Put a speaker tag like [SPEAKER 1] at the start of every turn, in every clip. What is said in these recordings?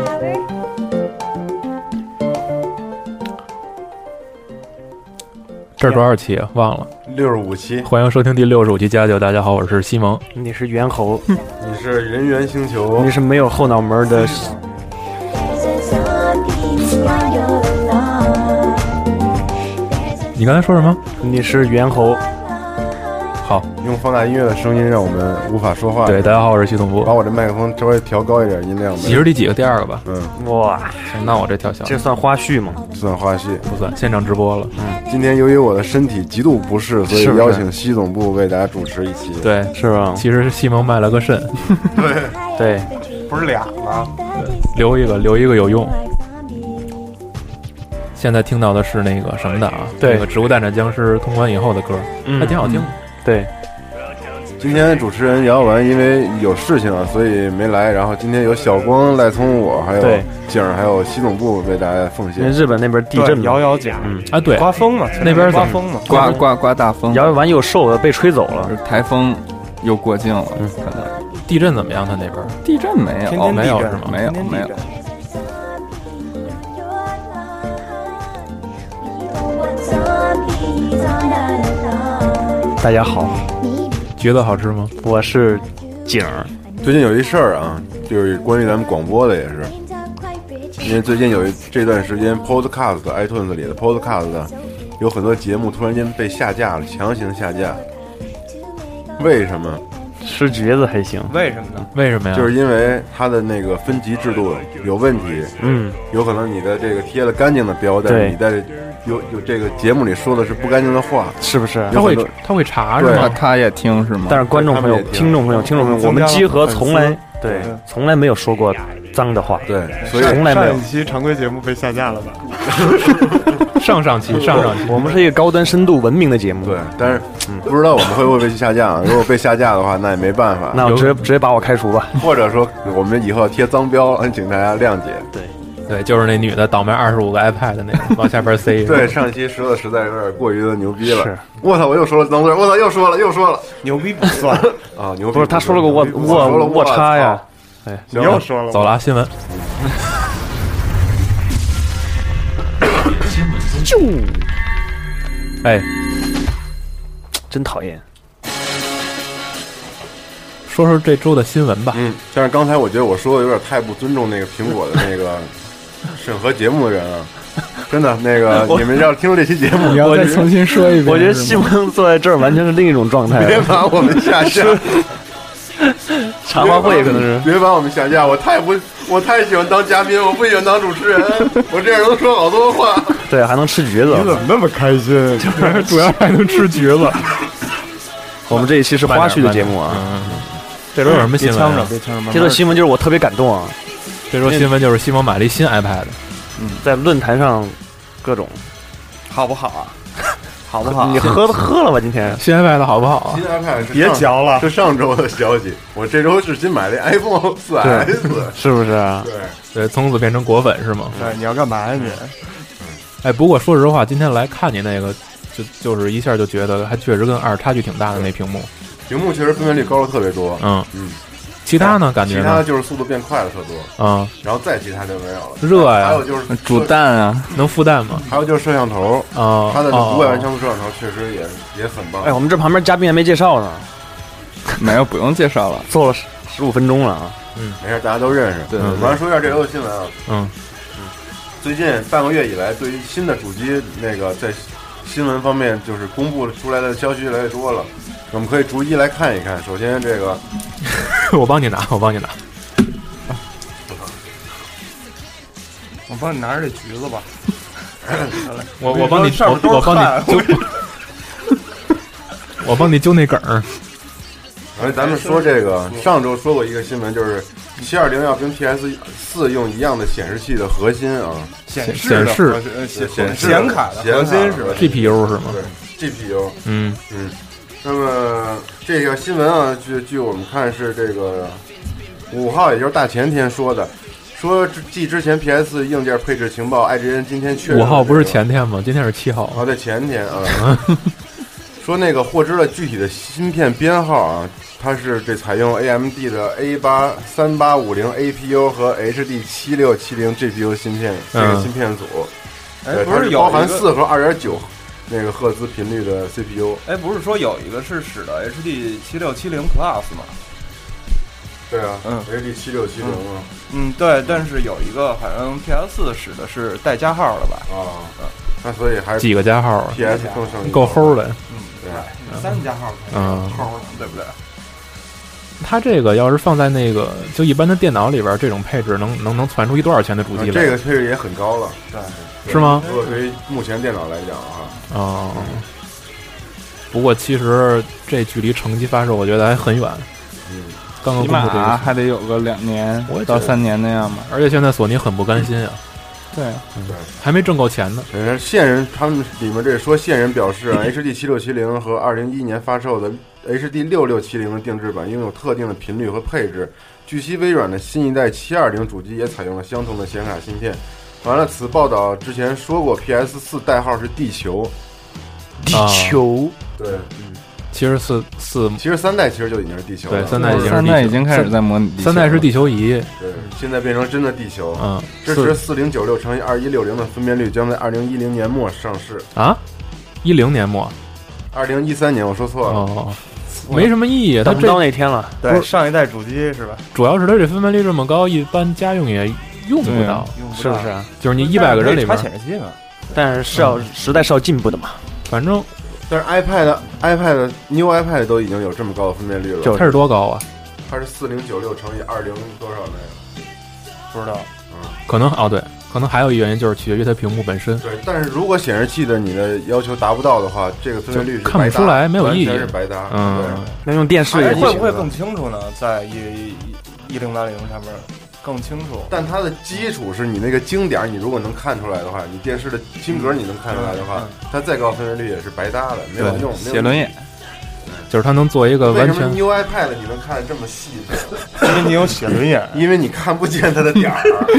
[SPEAKER 1] Sunflower,
[SPEAKER 2] 这是多少期啊？忘了。
[SPEAKER 3] 六十五期，
[SPEAKER 2] 欢迎收听第六十五期《家酒》，大家好，我是西蒙。
[SPEAKER 4] 你是猿 猴，
[SPEAKER 3] 你是人猿星球
[SPEAKER 4] 你，是没有后脑门的
[SPEAKER 1] there's a zombie on your lawn. There's a
[SPEAKER 2] 你刚才说什么？
[SPEAKER 4] 你是猿猴，
[SPEAKER 2] 好，
[SPEAKER 3] 用放大音乐的声音让我们无法说话。
[SPEAKER 2] 对，，大家好，我是徐总
[SPEAKER 3] 把
[SPEAKER 2] 波。
[SPEAKER 3] 我这麦克风稍微调高一点音量呗。
[SPEAKER 2] 你是第几个？第二个吧？
[SPEAKER 3] 嗯，
[SPEAKER 4] 哇，
[SPEAKER 2] 行那我这跳小
[SPEAKER 4] 这嗯
[SPEAKER 2] 了，
[SPEAKER 4] 算花絮吗？
[SPEAKER 3] 不算花絮。
[SPEAKER 2] 不算现场直播了。
[SPEAKER 3] 今天由于我的身体极度不适，所以
[SPEAKER 4] 是不是
[SPEAKER 3] 邀请西总部为大家主持一期。
[SPEAKER 2] 对，
[SPEAKER 4] 是吧？
[SPEAKER 2] 其实是西蒙卖了个肾，
[SPEAKER 4] 对，
[SPEAKER 3] 不是俩吗？
[SPEAKER 2] 留一个，留一个有用。
[SPEAKER 3] Oh.
[SPEAKER 2] 现在听到的是那个什么的啊？
[SPEAKER 4] 对
[SPEAKER 2] 那个《植物大战僵尸》通关以后的歌，
[SPEAKER 4] 嗯
[SPEAKER 2] 还挺好听的。
[SPEAKER 4] 对，
[SPEAKER 3] 今天主持人姚文因为有事情啊，所以没来。然后今天有小光、赖聪、我，还有
[SPEAKER 4] 对
[SPEAKER 3] 景儿，还有西总部为大家奉
[SPEAKER 4] 因
[SPEAKER 3] 献。
[SPEAKER 4] 为日本那边地震嘛，
[SPEAKER 5] 摇摇桨，
[SPEAKER 2] 啊，对，
[SPEAKER 5] 刮风嘛，
[SPEAKER 2] 那边怎么
[SPEAKER 5] 刮风嘛，
[SPEAKER 6] 刮刮刮大风，
[SPEAKER 4] 摇完又瘦了，被吹走了
[SPEAKER 6] 就。是台风又过境了，可能
[SPEAKER 2] 地震怎么样？他那边
[SPEAKER 6] 地震没
[SPEAKER 5] 天
[SPEAKER 6] 有，
[SPEAKER 5] 天
[SPEAKER 6] 没
[SPEAKER 5] 地
[SPEAKER 6] 有
[SPEAKER 5] 震
[SPEAKER 6] 是吗？没有
[SPEAKER 5] 天天
[SPEAKER 6] 没
[SPEAKER 5] 地
[SPEAKER 6] 有
[SPEAKER 5] 震。。
[SPEAKER 1] Zombies on our lawn.
[SPEAKER 4] 大家好，
[SPEAKER 1] Maybe
[SPEAKER 2] 橘子好吃吗？
[SPEAKER 4] 我是景儿，
[SPEAKER 3] 最近有一事儿啊，就是关于咱们广播的，也是
[SPEAKER 1] things are quite rich.
[SPEAKER 3] 因为最近有一这段时间 Podcast iTunes 里的 Podcast 呢有很多节目突然间被下架了，强行下架。为什么？
[SPEAKER 4] 吃橘子还行，
[SPEAKER 5] 为什么呢？
[SPEAKER 2] 为什
[SPEAKER 4] 啊
[SPEAKER 2] 么呀？
[SPEAKER 3] 就是因为它的那个分级制度有问题，
[SPEAKER 4] 嗯，
[SPEAKER 3] 有可能你的这个贴了干净的标，但是
[SPEAKER 4] 对
[SPEAKER 3] 你在有有这个节目里说的是不干净的话，
[SPEAKER 4] 是不是？
[SPEAKER 2] 他会
[SPEAKER 3] 有很多
[SPEAKER 2] 他会查是
[SPEAKER 3] 对
[SPEAKER 6] 那
[SPEAKER 2] 吗？
[SPEAKER 6] 他也听是吗？
[SPEAKER 4] 但是观众朋友
[SPEAKER 3] 他们也、听
[SPEAKER 4] 听众朋友、听众朋友，我们集合从来对从来没有说过脏的话，
[SPEAKER 3] 对，所以
[SPEAKER 4] 从来没
[SPEAKER 5] 上
[SPEAKER 4] 有
[SPEAKER 5] 一。期常规节目被下架了吧？
[SPEAKER 2] 上上期上上期
[SPEAKER 4] 我们是一个高端、深度、文明的节目。
[SPEAKER 3] 对，，但是嗯不知道我们会不会被下架 啊。如果被下架的话，那也没办法，
[SPEAKER 4] 那我
[SPEAKER 2] 有
[SPEAKER 4] 直接直接把我开除吧。
[SPEAKER 3] 或者说我们以后贴脏标，请大家谅解。
[SPEAKER 2] 对，就是那女的倒卖二十五个 iPad 那个，往下边 塞。
[SPEAKER 3] 对，，上一期说的实在有点过于的牛逼
[SPEAKER 4] 是
[SPEAKER 3] 了。我操，我又说了脏字儿，我操，又说了，又说了。
[SPEAKER 5] 牛逼不算，
[SPEAKER 3] 啊，牛逼！
[SPEAKER 4] 不是，他说了个
[SPEAKER 3] 牛
[SPEAKER 4] 卧
[SPEAKER 3] 逼说了
[SPEAKER 4] 卧卧叉呀，，
[SPEAKER 3] 操
[SPEAKER 5] 你
[SPEAKER 3] 行
[SPEAKER 5] 又
[SPEAKER 3] 了，
[SPEAKER 5] 说了，
[SPEAKER 2] 走了，啊，新闻。哎，
[SPEAKER 4] 真讨厌。
[SPEAKER 2] 说说这周的新闻吧。
[SPEAKER 3] 嗯，但是刚才我觉得我说的有点太不尊重那个苹果的那个审核节目的人了，真的，那个你们要是听说这期节目，
[SPEAKER 6] 你要再重新说一遍，
[SPEAKER 4] 我觉得
[SPEAKER 6] 是
[SPEAKER 4] 西
[SPEAKER 6] 吗
[SPEAKER 4] 蒙坐在这儿完全是另一种状态，
[SPEAKER 3] 别把我们下架，
[SPEAKER 4] 茶话会可能是。
[SPEAKER 3] 别把我们下架，我太不，我太喜欢当嘉宾，我不喜欢当主持人，我这样能说好多话。
[SPEAKER 4] 对，还能吃橘子
[SPEAKER 5] 你。怎么那么开心？
[SPEAKER 2] 主要还能吃橘子。
[SPEAKER 4] 我们这一期是花絮的节目啊。
[SPEAKER 2] 嗯这周有什么新闻啊？
[SPEAKER 5] 别呛
[SPEAKER 6] 嗯
[SPEAKER 5] 着
[SPEAKER 4] 这则新闻就是我特别感动啊，
[SPEAKER 2] 这周新闻就是西蒙买了一新 iPad，
[SPEAKER 4] 在论坛上各种，
[SPEAKER 6] 好不好啊？ 好不好啊？
[SPEAKER 4] 你喝喝了吧？今天
[SPEAKER 2] 新 iPad 好不好啊
[SPEAKER 3] 新？iPad 是
[SPEAKER 5] 别
[SPEAKER 3] 上
[SPEAKER 5] 嚼了，
[SPEAKER 3] 是上周的消息，我这周是新买了 iPhone 四 S，
[SPEAKER 4] 是不是啊？
[SPEAKER 3] 对，
[SPEAKER 2] 对，从此变成果粉是吗？
[SPEAKER 5] 对，你要干嘛呀你？
[SPEAKER 2] 哎，不过说实话，今天来看你那个，就就是一下就觉得还确实跟二差距挺大的那屏幕。
[SPEAKER 3] 屏幕确实分辨率高了特别多，
[SPEAKER 2] 嗯
[SPEAKER 3] 嗯，
[SPEAKER 2] 其他呢？感觉
[SPEAKER 3] 其他
[SPEAKER 2] 呢？
[SPEAKER 3] 就是速度变快了特多，
[SPEAKER 2] 啊，
[SPEAKER 3] 然后再其他就没有了。
[SPEAKER 2] 热
[SPEAKER 3] 还
[SPEAKER 2] 呀
[SPEAKER 3] 有，就是
[SPEAKER 6] 煮，蛋啊，
[SPEAKER 2] 能孵蛋吗？
[SPEAKER 3] 还有就是摄像头，
[SPEAKER 2] 啊，
[SPEAKER 3] 它的
[SPEAKER 2] 哦
[SPEAKER 3] 无感光像素摄像头确实也也很棒
[SPEAKER 4] 哎，。我们这旁边嘉宾还没介绍呢，
[SPEAKER 6] 没有不用介绍了。
[SPEAKER 4] 坐了十五分钟了啊。
[SPEAKER 3] 没事，大家都认识。
[SPEAKER 6] 对
[SPEAKER 2] 嗯
[SPEAKER 3] 我来说一下这周的新闻啊。
[SPEAKER 2] 嗯，
[SPEAKER 3] 最近半个月以来，对于新的主机那个在新闻方面就是公布出来的消息越来越多了，我们可以逐一来看一看。首先，这个
[SPEAKER 2] 哦 我帮你拿，我帮你拿。
[SPEAKER 5] 我帮你拿着这橘子吧。
[SPEAKER 2] 我我帮你，
[SPEAKER 5] 上面都
[SPEAKER 2] 我
[SPEAKER 5] 是
[SPEAKER 2] 我帮
[SPEAKER 5] 汗
[SPEAKER 2] 你，就 我帮你揪那梗儿。
[SPEAKER 3] 而咱们说这个，上周说过一个新闻，就是七二零要跟 PS 四用一样的显示器的核心啊，
[SPEAKER 5] 显示
[SPEAKER 2] 显
[SPEAKER 5] 的
[SPEAKER 2] 示
[SPEAKER 5] 核心呃显
[SPEAKER 3] 显示
[SPEAKER 5] 显卡的
[SPEAKER 3] 显
[SPEAKER 5] 核心
[SPEAKER 3] 卡
[SPEAKER 5] 是吧？
[SPEAKER 2] GPU 是吗？
[SPEAKER 3] 对 GPU，
[SPEAKER 2] 嗯，
[SPEAKER 3] 嗯，那么这个新闻啊，据据我们看是这个五号，也就是大前天说的，说之继之前 PS 硬件配置情报，IGN 今天确认
[SPEAKER 2] 五号不是
[SPEAKER 3] 前
[SPEAKER 2] 前天吗？今天是七号。
[SPEAKER 3] 啊，对前 天啊，说那个获知了具体的芯片编号啊，它是这采用 AMD 的 A 八三八五零 APU 和 HD 七六七零 GPU 芯片这个
[SPEAKER 2] 嗯
[SPEAKER 3] 芯片组，
[SPEAKER 7] 哎，
[SPEAKER 3] 对
[SPEAKER 7] 不
[SPEAKER 3] 它
[SPEAKER 7] 是有
[SPEAKER 3] 包含
[SPEAKER 7] 一个
[SPEAKER 3] 四和二点九那个赫兹频率的 CPU。
[SPEAKER 7] 哎，不是说有一个是使的 HD 七六七零 Plus 吗？
[SPEAKER 3] 对啊，
[SPEAKER 7] 嗯
[SPEAKER 3] ，HD 七六七零啊，
[SPEAKER 7] 嗯，对，但是有一个好像 PS 4使的是带加号的吧？
[SPEAKER 3] 啊，那所以还是
[SPEAKER 2] 嗯几个加号啊？
[SPEAKER 3] PS 更胜一啊
[SPEAKER 2] 够
[SPEAKER 3] 筹。
[SPEAKER 2] 齁的。
[SPEAKER 5] 三加号，
[SPEAKER 2] 嗯
[SPEAKER 5] 号呢
[SPEAKER 7] 对不对？
[SPEAKER 2] 它这个要是放在那个就一般的电脑里边，这种配置能能能攒出一多少钱的主
[SPEAKER 3] 啊
[SPEAKER 2] 机嗯来？
[SPEAKER 3] 这个配置也很高了，
[SPEAKER 2] 是吗？
[SPEAKER 3] 如果对于目前电脑来讲啊，
[SPEAKER 2] 哦。不过其实这距离成机发售，我觉得还很远。
[SPEAKER 3] 嗯，
[SPEAKER 2] 刚刚
[SPEAKER 6] 起
[SPEAKER 2] 公布这
[SPEAKER 6] 码
[SPEAKER 2] 个，
[SPEAKER 6] 还得有个两年
[SPEAKER 2] 嗯我也觉
[SPEAKER 6] 到
[SPEAKER 2] 得
[SPEAKER 6] 三年那样吧。
[SPEAKER 2] 而且现在索尼很不甘心啊，
[SPEAKER 6] 对，
[SPEAKER 2] 还没挣够钱呢。
[SPEAKER 3] 人家线人他们里面这说线人表示
[SPEAKER 2] 嗯
[SPEAKER 3] 啊，HD 七六七零和二零一一年发售的 HD 六六七零的定制版拥有特定的频率和配置。据悉，微软的新一代七二零主机也采用了相同的显卡芯片。完了，此报道之前说过，PS 四代号是地球。
[SPEAKER 2] 地
[SPEAKER 4] 球
[SPEAKER 3] 对，
[SPEAKER 2] 其实四四
[SPEAKER 3] 其实三代其实就已经是地球了。
[SPEAKER 2] 对三代已经是
[SPEAKER 6] 三代
[SPEAKER 2] 地
[SPEAKER 6] 已
[SPEAKER 2] 球
[SPEAKER 6] 经开始
[SPEAKER 2] 三
[SPEAKER 6] 在模拟地球
[SPEAKER 2] 三代是
[SPEAKER 6] 了
[SPEAKER 2] 地球仪，
[SPEAKER 3] 对，现在变成真的地球。
[SPEAKER 2] 嗯，
[SPEAKER 3] 支
[SPEAKER 2] 四
[SPEAKER 3] 持四零九六乘以二一六零的分辨率将在二零一零年末上市。
[SPEAKER 2] 啊，一零年末
[SPEAKER 3] 二零一三年我说错了。
[SPEAKER 2] 哦，没什么意义。它
[SPEAKER 4] 等不到
[SPEAKER 2] 这
[SPEAKER 4] 那天了，
[SPEAKER 5] 对，上一代主机是吧？
[SPEAKER 2] 主要是它这分辨率这么高，一般家用也用不
[SPEAKER 6] 对
[SPEAKER 2] 到，
[SPEAKER 4] 是不是啊？
[SPEAKER 2] 就是你一百个人里边
[SPEAKER 7] 插，显示器嘛？
[SPEAKER 4] 但是是要
[SPEAKER 6] 嗯
[SPEAKER 4] 时代是要进步的嘛，
[SPEAKER 2] 反正
[SPEAKER 3] 但是 iPad、iPad、New iPad 都已经有这么高的分辨率了，
[SPEAKER 4] 就
[SPEAKER 2] 它是多高啊？
[SPEAKER 3] 它是四零九六乘以二零多少那个？
[SPEAKER 5] 不知道，
[SPEAKER 2] 可能哦对，可能还有一原因就是取决于它屏幕本身，
[SPEAKER 3] 对，但是如果显示器的你的要求达不到的话，这个分辨率是
[SPEAKER 2] 就看不出来没有意义
[SPEAKER 3] 完全是白搭。
[SPEAKER 2] 嗯
[SPEAKER 3] 对，
[SPEAKER 4] 那用电视也
[SPEAKER 3] 哎
[SPEAKER 4] 不
[SPEAKER 5] 会
[SPEAKER 4] 行
[SPEAKER 5] 不。会更清楚呢？在一一零八零上面更清楚。
[SPEAKER 3] 但它的基础是你那个经点儿，你如果能看出来的话，你电视的晶格你能看出来的
[SPEAKER 2] 嗯
[SPEAKER 3] 话，它再高分辨率也是白搭的，没有用。没有
[SPEAKER 6] 写轮眼，
[SPEAKER 2] 就是它能做一个
[SPEAKER 3] 为
[SPEAKER 2] 完
[SPEAKER 3] 什么
[SPEAKER 2] 全
[SPEAKER 3] New iPad 你能看得这么细致？
[SPEAKER 5] 因哎为你有写轮眼，
[SPEAKER 3] 因为你看不见它的点儿。啊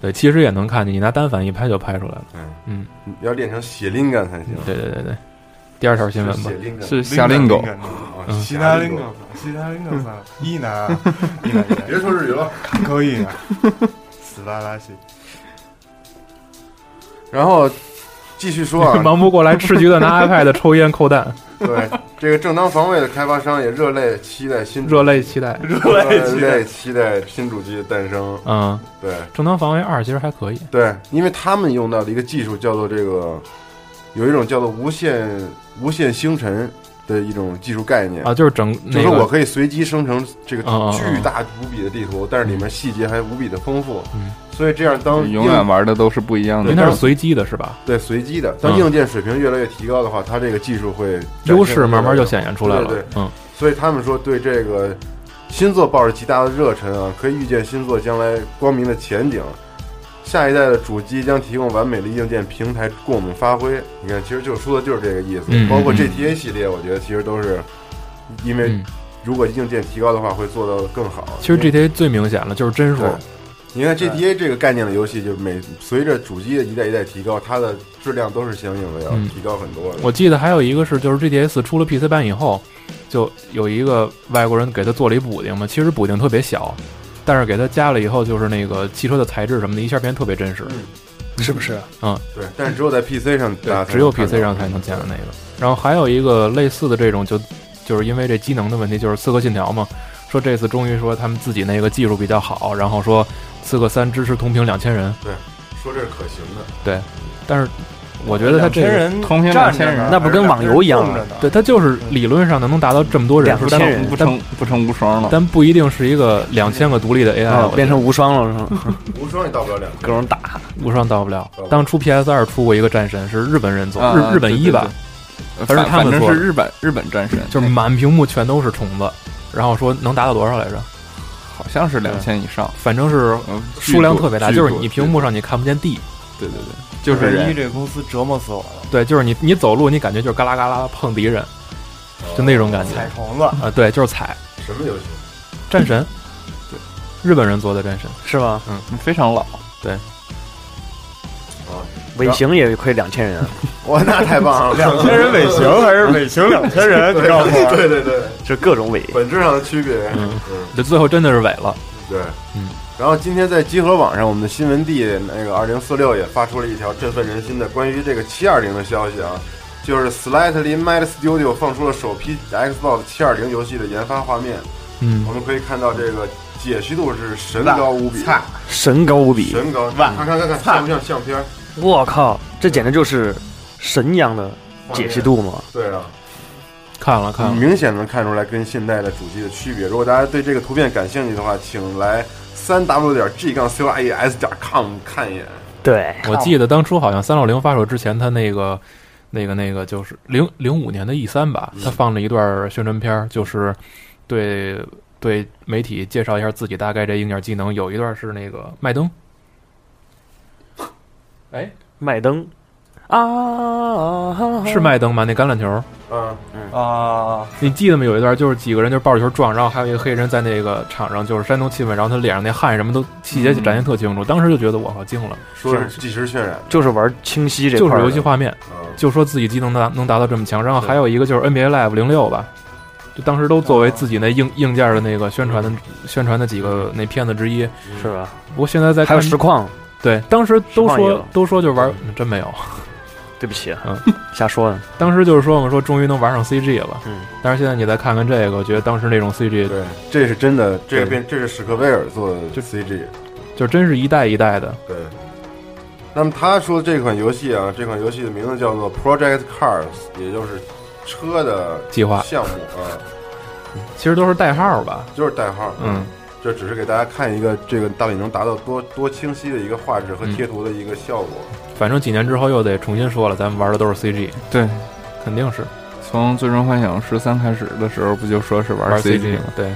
[SPEAKER 2] 对，其实也能看见，你拿单反一拍就拍出来了。
[SPEAKER 3] 你要练成写灵感才行。
[SPEAKER 2] 对对对对，第二条新闻吧
[SPEAKER 3] 写，灵感
[SPEAKER 6] 是夏令狗，
[SPEAKER 3] 啊，
[SPEAKER 5] 西南
[SPEAKER 3] 灵
[SPEAKER 5] 林
[SPEAKER 3] 感
[SPEAKER 5] 克，西南林克桑，一南，一南，
[SPEAKER 3] 别说日语 了。
[SPEAKER 5] 可以啊，斯巴拉西，
[SPEAKER 3] 然后继续说 啊，
[SPEAKER 2] 忙不过来，吃橘子拿 iPad 抽烟扣 蛋，
[SPEAKER 3] 对这个正当防卫的开发商也热泪期待新主
[SPEAKER 2] 热泪期待。
[SPEAKER 3] 热泪期待新主机的诞生。
[SPEAKER 2] 嗯，
[SPEAKER 3] 对
[SPEAKER 2] 正当防卫二其实还可以，
[SPEAKER 3] 对，因为他们用到的一个技术叫做这个，有一种叫做无限无限星辰的一种技术概念
[SPEAKER 2] 啊，。就是整
[SPEAKER 3] 就
[SPEAKER 2] 那
[SPEAKER 3] 是我
[SPEAKER 2] 个
[SPEAKER 3] 可以随机生成这个
[SPEAKER 2] 嗯嗯嗯
[SPEAKER 3] 巨大无比的地图，但是里面细节还无比的丰富
[SPEAKER 2] 嗯，
[SPEAKER 3] 所以这样当
[SPEAKER 6] 永
[SPEAKER 3] 硬
[SPEAKER 6] 远玩的都是不一样
[SPEAKER 2] 因
[SPEAKER 6] 的
[SPEAKER 2] 为。它是随机的，是吧？
[SPEAKER 3] 对随机的，当
[SPEAKER 2] 嗯
[SPEAKER 3] 硬件水平越来越提高的话，它这个技术会展
[SPEAKER 2] 优
[SPEAKER 3] 现
[SPEAKER 2] 势
[SPEAKER 3] 得
[SPEAKER 2] 慢慢
[SPEAKER 3] 越来
[SPEAKER 2] 就
[SPEAKER 3] 越
[SPEAKER 2] 显现出来了。
[SPEAKER 3] 对对
[SPEAKER 2] 嗯，
[SPEAKER 3] 所以他们说对这个新作抱着极大的热忱啊，可以预见新作将来光明的前景。下一代的主机将提供完美的硬件平台供我们发挥。你看，其实就说的就是这个意思。
[SPEAKER 2] 嗯
[SPEAKER 3] 包括
[SPEAKER 2] 嗯嗯
[SPEAKER 3] GTA 系列，我觉得其实都是因为
[SPEAKER 2] 嗯
[SPEAKER 3] 如果硬件提高的话，会做到更好。
[SPEAKER 2] 其实
[SPEAKER 3] 因为
[SPEAKER 2] GTA 最明显了，就是帧数
[SPEAKER 3] 嗯对。你看 GTA 这个概念的游戏，就是每随着主机的一代一代提高，它的质量都是相应的要
[SPEAKER 2] 嗯
[SPEAKER 3] 提高很多的。
[SPEAKER 2] 我记得还有一个是，就是 GTA 四出了 PC 版以后，就有一个外国人给它做了一补丁嘛，其实补丁特别小，但是给它加了以后，就是那个汽车的材质什么的，一下变得特别真
[SPEAKER 3] 嗯
[SPEAKER 2] 实。
[SPEAKER 4] 是不
[SPEAKER 6] 啊
[SPEAKER 4] 是？
[SPEAKER 3] 对，但是只有在 PC 上大家才能看到，
[SPEAKER 2] 只有 PC 上才能见到那个。然后还有一个类似的这种，就就是因为这机能的问题，就是《刺客信条》嘛，说这次终于说他们自己那个技术比较好，然后说《刺客三》支持同屏两千人，
[SPEAKER 3] 说这是可行的。
[SPEAKER 2] 但是我觉得他这
[SPEAKER 5] 千
[SPEAKER 2] 个。
[SPEAKER 5] 人
[SPEAKER 6] 同屏
[SPEAKER 5] 站
[SPEAKER 6] 两千
[SPEAKER 5] 着呢
[SPEAKER 6] 人，
[SPEAKER 4] 那不跟网游一样啊
[SPEAKER 5] 还是
[SPEAKER 4] 吗
[SPEAKER 5] 站着呢
[SPEAKER 2] 对，它就是理论上能达到这么多人数，
[SPEAKER 4] 两
[SPEAKER 2] 但
[SPEAKER 4] 千
[SPEAKER 2] 是
[SPEAKER 4] 人
[SPEAKER 6] 不成不成无双了。
[SPEAKER 2] 但不一定是一个两千个独立的 AI，、
[SPEAKER 4] 啊，变成无双了是吗？
[SPEAKER 3] 无双也到不了两个。
[SPEAKER 4] 各种打，
[SPEAKER 2] 无双到不了
[SPEAKER 3] 到不了。
[SPEAKER 2] 当初 PS 二出过一个战神，是日本人做，
[SPEAKER 6] 啊
[SPEAKER 2] 日日本一吧，
[SPEAKER 6] 对
[SPEAKER 2] 反正他们
[SPEAKER 6] 反
[SPEAKER 2] 说
[SPEAKER 6] 正是日本日本战神，
[SPEAKER 2] 就是满屏幕全都是虫子，然后说能达到多少来着？
[SPEAKER 6] 好像是两千以上，
[SPEAKER 2] 反正是
[SPEAKER 6] 嗯，
[SPEAKER 2] 数量特别大，
[SPEAKER 6] 巨
[SPEAKER 2] 就
[SPEAKER 6] 多
[SPEAKER 2] 是你屏，幕上你看不见地，
[SPEAKER 6] 巨多对对对，就是
[SPEAKER 5] 人一
[SPEAKER 6] 人
[SPEAKER 5] 这个公司折磨死我了，
[SPEAKER 2] 对，就是你你走路你感觉就是嘎啦嘎啦碰敌人，就那种感觉
[SPEAKER 5] 踩虫子，
[SPEAKER 2] 啊，对，就是踩
[SPEAKER 3] 什么游戏？
[SPEAKER 2] 战 神，日本人做的战神，
[SPEAKER 4] 是吗？
[SPEAKER 6] 非常老，
[SPEAKER 4] 尾行也亏两千人，
[SPEAKER 3] 哇，那太棒了！
[SPEAKER 5] 两千人尾行还是尾行两千人？你告诉我，
[SPEAKER 3] 对对对，
[SPEAKER 4] 就各种尾。
[SPEAKER 3] 本质上的区别。
[SPEAKER 2] 嗯
[SPEAKER 3] 嗯，
[SPEAKER 2] 这最后真的是萎了，
[SPEAKER 3] 对，
[SPEAKER 2] 嗯。
[SPEAKER 3] 然后今天在集合网上，我们的新闻地那个二零四六也发出了一条振奋人心的关于这个七二零的消息啊，就是 Slightly Mad Studio 放出了首批 Xbox 七二零游戏的研发画面，
[SPEAKER 2] 嗯
[SPEAKER 3] 我，们可以看到这个解析度是神高无比，
[SPEAKER 4] 神高无比，
[SPEAKER 3] 神高，看看看看像不像相片儿？
[SPEAKER 4] 我靠，这简直就是神一样的解析度嘛！
[SPEAKER 3] 对啊，
[SPEAKER 2] 看了看了，
[SPEAKER 3] 明显能看出来跟现代的主机的区别。如果大家对这个图片感兴趣的话，请来三 w 点 g 杠 c y e s 点 com 看一眼。
[SPEAKER 4] 对，
[SPEAKER 2] 我记得当初好像三六零发售之前，它那个那个那个就是零零五年的 E 三吧，
[SPEAKER 4] 嗯
[SPEAKER 2] 它放了一段宣传片儿，就是对对媒体介绍一下自己大概这硬件技能，有一段是那个麦登，哎，
[SPEAKER 4] 麦登啊，
[SPEAKER 2] 是麦登吗？那橄榄球，
[SPEAKER 3] 嗯，
[SPEAKER 5] 啊，
[SPEAKER 2] 你记得吗？有一段就是几个人就抱着球撞，然后还有一个黑人在那个场上就是煽动气氛，然后他脸上那汗什么都细节
[SPEAKER 4] 嗯
[SPEAKER 2] 展现特清楚，当时就觉得我靠惊了，
[SPEAKER 3] 说是即时渲染的，
[SPEAKER 4] 就是玩清晰这
[SPEAKER 2] 就是
[SPEAKER 4] 块儿的，
[SPEAKER 2] 游戏画面。
[SPEAKER 3] 嗯，
[SPEAKER 2] 就说自己技能达能达到这么强，然后还有一个就是 NBA Live 零六吧，就当时都作为自己那硬硬件的那个宣传的宣传的几个那片子之一。
[SPEAKER 4] 是吧？
[SPEAKER 2] 不过现在在看
[SPEAKER 4] 还有实况，
[SPEAKER 2] 对，当时
[SPEAKER 4] 实
[SPEAKER 2] 都
[SPEAKER 4] 况也
[SPEAKER 2] 说
[SPEAKER 4] 有
[SPEAKER 2] 都说就玩、嗯真没有，
[SPEAKER 4] 对不起啊
[SPEAKER 2] 嗯，
[SPEAKER 4] 瞎说呢。
[SPEAKER 2] 当时就是说我们说终于能玩上 CG 了，
[SPEAKER 4] 嗯，
[SPEAKER 2] 但是现在你再看看这个，我觉得当时那种 CG
[SPEAKER 3] 对，这是真的，这个变这是史克威尔做的 CG，
[SPEAKER 2] 就真是一代一代的，
[SPEAKER 3] 对。那么他说这款游戏啊，这款游戏的名字叫做 Project Cars，也就是车的
[SPEAKER 2] 计划
[SPEAKER 3] 项目啊，
[SPEAKER 2] 其实都是代号吧，
[SPEAKER 3] 就是代号。
[SPEAKER 2] 嗯，
[SPEAKER 3] 这只是给大家看一个这个到底能达到多多清晰的一个画质和贴图的一个效果。
[SPEAKER 2] 反正几年之后又得重新说了，咱们玩的都是 CG，
[SPEAKER 6] 对，
[SPEAKER 2] 肯定是
[SPEAKER 6] 从最终幻想十三开始的时候，不就说是玩
[SPEAKER 2] 玩
[SPEAKER 6] CG
[SPEAKER 2] CG
[SPEAKER 6] 吗？
[SPEAKER 2] 对。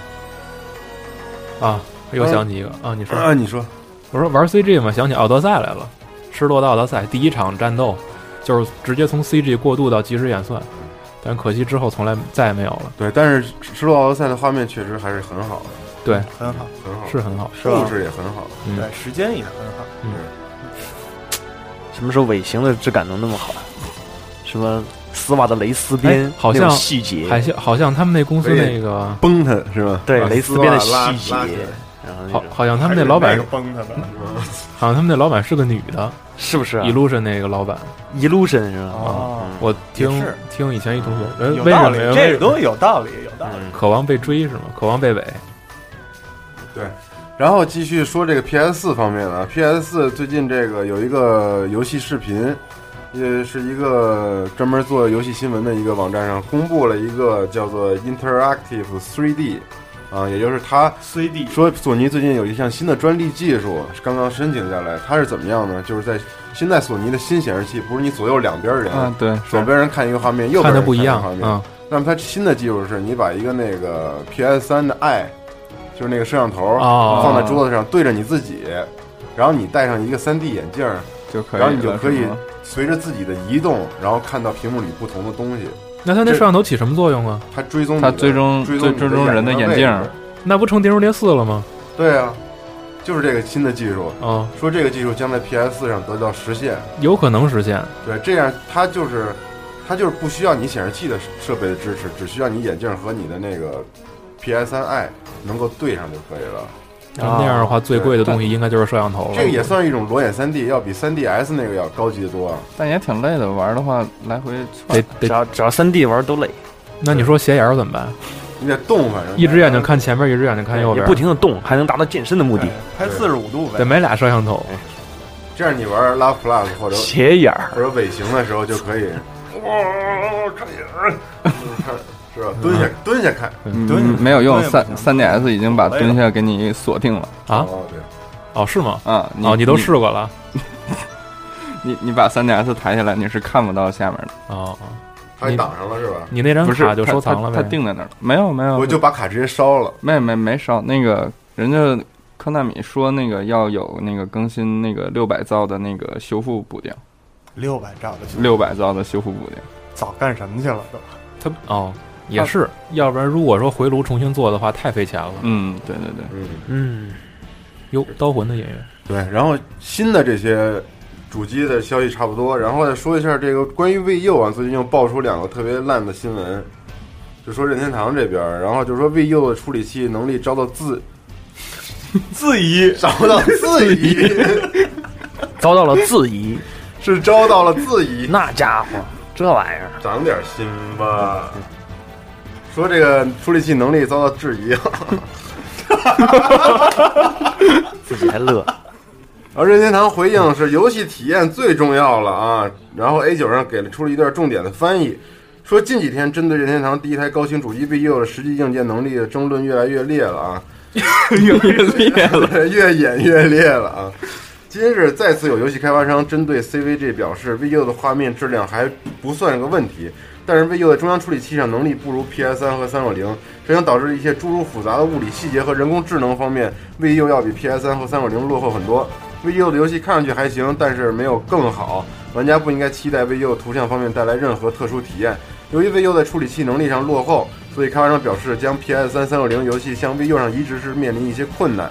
[SPEAKER 2] 啊，又想起一个啊，你说。
[SPEAKER 3] 啊，你说，
[SPEAKER 2] 我说玩 CG 嘛，想起奥德赛来了，失落的奥德赛第一场战斗就是直接从 CG 过渡到即时演算，但可惜之后从来再也没有了，
[SPEAKER 3] 对，但是《失落奥德赛》的画面确实还是很好啊的，
[SPEAKER 5] 很好，
[SPEAKER 3] 很好，
[SPEAKER 2] 是很好。
[SPEAKER 5] 是
[SPEAKER 3] 故
[SPEAKER 5] 吧？
[SPEAKER 3] 事也很好。
[SPEAKER 2] 嗯
[SPEAKER 5] 对，时间也很好，
[SPEAKER 4] 什么时候尾行的质感能那么好？什么丝袜的蕾丝边
[SPEAKER 2] 哎，好像
[SPEAKER 4] 那种细节，
[SPEAKER 2] 好像好像他们那公司
[SPEAKER 3] 可以
[SPEAKER 2] 那个，
[SPEAKER 3] 崩它是吧？
[SPEAKER 4] 对
[SPEAKER 3] 把
[SPEAKER 4] 蕾
[SPEAKER 3] 丝
[SPEAKER 4] 丝边的
[SPEAKER 3] 袜拉
[SPEAKER 4] 细节
[SPEAKER 3] 拉起来，
[SPEAKER 4] 然后那
[SPEAKER 2] 好
[SPEAKER 4] 种
[SPEAKER 2] 好像他们那老
[SPEAKER 5] 还
[SPEAKER 2] 板
[SPEAKER 5] 是那，个崩他的，
[SPEAKER 2] 好像他们那老板是个女的
[SPEAKER 4] 是不是啊
[SPEAKER 2] ，Illusion 那个老板，
[SPEAKER 4] illusion 是吧？
[SPEAKER 5] 哦
[SPEAKER 4] 嗯
[SPEAKER 2] 我听
[SPEAKER 5] 也是嗯
[SPEAKER 2] 听以前一同学，呃
[SPEAKER 5] 有
[SPEAKER 2] 为
[SPEAKER 5] 道
[SPEAKER 2] 什
[SPEAKER 5] 理
[SPEAKER 2] 么呀？，
[SPEAKER 5] 这
[SPEAKER 2] 为
[SPEAKER 5] 个东西有道理，有道理。
[SPEAKER 4] 嗯
[SPEAKER 2] 渴望被追是吗？渴望被尾，
[SPEAKER 3] 然后继续说这个 PS 四方面啊，PS 四最近这个有一个游戏视频，也是一个专门做游戏新闻的一个网站上公布了一个叫做 Interactive 3D，啊，也就是它
[SPEAKER 5] CD
[SPEAKER 3] 说索尼最近有一项新的专利技术，刚刚申请下来，它是怎么样呢？就是在现在索尼的新显示器，不是你左右两边人，
[SPEAKER 6] 啊，对，
[SPEAKER 3] 左边人看一个画面，右
[SPEAKER 2] 嗯看
[SPEAKER 3] 边
[SPEAKER 2] 的
[SPEAKER 3] 人
[SPEAKER 2] 不一
[SPEAKER 3] 一个
[SPEAKER 2] 样
[SPEAKER 3] 画面。
[SPEAKER 2] 啊，
[SPEAKER 3] 那么它新的技术是你把一个那个 PS 三的 i，就是那个摄像头
[SPEAKER 2] 哦
[SPEAKER 3] 放在桌子上对着你自己，然后你戴上一个 3D 眼镜，
[SPEAKER 6] 就可以
[SPEAKER 3] 然后
[SPEAKER 6] 了，
[SPEAKER 3] 你就可以
[SPEAKER 6] 是吗
[SPEAKER 3] 随着自己的移动，然后看到屏幕里不同的东西。
[SPEAKER 2] 那他那
[SPEAKER 3] 这
[SPEAKER 2] 摄像头起什么作用啊？
[SPEAKER 3] 它追踪你
[SPEAKER 6] 它
[SPEAKER 3] 的
[SPEAKER 6] 追踪
[SPEAKER 3] 追踪你
[SPEAKER 6] 追踪人的
[SPEAKER 3] 的
[SPEAKER 6] 眼镜
[SPEAKER 3] 位置
[SPEAKER 2] 那不成《碟中谍四》了吗？
[SPEAKER 3] 对啊，就是这个新的技术。
[SPEAKER 2] 啊，
[SPEAKER 3] 说这个技术将在 PS 四上得到实现，
[SPEAKER 2] 有可能实现。
[SPEAKER 3] 对，这样它就是它就是不需要你显示器的设备的支持，只需要你眼镜和你的那个 PS 三 i 能够对上就可以了。
[SPEAKER 2] 要那样的话，最贵的东西应该就是摄像头了。
[SPEAKER 3] 啊这个也算是一种裸眼 3D，要比 3DS 那个要高级得多啊。
[SPEAKER 6] 但也挺累的，玩的话来回
[SPEAKER 2] 得
[SPEAKER 6] 窜，
[SPEAKER 4] 只
[SPEAKER 2] 得，
[SPEAKER 4] 要只要三 D 玩都累，
[SPEAKER 2] 那你说斜眼儿怎么办？
[SPEAKER 3] 你得动，反正
[SPEAKER 2] 一只眼睛看前面，一只眼睛看右
[SPEAKER 4] 也
[SPEAKER 2] 边，
[SPEAKER 4] 不停的动，还能达到健身的目的
[SPEAKER 5] 对。拍四十五度
[SPEAKER 2] 得
[SPEAKER 5] 呗，
[SPEAKER 2] 买俩摄像头。
[SPEAKER 3] 这样你玩 Love Plus 或者
[SPEAKER 4] 斜眼儿，
[SPEAKER 3] 或者尾行的时候就可以，哇，看眼，嗯看 是吧？蹲下蹲下看。
[SPEAKER 6] 嗯没有用，
[SPEAKER 5] 蹲也不
[SPEAKER 6] 三
[SPEAKER 5] 行
[SPEAKER 6] 三 DS 已经把蹲下给你锁定了
[SPEAKER 2] 啊
[SPEAKER 3] 哦对，
[SPEAKER 2] 哦，是吗？
[SPEAKER 6] 啊！
[SPEAKER 2] 哦，你都试过了。
[SPEAKER 6] 你你把三 DS 抬起来，你是看不到下面的。
[SPEAKER 2] 哦，哦
[SPEAKER 3] 他给挡上了是吧？
[SPEAKER 2] 你那张
[SPEAKER 6] 不是
[SPEAKER 2] 卡就收藏了
[SPEAKER 6] 他
[SPEAKER 2] 呗。
[SPEAKER 6] 他定在那儿了，没有没有，
[SPEAKER 3] 我就把卡直接烧了。
[SPEAKER 6] 没没没少那个人家科纳米说那个要有那个更新那个六百兆的那个修复补丁，
[SPEAKER 5] 六百兆的，
[SPEAKER 6] 六百兆的修复补丁。
[SPEAKER 5] 早干什么去了都？
[SPEAKER 2] 他哦，也是，要不然如果说回炉重新做的话，太费钱了。
[SPEAKER 6] 嗯，对对对，
[SPEAKER 3] 嗯，
[SPEAKER 2] 嗯，哟，刀魂的演员，
[SPEAKER 3] 对。然后新的这些主机的消息差不多，然后再说一下这个关于 VU 啊，最近又爆出两个特别烂的新闻，就说任天堂这边儿，然后就说 VU 的处理器能力遭到自
[SPEAKER 5] 自 疑
[SPEAKER 3] 遭到自疑，
[SPEAKER 4] 遭到了质疑，
[SPEAKER 3] 是遭到了自疑。
[SPEAKER 4] 那家伙这玩意儿，
[SPEAKER 3] 长点心吧。说这个处理器能力遭到质疑，啊
[SPEAKER 4] 自己还 乐，
[SPEAKER 3] 而任天堂回应是游戏体验最重要了啊。然后 A 九上给了出了一段重点的翻译，说近几天针对任天堂第一台高清主机 VU 的实际硬件能力的争论越来越烈了啊。
[SPEAKER 6] 越裂 了。
[SPEAKER 3] 越演越烈了啊！今日再次有游戏开发商针对 CVG 表示，VU 的画面质量还不算个问题，但是 VU 的中央处理器上能力不如 PS3 和360，这将导致一些诸如复杂的物理细节和人工智能方面，VU 要比 PS3 和360落后很多。VU 的游戏看上去还行，但是没有更好。玩家不应该期待 VU 图像方面带来任何特殊体验。由于 VU 在处理器能力上落后，所以开发商表示将 PS3、360游戏向 VU 上移植时面临一些困难。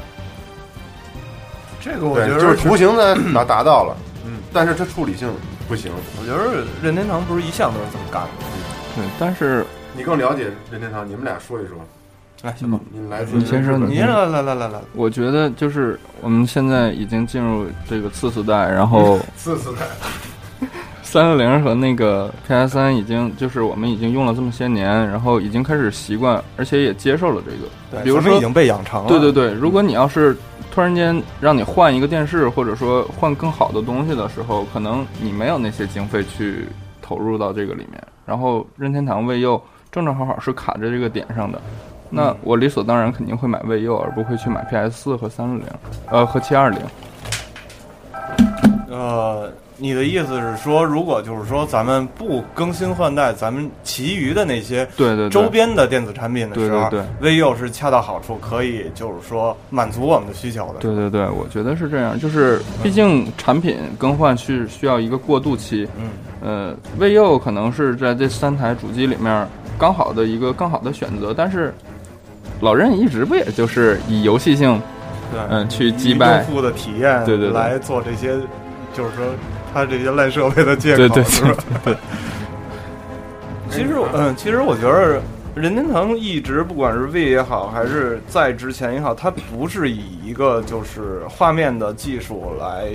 [SPEAKER 5] 这个我
[SPEAKER 3] 对，
[SPEAKER 5] 觉得
[SPEAKER 3] 就是图形 呢达达到了，嗯，但是它处理性不行。
[SPEAKER 7] 我觉得任天堂不是一向都是这么干的。
[SPEAKER 6] 对，但是
[SPEAKER 3] 你更了解任天堂，你们俩说一说。哎
[SPEAKER 7] 来，小
[SPEAKER 6] 嗯
[SPEAKER 3] 你来自
[SPEAKER 6] 你先说，
[SPEAKER 7] 你
[SPEAKER 6] 你
[SPEAKER 7] 先来来来来来，
[SPEAKER 6] 我觉得就是我们现在已经进入这个次世代，然后
[SPEAKER 3] 次次代，
[SPEAKER 6] 三六零和那个 PS 三已经就是我们已经用了这么些年，然后已经开始习惯，而且也接受了这个。
[SPEAKER 5] 对
[SPEAKER 6] 比如
[SPEAKER 5] 咱们
[SPEAKER 6] 说
[SPEAKER 5] 已经被养成了，
[SPEAKER 6] 对对对，如果你要是突然间让你换一个电视，或者说换更好的东西的时候，可能你没有那些经费去投入到这个里面。然后任天堂卫佑正正好好是卡在这个点上的，那我理所当然肯定会买卫佑，而不会去买 PS 四和三六零，呃和七二零。
[SPEAKER 5] 呃，
[SPEAKER 7] 你的意思是说，如果就是说咱们不更新换代，咱们其余的那些
[SPEAKER 6] 对对对，
[SPEAKER 7] 周边的电子产品的时候啊
[SPEAKER 6] 对对
[SPEAKER 7] v u 是恰到好处，可以就是说满足我们的需求的。
[SPEAKER 6] 对对对，我觉得是这样，就是毕竟产品更换是需要一个过渡期。
[SPEAKER 7] 嗯，
[SPEAKER 6] 呃，卫佑可能是在这三台主机里面刚好的一个更好的选择，但是老任一直不也就是以游戏性
[SPEAKER 7] 对，
[SPEAKER 6] 嗯去击
[SPEAKER 5] 以用？
[SPEAKER 6] 败
[SPEAKER 5] 户的体验
[SPEAKER 6] 对对对
[SPEAKER 5] 来做这些，就是说他这些烂设备的借口，
[SPEAKER 6] 对对
[SPEAKER 5] 是吧
[SPEAKER 6] 对对，
[SPEAKER 7] 其实我嗯，其实我觉得任天堂一直不管是 V 也好，还是在之前也好，它不是以一个就是画面的技术来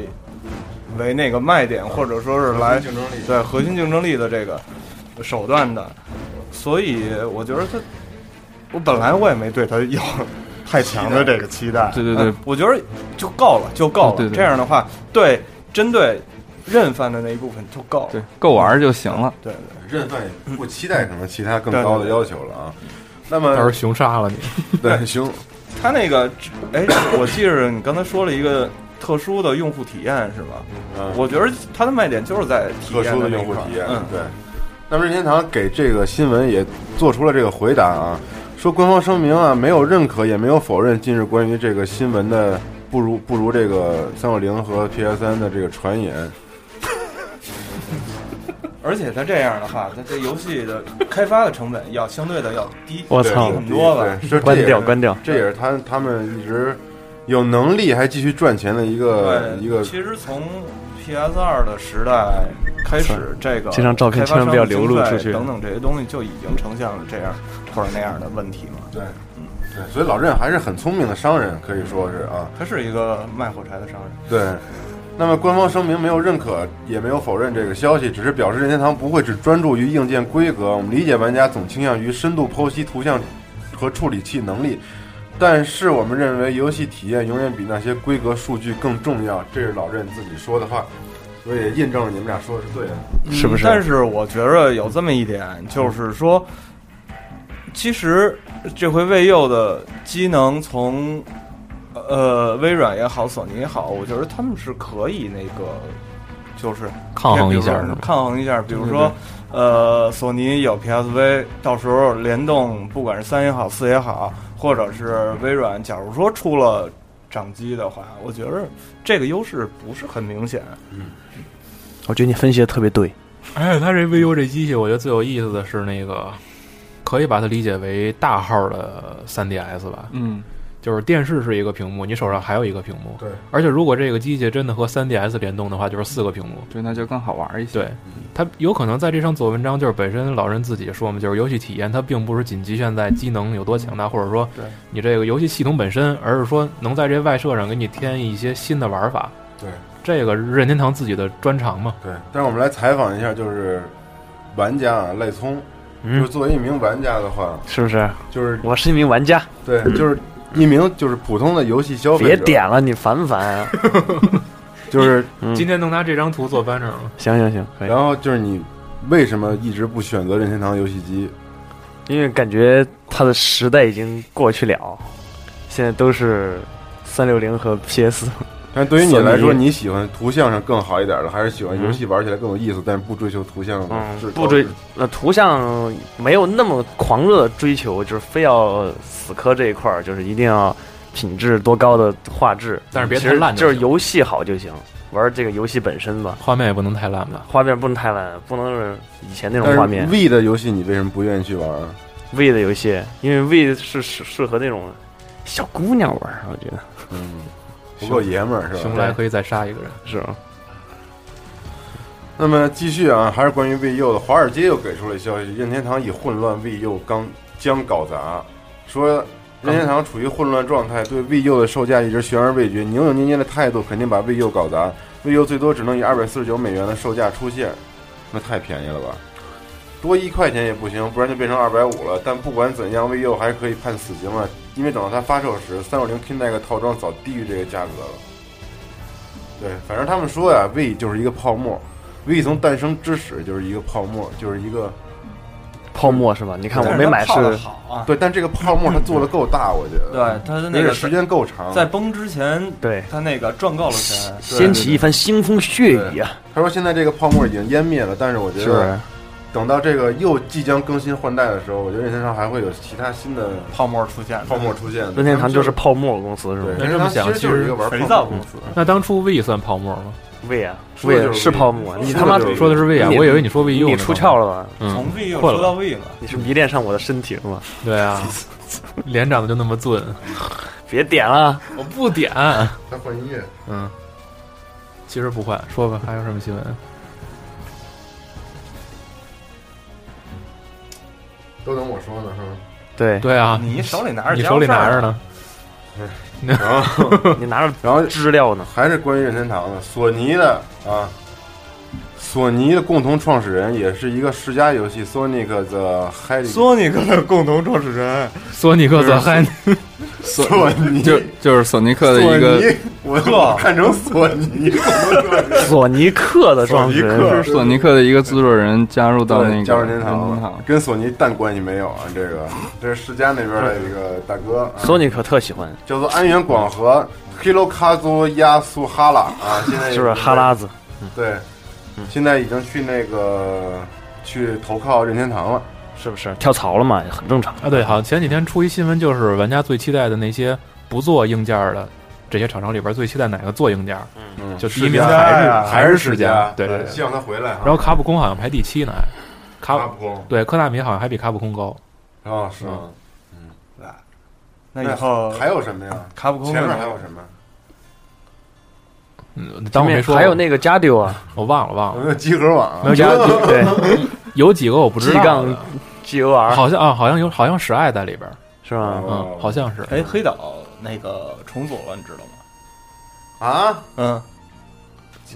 [SPEAKER 7] 为那个卖点，或者说是来
[SPEAKER 3] 竞争力
[SPEAKER 7] 对核心竞争力的这个手段的，所以我觉得它，我本来我也没对它有。
[SPEAKER 5] 太强的这个期待，
[SPEAKER 6] 对对对
[SPEAKER 7] 嗯，我觉得就够了，就够了。
[SPEAKER 6] 对对对
[SPEAKER 7] 这样的话，对针对认犯的那一部分就够了。
[SPEAKER 6] 对，够玩儿就行了。
[SPEAKER 7] 对对
[SPEAKER 3] 任范也不期待可能其他更高的要求了啊。那
[SPEAKER 2] 到时候
[SPEAKER 3] 么
[SPEAKER 2] 熊杀了你。
[SPEAKER 3] 对，行，
[SPEAKER 7] 他那个，哎， 我记着你刚才说了一个特殊的用户体验是吧？
[SPEAKER 3] 嗯
[SPEAKER 7] 我觉得它的卖点就是在体
[SPEAKER 3] 特
[SPEAKER 7] 验
[SPEAKER 3] 殊
[SPEAKER 7] 的
[SPEAKER 3] 的
[SPEAKER 7] 那
[SPEAKER 3] 用户
[SPEAKER 7] 一块儿
[SPEAKER 3] 体验
[SPEAKER 7] 嗯，，
[SPEAKER 3] 对。那么任天堂给这个新闻也做出了这个回答啊，说官方声明啊，没有认可也没有否认近日关于这个新闻的不如不如这个三六零和 PS 三的这个传言。
[SPEAKER 7] 而且它这样的话，它这游戏的开发的成本要相对的要低，
[SPEAKER 4] 我
[SPEAKER 7] 低
[SPEAKER 4] 操
[SPEAKER 7] 很多吧？
[SPEAKER 3] 对，是这
[SPEAKER 4] 关
[SPEAKER 3] 也
[SPEAKER 4] 掉
[SPEAKER 3] 是
[SPEAKER 4] 关掉，
[SPEAKER 3] 这也是他他们一直有能力还继续赚钱的一个
[SPEAKER 7] 对，
[SPEAKER 3] 呃一个
[SPEAKER 7] 其实从 PS 二的时代开始，这个
[SPEAKER 4] 这张照片
[SPEAKER 7] 开发商
[SPEAKER 4] 千万不要流露出去
[SPEAKER 7] 经费等等这些东西就已经呈现了这样或者那样的问题嘛。
[SPEAKER 3] 对，对，所以老任还是很聪明的商人，可以说是啊，
[SPEAKER 7] 他是一个卖火柴的商人，
[SPEAKER 3] 对。那么官方声明没有认可，也没有否认这个消息，只是表示任天堂不会只专注于硬件规格。我们理解玩家总倾向于深度剖析图像和处理器能力，但是我们认为游戏体验永远比那些规格数据更重要。这是老任自己说的话，所以也印证了你们俩说的是对的。
[SPEAKER 4] 嗯是不是？
[SPEAKER 7] 嗯但是我觉着有这么一点，就是说，其实这回卫佑的机能从呃微软也好，索尼也好，我觉得他们是可以那个就是
[SPEAKER 2] 抗衡一下
[SPEAKER 7] 比如说
[SPEAKER 2] 是吧
[SPEAKER 7] 抗衡一下。比如
[SPEAKER 6] 对对
[SPEAKER 7] 说呃，索尼有 PSV，到时候联动，不管是三也好，四也好，或者是微软，假如说出了掌机的话，我觉得这个优势不是很明显。
[SPEAKER 4] 我觉得你分析的特别对，
[SPEAKER 2] 哎，它这 VU 这机器，我觉得最有意思的是那个，可以把它理解为大号的 3DS 吧，
[SPEAKER 6] 嗯，
[SPEAKER 2] 就是电视是一个屏幕，你手上还有一个屏幕。
[SPEAKER 3] 对，
[SPEAKER 2] 而且如果这个机器真的和 3DS 联动的话，就是四个屏幕。
[SPEAKER 6] 对，那就更好玩一
[SPEAKER 4] 嗯
[SPEAKER 6] 些。
[SPEAKER 2] 对，它有可能在这上做文章，就是本身老人自己说嘛，就是游戏体验它并不是仅局限在机能有多强大，或者说
[SPEAKER 5] 对
[SPEAKER 2] 你这个游戏系统本身，而是说能在这外设上给你添一些新的玩法。
[SPEAKER 3] 对，
[SPEAKER 2] 这个是任天堂自己的专长嘛。
[SPEAKER 3] 对，但是我们来采访一下，就是玩家啊，赖聪，就
[SPEAKER 4] 嗯
[SPEAKER 3] 是，作为一名玩家的话，
[SPEAKER 4] 是不是？
[SPEAKER 3] 就是
[SPEAKER 4] 我是一名玩家，
[SPEAKER 3] 对，就是一名就是普通的游戏消费
[SPEAKER 4] 嗯别
[SPEAKER 3] 者，
[SPEAKER 4] 点了，你烦不烦 啊？
[SPEAKER 3] 就是
[SPEAKER 4] 嗯
[SPEAKER 2] 今天能拿这张图做 banner 吗？
[SPEAKER 4] 行行行，可以
[SPEAKER 3] 然。后就是你为什么一直不选择任天堂游戏机？
[SPEAKER 4] 因为感觉它的时代已经过去了，现在都是三六零和 PS。
[SPEAKER 3] 但对于你
[SPEAKER 4] 索尼
[SPEAKER 3] 来说，你喜欢图像上更好一点的，还是喜欢游戏玩起来更有意思，但是不追求图像
[SPEAKER 4] 嗯
[SPEAKER 3] 的是？
[SPEAKER 4] 不追那图像没有那么狂热的追求，就是非要死磕这一块儿，就是一定要品质多高的画质，
[SPEAKER 2] 但是别
[SPEAKER 4] 其
[SPEAKER 2] 太
[SPEAKER 4] 实
[SPEAKER 2] 烂
[SPEAKER 4] 就是
[SPEAKER 2] 行
[SPEAKER 4] 游戏好就行，玩这个游戏本身吧。
[SPEAKER 2] 画面也不能太烂吧。
[SPEAKER 4] 画面不能太烂，不能是以前那
[SPEAKER 3] 但
[SPEAKER 4] 种画
[SPEAKER 3] 是
[SPEAKER 4] 面。
[SPEAKER 3] V 的游戏你为什么不愿意去玩啊？
[SPEAKER 4] V 的游戏，因为 V 是适适合那种小姑娘玩儿，我觉得
[SPEAKER 3] 嗯，不够爷们儿是吧
[SPEAKER 2] 熊？来可以再杀一个人。
[SPEAKER 4] 是吧？
[SPEAKER 3] 那么继续啊，还是关于 VU 的，华尔街又给出了消息，任天堂以混乱 VU 刚将搞砸，说任天堂处于混乱状态，对 VU 的售价一直悬而未决，扭扭捏捏的态度肯定把 VU 搞砸，VU 最多只能以二百四十九美元的售价出现，那太便宜了吧？多一块钱也不行，不然就变成二百五了。但不管怎样，VU 还可以判死刑了，因为等到它发售时，三六零 K 那个套装早低于这个价格了。对，反正他们说呀，V 就是一个泡沫，V 从诞生之始就是一个泡沫，就是一个
[SPEAKER 4] 泡沫是吧？你看我没买
[SPEAKER 7] 但它泡
[SPEAKER 4] 是，
[SPEAKER 7] 得好啊，
[SPEAKER 3] 对，但这个泡沫它做的够大，我觉得，
[SPEAKER 7] 对，它的那
[SPEAKER 3] 而且
[SPEAKER 7] 个
[SPEAKER 3] 时间够长。
[SPEAKER 7] 在崩之前，
[SPEAKER 4] 对，
[SPEAKER 7] 它那个赚够了钱，
[SPEAKER 4] 掀起一番腥风血雨啊，
[SPEAKER 3] 他说现在这个泡沫已经湮灭了，但是我觉
[SPEAKER 4] 是不
[SPEAKER 3] 得
[SPEAKER 4] 是？
[SPEAKER 3] 等到这个又即将更新换代的时候，我觉得任天堂还会有其他新的
[SPEAKER 7] 泡沫出现，
[SPEAKER 3] 泡沫出现的。
[SPEAKER 4] 任天堂就是
[SPEAKER 3] 是
[SPEAKER 4] 泡沫公司是
[SPEAKER 3] 对，
[SPEAKER 4] 吗
[SPEAKER 2] 那
[SPEAKER 3] 任
[SPEAKER 2] 这
[SPEAKER 3] 天
[SPEAKER 2] 么
[SPEAKER 3] 堂
[SPEAKER 2] 想
[SPEAKER 3] 其实就是
[SPEAKER 2] 其实
[SPEAKER 3] 一个玩
[SPEAKER 7] 肥
[SPEAKER 3] 泡
[SPEAKER 7] 皂
[SPEAKER 3] 沫
[SPEAKER 7] 公
[SPEAKER 3] 的
[SPEAKER 7] 司。
[SPEAKER 2] 那当初 V 算泡沫吗？
[SPEAKER 4] ？V 啊
[SPEAKER 3] 说的
[SPEAKER 4] ，V
[SPEAKER 3] 就是
[SPEAKER 4] 啊
[SPEAKER 3] V
[SPEAKER 4] 是泡沫，你他
[SPEAKER 3] 说
[SPEAKER 4] 妈
[SPEAKER 3] 的就是 V
[SPEAKER 2] 说的是 V 啊，
[SPEAKER 4] 你
[SPEAKER 2] 我以为你说 VU
[SPEAKER 4] 你
[SPEAKER 2] 呢
[SPEAKER 4] 出窍。了吧？
[SPEAKER 2] 嗯
[SPEAKER 7] 从，V 又
[SPEAKER 2] 混了
[SPEAKER 7] 说到 V 了，
[SPEAKER 4] 你是迷恋上我的身体了吗？
[SPEAKER 2] 对 啊，脸长得就那么俊，
[SPEAKER 4] 别点了，
[SPEAKER 2] 我不点。
[SPEAKER 3] 他换音乐，
[SPEAKER 2] 嗯，其实不换，说吧，还有什么新闻？
[SPEAKER 3] 都等我说呢，是吗？
[SPEAKER 4] 对
[SPEAKER 2] 对啊，
[SPEAKER 7] 你手里拿着，
[SPEAKER 2] 你手里拿着，呢，
[SPEAKER 3] 然后，
[SPEAKER 4] 你拿着
[SPEAKER 3] 然后
[SPEAKER 4] 资料呢？
[SPEAKER 3] 还是关于任天堂的，索尼的啊，索尼的共同创始人也是一个世嘉游戏 Sonic the Hedgehog
[SPEAKER 7] 索尼克的共同创始人，
[SPEAKER 2] 索尼克泽嗨，
[SPEAKER 3] 索尼
[SPEAKER 6] 就就是索尼克的一个，
[SPEAKER 3] 我我看成索尼，
[SPEAKER 4] 索尼克的创始
[SPEAKER 3] 索尼
[SPEAKER 4] 人
[SPEAKER 3] 克
[SPEAKER 6] 是索尼克的一个制作人加入到那个
[SPEAKER 3] 加入天
[SPEAKER 6] 任天
[SPEAKER 3] 堂
[SPEAKER 6] 堂
[SPEAKER 3] 了，跟索尼蛋关系没有啊。这个这是世嘉那边的一个大哥，啊
[SPEAKER 4] 索尼克特喜欢，
[SPEAKER 3] 叫做安原广和 Hirokazu Yasuhara 啊，现在
[SPEAKER 4] 是不是哈拉子？
[SPEAKER 3] 对，
[SPEAKER 2] 嗯
[SPEAKER 3] 现在已经去那个去投靠任天堂了。
[SPEAKER 4] 是不是跳槽了嘛？很正常。
[SPEAKER 2] 啊，对，好像前几天出一新闻，就是玩家最期待的那些不做硬件的这些厂商里边，最期待哪个做硬件？
[SPEAKER 3] 嗯，
[SPEAKER 2] 就第一
[SPEAKER 3] 世
[SPEAKER 2] 名
[SPEAKER 3] 嘉
[SPEAKER 2] 还是
[SPEAKER 3] 呀
[SPEAKER 2] 还是
[SPEAKER 3] 是世
[SPEAKER 2] 世嘉对对对
[SPEAKER 3] 希望他回来哈。
[SPEAKER 2] 然后卡普空好像排第七呢，哎
[SPEAKER 3] 卡
[SPEAKER 2] 卡
[SPEAKER 3] 普空
[SPEAKER 2] 对科纳米好像还比卡普空嗯高。
[SPEAKER 3] 啊，是吗？
[SPEAKER 7] 那以后哦
[SPEAKER 3] 还有什么呀？
[SPEAKER 7] 卡普空
[SPEAKER 3] 前面还有什么？
[SPEAKER 2] 嗯，当我没说过，
[SPEAKER 4] 还有那个加丢啊，
[SPEAKER 2] 我忘了忘
[SPEAKER 3] 有
[SPEAKER 2] 了，
[SPEAKER 3] 没有集合网
[SPEAKER 4] 没有
[SPEAKER 3] 啊？
[SPEAKER 4] 加对
[SPEAKER 2] 有几个我不知道
[SPEAKER 4] 几
[SPEAKER 2] 的
[SPEAKER 4] 杠。G O R
[SPEAKER 2] 好像啊，好像有，好像史爱在里边儿，
[SPEAKER 4] 是吧？
[SPEAKER 3] 哦
[SPEAKER 2] 嗯，好像是。
[SPEAKER 7] 哎，黑岛那个重组了，你知道吗？
[SPEAKER 3] 啊！
[SPEAKER 7] 嗯，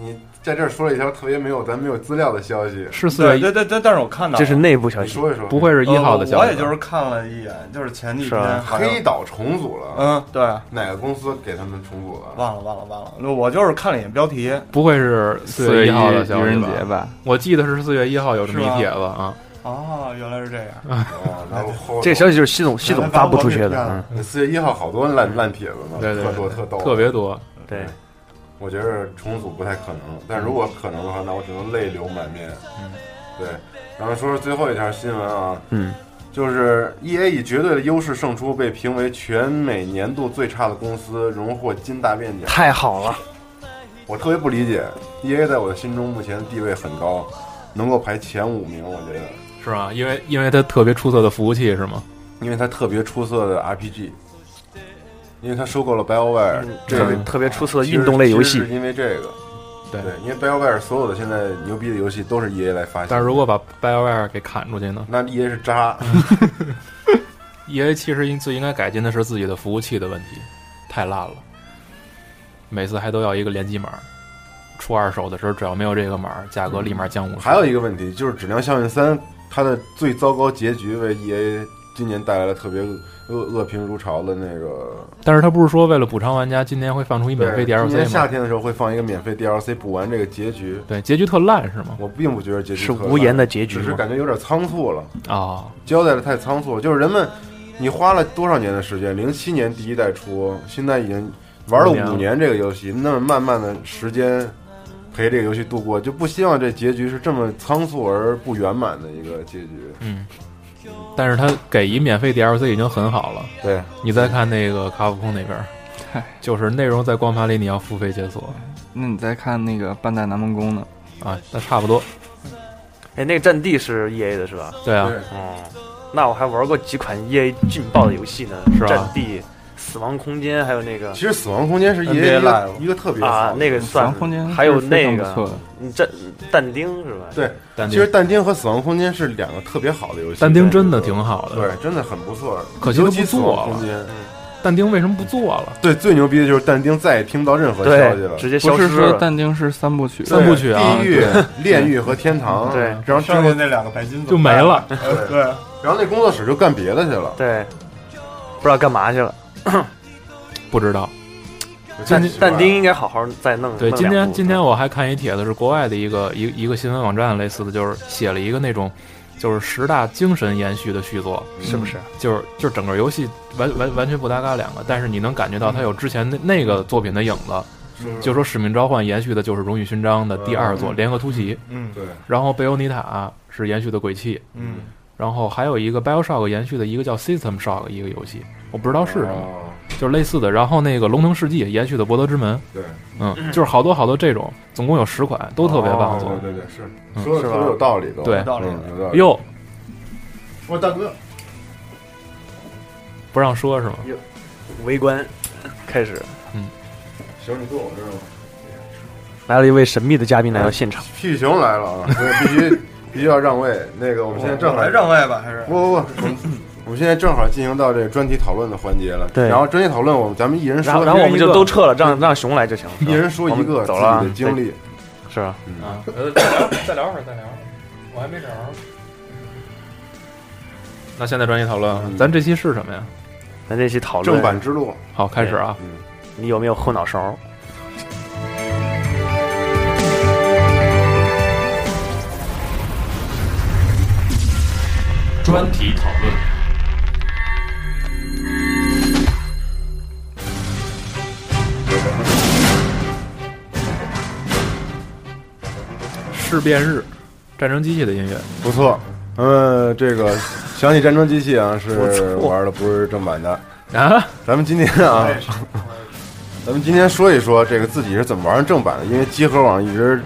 [SPEAKER 3] 你在这儿说了一条特别没有咱没有资料的消息，
[SPEAKER 2] 是四
[SPEAKER 7] 对
[SPEAKER 2] 月一，
[SPEAKER 7] 对对对，但是我看到
[SPEAKER 4] 这是内部消
[SPEAKER 3] 你
[SPEAKER 4] 息，
[SPEAKER 3] 说一说。
[SPEAKER 2] 不会是一号的
[SPEAKER 7] 呃
[SPEAKER 2] 消息吧？
[SPEAKER 7] 我也就是看了一眼，就是前几
[SPEAKER 4] 是吧
[SPEAKER 7] 天好像
[SPEAKER 3] 黑岛重组了，
[SPEAKER 7] 嗯，对，
[SPEAKER 3] 哪个公司给他们重组
[SPEAKER 2] 啊
[SPEAKER 3] 了？
[SPEAKER 7] 忘了忘了忘了，我就是看了一眼标题，
[SPEAKER 2] 不会是四
[SPEAKER 6] 四
[SPEAKER 2] 月
[SPEAKER 6] 一
[SPEAKER 2] 一号的
[SPEAKER 6] 愚
[SPEAKER 2] 消息
[SPEAKER 6] 人
[SPEAKER 2] 吧？
[SPEAKER 6] 节吧？
[SPEAKER 2] 我记得是四月一号有这么
[SPEAKER 7] 是吗
[SPEAKER 2] 一帖子啊，
[SPEAKER 7] 哦，原来是这样，
[SPEAKER 3] 啊，然后
[SPEAKER 4] 这个消息就是系统系统发布出去
[SPEAKER 7] 原来把我给骗
[SPEAKER 4] 的
[SPEAKER 7] 了。
[SPEAKER 3] 四月一号好多烂烂帖子呢，
[SPEAKER 2] 对对
[SPEAKER 3] 特
[SPEAKER 2] 对
[SPEAKER 3] 多特逗，
[SPEAKER 2] 特别。多。
[SPEAKER 4] 嗯，对，
[SPEAKER 2] 嗯
[SPEAKER 3] 我觉得重组不太可能，但如果可能的话，那我只能泪流满面。对，然后说说最后一条新闻啊，
[SPEAKER 4] 嗯，
[SPEAKER 3] 就是 E A 以绝对的优势胜出，被评为全美年度最差的公司，荣获金大便奖。
[SPEAKER 4] 太好了，
[SPEAKER 3] 我特别不理解，E A 在我的心中目前地位很高，能够排前五名，我觉得，
[SPEAKER 2] 是吧？因为因为它特别出色的服务器是吗？
[SPEAKER 3] 因为它特别出色的 R P G，因为它收购了 BioWare，、这
[SPEAKER 4] 嗯特
[SPEAKER 3] 个
[SPEAKER 4] 别特别出色的
[SPEAKER 3] 其实
[SPEAKER 4] 运动类游
[SPEAKER 3] 其
[SPEAKER 4] 戏
[SPEAKER 3] 实是因为这个。
[SPEAKER 2] 对
[SPEAKER 3] 对，因为 BioWare 所有的现在牛逼的游戏都是 EA 来发行，
[SPEAKER 2] 但是如果把 BioWare 给砍出去呢
[SPEAKER 3] 那 EA 是渣，
[SPEAKER 2] ？EA 其实应最应该改进的是自己的服务器的问题，太烂了，每次还都要一个联机码。出二手的时候，只要没有这个码，价格立马降五十。
[SPEAKER 3] 还有一个问题就是《质量效应三》，它的最糟糕结局为 EA 今年带来了特别恶恶评如潮的那个。
[SPEAKER 2] 但是他不是说为了补偿玩家，今天会放出一免费
[SPEAKER 3] 今年
[SPEAKER 2] DLC
[SPEAKER 3] 夏
[SPEAKER 2] 吗？
[SPEAKER 3] 天的时候会放一个免费 DLC 补完这个结局，
[SPEAKER 2] 对，结局特烂是吗？
[SPEAKER 3] 我并不觉得结局
[SPEAKER 4] 是
[SPEAKER 3] 特烂
[SPEAKER 4] 无言，的结局
[SPEAKER 3] 只是
[SPEAKER 4] 吗？
[SPEAKER 3] 感觉有点仓促了，
[SPEAKER 2] 啊、
[SPEAKER 3] 交代的太仓促了。就是人们，你花了多少年的时间？零七年第一代出，现在已经玩了
[SPEAKER 2] 五年了
[SPEAKER 3] 五年这个游戏，那么慢慢的时间。陪这个游戏度过，就不希望这结局是这么仓促而不圆满的一个结局。
[SPEAKER 2] 嗯，但是他给一免费 DLC 已经很好了。
[SPEAKER 3] 对，
[SPEAKER 2] 你再看那个卡普空那边儿
[SPEAKER 6] 嗨，
[SPEAKER 2] 就是内容在光盘里你要付费解锁
[SPEAKER 6] 那你再看那个半代南梦宫呢？
[SPEAKER 2] 啊，那差不多。
[SPEAKER 4] 哎，那个战地是 E A 的是吧？
[SPEAKER 2] 对啊，
[SPEAKER 3] 对
[SPEAKER 4] 哦，那我还玩过几款 E A 劲爆的游戏呢，
[SPEAKER 2] 是吧
[SPEAKER 4] 战地、死亡空间，还有那个
[SPEAKER 3] 其实《死亡空间》是
[SPEAKER 7] NBA
[SPEAKER 3] 一个一
[SPEAKER 7] 烂了
[SPEAKER 3] 个一个特别嗯
[SPEAKER 4] 啊
[SPEAKER 3] 好，的
[SPEAKER 4] 那个
[SPEAKER 6] 死亡
[SPEAKER 4] 算
[SPEAKER 6] 空间
[SPEAKER 4] 还有
[SPEAKER 6] 是非常
[SPEAKER 4] 那个
[SPEAKER 6] 不错的，
[SPEAKER 4] 嗯战但丁是吧？
[SPEAKER 3] 对，
[SPEAKER 2] 但
[SPEAKER 3] 其实《但丁》和《死亡空间》是两个特别好的游戏。
[SPEAKER 2] 但丁真的挺好的，
[SPEAKER 3] 对，真的很不错。
[SPEAKER 2] 可惜他
[SPEAKER 3] 尤
[SPEAKER 2] 不
[SPEAKER 3] 其《死
[SPEAKER 2] 做
[SPEAKER 3] 亡
[SPEAKER 2] 了
[SPEAKER 3] 空间》，
[SPEAKER 2] 但丁为什么不做了？
[SPEAKER 3] 对，最牛逼的就是但丁再也听不到任何消息了
[SPEAKER 4] 对，。直接消
[SPEAKER 6] 不
[SPEAKER 4] 失
[SPEAKER 6] 是说
[SPEAKER 4] 了。
[SPEAKER 6] 但丁是三部曲，
[SPEAKER 3] 对
[SPEAKER 2] 三部曲啊
[SPEAKER 3] 地狱、 炼狱和天堂。
[SPEAKER 4] 对
[SPEAKER 3] 然后之
[SPEAKER 5] 剩
[SPEAKER 3] 后
[SPEAKER 5] 下，那两个白金
[SPEAKER 2] 就没。了。
[SPEAKER 3] 对
[SPEAKER 5] 对，
[SPEAKER 3] 然后那工作室就干别的去了。
[SPEAKER 4] 对，不知道干嘛去了。
[SPEAKER 2] 不知道。
[SPEAKER 3] 就
[SPEAKER 4] 但
[SPEAKER 3] 太奇怪了
[SPEAKER 4] 但丁，应该好好再弄。
[SPEAKER 2] 对，
[SPEAKER 4] 弄
[SPEAKER 2] 今
[SPEAKER 4] 两
[SPEAKER 2] 天
[SPEAKER 4] 部
[SPEAKER 2] 今天我还看一帖子，是国外的一个一一个新闻网站类似的，就是写了一个那种就是十大精神延续的续作，嗯
[SPEAKER 4] 是不是？
[SPEAKER 2] 就是就是整个游戏完完完全不搭嘎两个，但是你能感觉到它有之前那那个作品的影子。就说《使命召唤》延续的就是《荣誉勋章》的第二作《联合突袭》，
[SPEAKER 5] 嗯
[SPEAKER 3] 对，
[SPEAKER 2] 然后《贝欧尼塔》是延续的《鬼泣》，
[SPEAKER 5] 嗯，
[SPEAKER 2] 然后还有一个 BioShock 延续的一个叫 System Shock 一个游戏，我不知道是什么，
[SPEAKER 3] 哦
[SPEAKER 2] 就是类似的。然后那个《龙腾世纪》延续的《博德之门》，
[SPEAKER 3] 对，
[SPEAKER 2] 嗯，就是好多好多这种，总共有十款，都特别棒做
[SPEAKER 3] 对
[SPEAKER 2] 的。
[SPEAKER 3] 对对，是
[SPEAKER 2] 嗯
[SPEAKER 3] 说的
[SPEAKER 4] 是
[SPEAKER 3] 特
[SPEAKER 4] 吧
[SPEAKER 3] 别有道理都。
[SPEAKER 2] 对
[SPEAKER 3] 嗯有道理。
[SPEAKER 2] 哟，
[SPEAKER 3] 我大哥，
[SPEAKER 2] 不让说是吗？
[SPEAKER 4] 围观开始
[SPEAKER 3] 行，你坐我这儿吧。
[SPEAKER 4] 来了一位神秘的嘉宾来到现场，
[SPEAKER 3] 屁熊来了啊，所以必 须必须要让位。那个，我们现在正
[SPEAKER 5] 我
[SPEAKER 3] 好
[SPEAKER 5] 来让位吧，还是
[SPEAKER 3] 不不不， 我们我们现在正好进行到这个专题讨论的环节了。
[SPEAKER 4] 对
[SPEAKER 3] 然后专题讨论，我们咱们一人说
[SPEAKER 4] 嗯然
[SPEAKER 3] 一人一个，
[SPEAKER 4] 后然后我们就都撤了，让让熊来就行。是吧
[SPEAKER 3] 一人说一
[SPEAKER 4] 我
[SPEAKER 3] 个
[SPEAKER 4] 们
[SPEAKER 3] 自
[SPEAKER 4] 走了啊
[SPEAKER 3] 己的经，历。
[SPEAKER 4] 对是吧？
[SPEAKER 2] 啊，再聊再聊会儿，再聊会儿，我还没聊。那现在专业讨论啊，
[SPEAKER 3] 嗯
[SPEAKER 2] 咱这期是什么呀？
[SPEAKER 4] 咱这期讨论
[SPEAKER 3] 正版之路，
[SPEAKER 2] 好，开始啊！
[SPEAKER 4] 你有没有后脑勺？
[SPEAKER 8] 专题讨论。
[SPEAKER 2] 事变日，战争机器的音乐，
[SPEAKER 3] 不错。呃，这个想起战争机器啊， 是
[SPEAKER 4] 不错
[SPEAKER 3] 玩的不是正版的。
[SPEAKER 2] 啊，
[SPEAKER 3] 咱们今天啊，咱们今天说一说这个自己是怎么玩正版的，因为集合网一直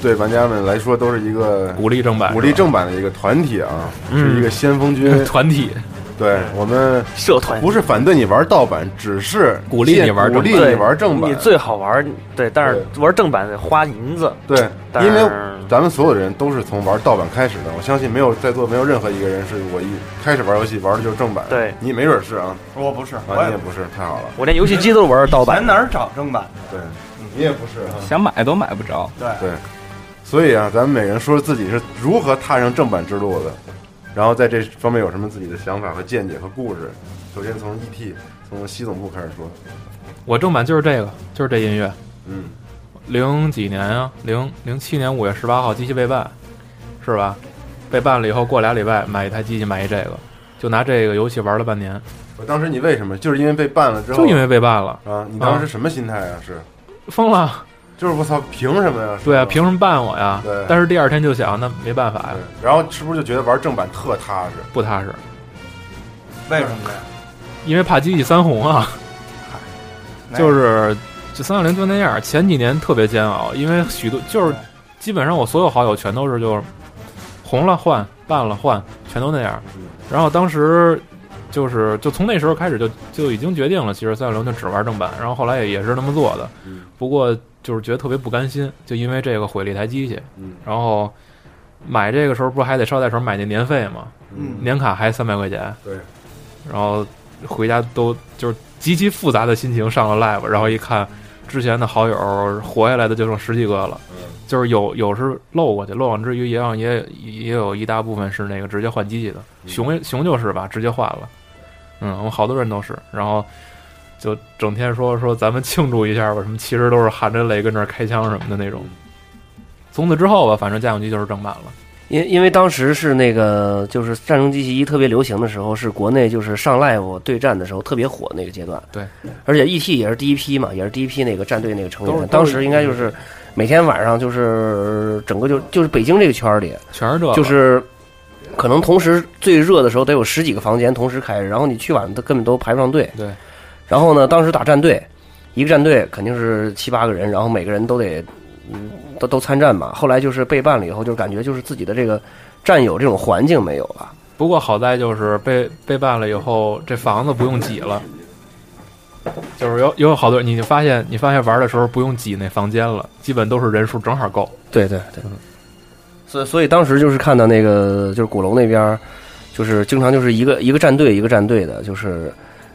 [SPEAKER 3] 对玩家们来说都是一个
[SPEAKER 2] 鼓励正版，
[SPEAKER 3] 武力正版的一个团体啊，
[SPEAKER 4] 嗯
[SPEAKER 3] 是一个先 锋军。
[SPEAKER 2] 团体，
[SPEAKER 3] 对我们
[SPEAKER 4] 社团
[SPEAKER 3] 不是反对你玩盗版，只是
[SPEAKER 2] 鼓励你玩正版
[SPEAKER 3] 鼓励你
[SPEAKER 4] 对
[SPEAKER 3] 玩正版。
[SPEAKER 4] 你最好玩对，但是玩正版得花银子。
[SPEAKER 3] 对，
[SPEAKER 4] 但
[SPEAKER 3] 因为咱们所有的人都是从玩盗版开始的。我相信没有在座没有任何一个人是我一开始玩游戏玩的就是正版。
[SPEAKER 4] 对
[SPEAKER 3] 你没准是啊，
[SPEAKER 5] 我不是，
[SPEAKER 3] 啊
[SPEAKER 5] 我
[SPEAKER 3] 你也
[SPEAKER 5] 也
[SPEAKER 3] 不是，太好了。
[SPEAKER 4] 我连游戏机都玩盗版
[SPEAKER 5] 咱，哪儿找正版？
[SPEAKER 3] 对，你也不是啊。
[SPEAKER 6] 想买都买不着。
[SPEAKER 5] 对，
[SPEAKER 3] 对，所以啊，咱们每人说自己是如何踏上正版之路的，然后在这方面有什么自己的想法和见解和故事。首先从 ET 从西总部开始说，
[SPEAKER 2] 我正版就是这个，就是这音乐。
[SPEAKER 3] 嗯，
[SPEAKER 2] 零几年啊，零零七年五月十八号机器被办，是吧？被办了以后，过俩礼拜买一台机器，买一这个，就拿这个游戏玩了半年，
[SPEAKER 3] 我当时你为什么就是因为被办了之后，
[SPEAKER 2] 就因为被办了，
[SPEAKER 3] 啊，你当时什么心态啊？是
[SPEAKER 2] 疯了，
[SPEAKER 3] 就是我操，凭什么呀？
[SPEAKER 2] 对啊，
[SPEAKER 3] 是吧
[SPEAKER 2] 凭什么办我呀
[SPEAKER 3] 对？
[SPEAKER 2] 但是第二天就想，那没办法呀
[SPEAKER 3] 对，然后是不是就觉得玩正版特踏实？
[SPEAKER 2] 不踏实，
[SPEAKER 7] 为什么呀？
[SPEAKER 2] 因为怕激起三红啊。就是就三六零就那样，前几年特别煎熬，因为许多就是基本上我所有好友全都是就是红了换，办了换，全都那样。然后当时就是就从那时候开始就就已经决定了，其实三六零就只玩正版。然后后来也也是那么做的
[SPEAKER 3] 嗯，
[SPEAKER 2] 不过就是觉得特别不甘心，就因为这个毁了一台机器。
[SPEAKER 3] 嗯
[SPEAKER 2] 然后买这个时候不是还得捎带手买那年费吗？
[SPEAKER 3] 嗯，
[SPEAKER 2] 年卡还三百块钱，
[SPEAKER 3] 对，
[SPEAKER 2] 然后回家都就是极其复杂的心情上了 live，然后一看之前的好友活下来的就剩十几个了，
[SPEAKER 3] 嗯
[SPEAKER 2] 就是有有是漏过去，漏网之鱼也有也也有一大部分是那个直接换机器的，
[SPEAKER 3] 嗯
[SPEAKER 2] 熊熊就是吧，直接换了，嗯，我们好多人都是，然后。就整天说说咱们庆祝一下吧，什么其实都是含着泪跟那儿开枪什么的那种。从此之后吧，反正家用机就是正版了。
[SPEAKER 9] 因因为当时是那个就是《战争机器一》特别流行的时候，是国内就是上 live 对战的时候特别火那个阶段。
[SPEAKER 2] 对，
[SPEAKER 9] 而且 ET 也是第一批嘛，也是第一批那个战队那个成
[SPEAKER 2] 都
[SPEAKER 9] 员
[SPEAKER 2] 是，
[SPEAKER 9] 当时应该就是每天晚上就是整个就就是北京这个圈儿里，
[SPEAKER 2] 全是这个，
[SPEAKER 9] 就是可能同时最热的时候得有十几个房间同时开着，然后你去晚了，他根本都排不上队。
[SPEAKER 2] 对。
[SPEAKER 9] 然后呢，当时打战队，一个战队肯定是七八个人，然后每个人都得嗯都都参战嘛。后来就是被办了以后，就是感觉就是自己的这个战友这种环境没有了。
[SPEAKER 2] 不过好在就是被被办了以后，这房子不用挤了，就是有有好多你就发现你发现玩的时候不用挤那房间了，基本都是人数正好够。
[SPEAKER 9] 对对对。所以所以当时就是看到那个就是鼓楼那边儿，就是经常就是一个一个战队一个战队的，就是。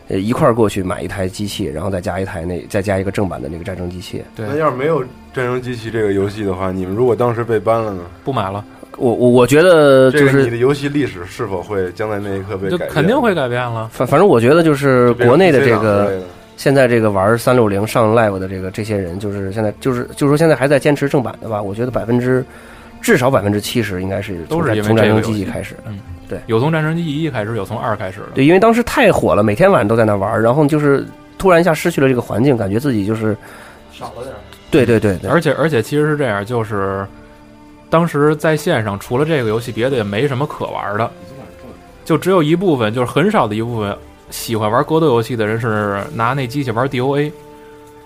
[SPEAKER 9] 呃，一块儿过去买一台机器，然后再加一台那，再加一个正版的那个战争机器。
[SPEAKER 2] 对
[SPEAKER 3] 那要是没有《战争机器》这个游戏的话，你们如果当时被ban了呢？
[SPEAKER 2] 不买了，
[SPEAKER 9] 我我我觉得
[SPEAKER 3] 这
[SPEAKER 9] 就
[SPEAKER 3] 个你
[SPEAKER 9] 是
[SPEAKER 3] 的游戏历史是否会将在那一刻被
[SPEAKER 2] 呃就
[SPEAKER 3] 改变？
[SPEAKER 2] 肯定会改变了。
[SPEAKER 9] 反反正我觉得就是
[SPEAKER 3] 变成
[SPEAKER 9] 国内的
[SPEAKER 3] PC
[SPEAKER 9] 这
[SPEAKER 3] 党之
[SPEAKER 2] 啊
[SPEAKER 9] 个
[SPEAKER 3] 类的
[SPEAKER 9] 现在这个玩三六零上 live 的这个这些人，就是现在就是就是说现在还在坚持正版的吧？我觉得百分之至少百分之七十应该是
[SPEAKER 2] 都是
[SPEAKER 9] 从
[SPEAKER 2] 因为
[SPEAKER 9] 从战
[SPEAKER 2] 这个
[SPEAKER 9] 争
[SPEAKER 2] 游
[SPEAKER 9] 机器
[SPEAKER 2] 戏
[SPEAKER 9] 开始的。
[SPEAKER 2] 有从战争机一开始，有从二开始的。
[SPEAKER 9] 对，因为当时太火了，每天晚上都在那玩，然后就是突然一下失去了这个环境，感觉自己就是
[SPEAKER 5] 少了点儿。
[SPEAKER 9] 对对对对，
[SPEAKER 2] 而且而且其实是这样，就是当时在线上除了这个游戏，别的也没什么可玩的，就只有一部分，就是很少的一部分喜欢玩格斗游戏的人是拿那机器玩 DOA。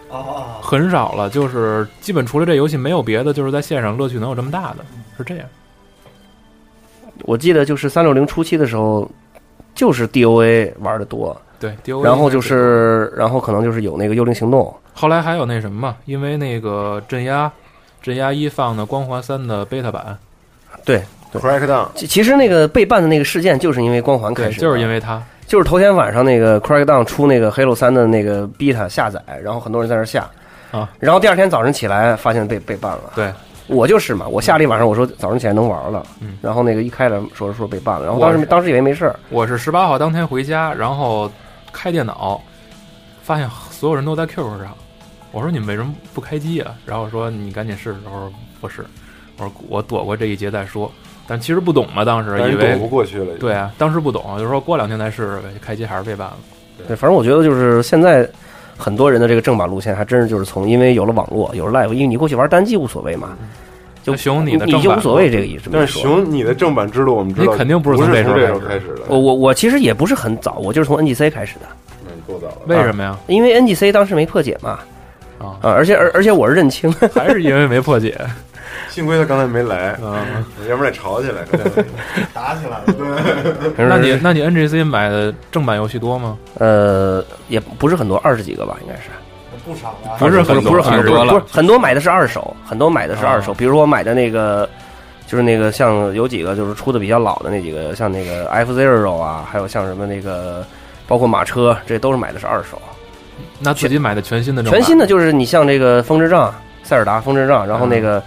[SPEAKER 5] 哦，
[SPEAKER 2] 很少了，就是基本除了这游戏没有别的，就是在线上乐趣能有这么大的，是这样。
[SPEAKER 9] 我记得就是三六零初期的时候，就是 DOA 玩的多，
[SPEAKER 2] 对，DOA
[SPEAKER 9] 然后就是然后可能就是有那个幽灵行动，
[SPEAKER 2] 后来还有那什么嘛，因为那个镇压，镇压一放的《光环三》的 beta 版，
[SPEAKER 3] Crackdown，
[SPEAKER 9] 其其实那个被办的那个事件，就是因为光环开
[SPEAKER 2] 对，
[SPEAKER 9] 始的，
[SPEAKER 2] 就是因为它，
[SPEAKER 9] 就是头天晚上那个 Crackdown 出那个 Halo 三的那个 beta 下载，然后很多人在那儿下
[SPEAKER 2] 啊，
[SPEAKER 9] 然后第二天早晨起来发现被被办了。
[SPEAKER 2] 对，
[SPEAKER 9] 我就是嘛，我下了一晚上，我说早上起来能玩了，
[SPEAKER 2] 嗯
[SPEAKER 9] 然后那个一开了说说被办了，然后
[SPEAKER 2] 我
[SPEAKER 9] 当时当时以为没事儿，
[SPEAKER 2] 我是十八号当天回家，然后开电脑，发现所有人都在 QQ 上，我说你们为什么不开机啊？然后说你赶紧试试，我说不是，我说我躲过这一劫再说，但其实不懂嘛，当时
[SPEAKER 3] 但
[SPEAKER 2] 以
[SPEAKER 3] 是
[SPEAKER 2] 为
[SPEAKER 3] 躲不过去了。
[SPEAKER 2] 对，啊，当时不懂，就说过两天再试试呗，开机还是被办了。
[SPEAKER 9] 对，反正我觉得就是现在很多人的这个正版路线，还真是就是从因为有了网络，有了 live，因为你过去玩单机无所谓嘛，就
[SPEAKER 2] 那熊
[SPEAKER 9] 你
[SPEAKER 2] 你的正版
[SPEAKER 9] 就无所谓这个意思。
[SPEAKER 3] 但是熊，你的正版之路我们知道，
[SPEAKER 2] 你肯定不是
[SPEAKER 3] 不
[SPEAKER 2] 从这时
[SPEAKER 3] 是从
[SPEAKER 2] 候
[SPEAKER 3] 这时候
[SPEAKER 2] 开哦
[SPEAKER 3] 开始的。
[SPEAKER 9] 我我我其实也不是很早，我就是从 NGC 开始的，
[SPEAKER 3] 那你够早了。啊
[SPEAKER 2] 为什么呀？
[SPEAKER 9] 因为 NGC 当时没破解嘛，
[SPEAKER 2] 啊，
[SPEAKER 9] 啊，而且而而且我是认清，
[SPEAKER 2] 还是因为没破解。
[SPEAKER 3] 幸亏他刚才没来，
[SPEAKER 2] 嗯，
[SPEAKER 3] 要不然得吵起来。
[SPEAKER 7] 哦
[SPEAKER 5] 打起来了，对，
[SPEAKER 2] 那你那你 NGC 买的正版游戏多吗？
[SPEAKER 9] 呃也不是很多，二十几个吧，应该是
[SPEAKER 5] 不少啊。
[SPEAKER 2] 不是很多
[SPEAKER 9] 不是很
[SPEAKER 6] 很多
[SPEAKER 9] 不
[SPEAKER 6] 了
[SPEAKER 9] 是很多买的是二手，很多买的是二手，
[SPEAKER 2] 啊
[SPEAKER 9] 比如说我买的那个。就是那个像有几个就是出的比较老的那几个，像那个 F Zero 啊，还有像什么那个，包括马车，这都是买的是二手。
[SPEAKER 2] 那自己买的全新的正版，
[SPEAKER 9] 全新的就是你像这个风之杖、塞尔达风之杖，然后那个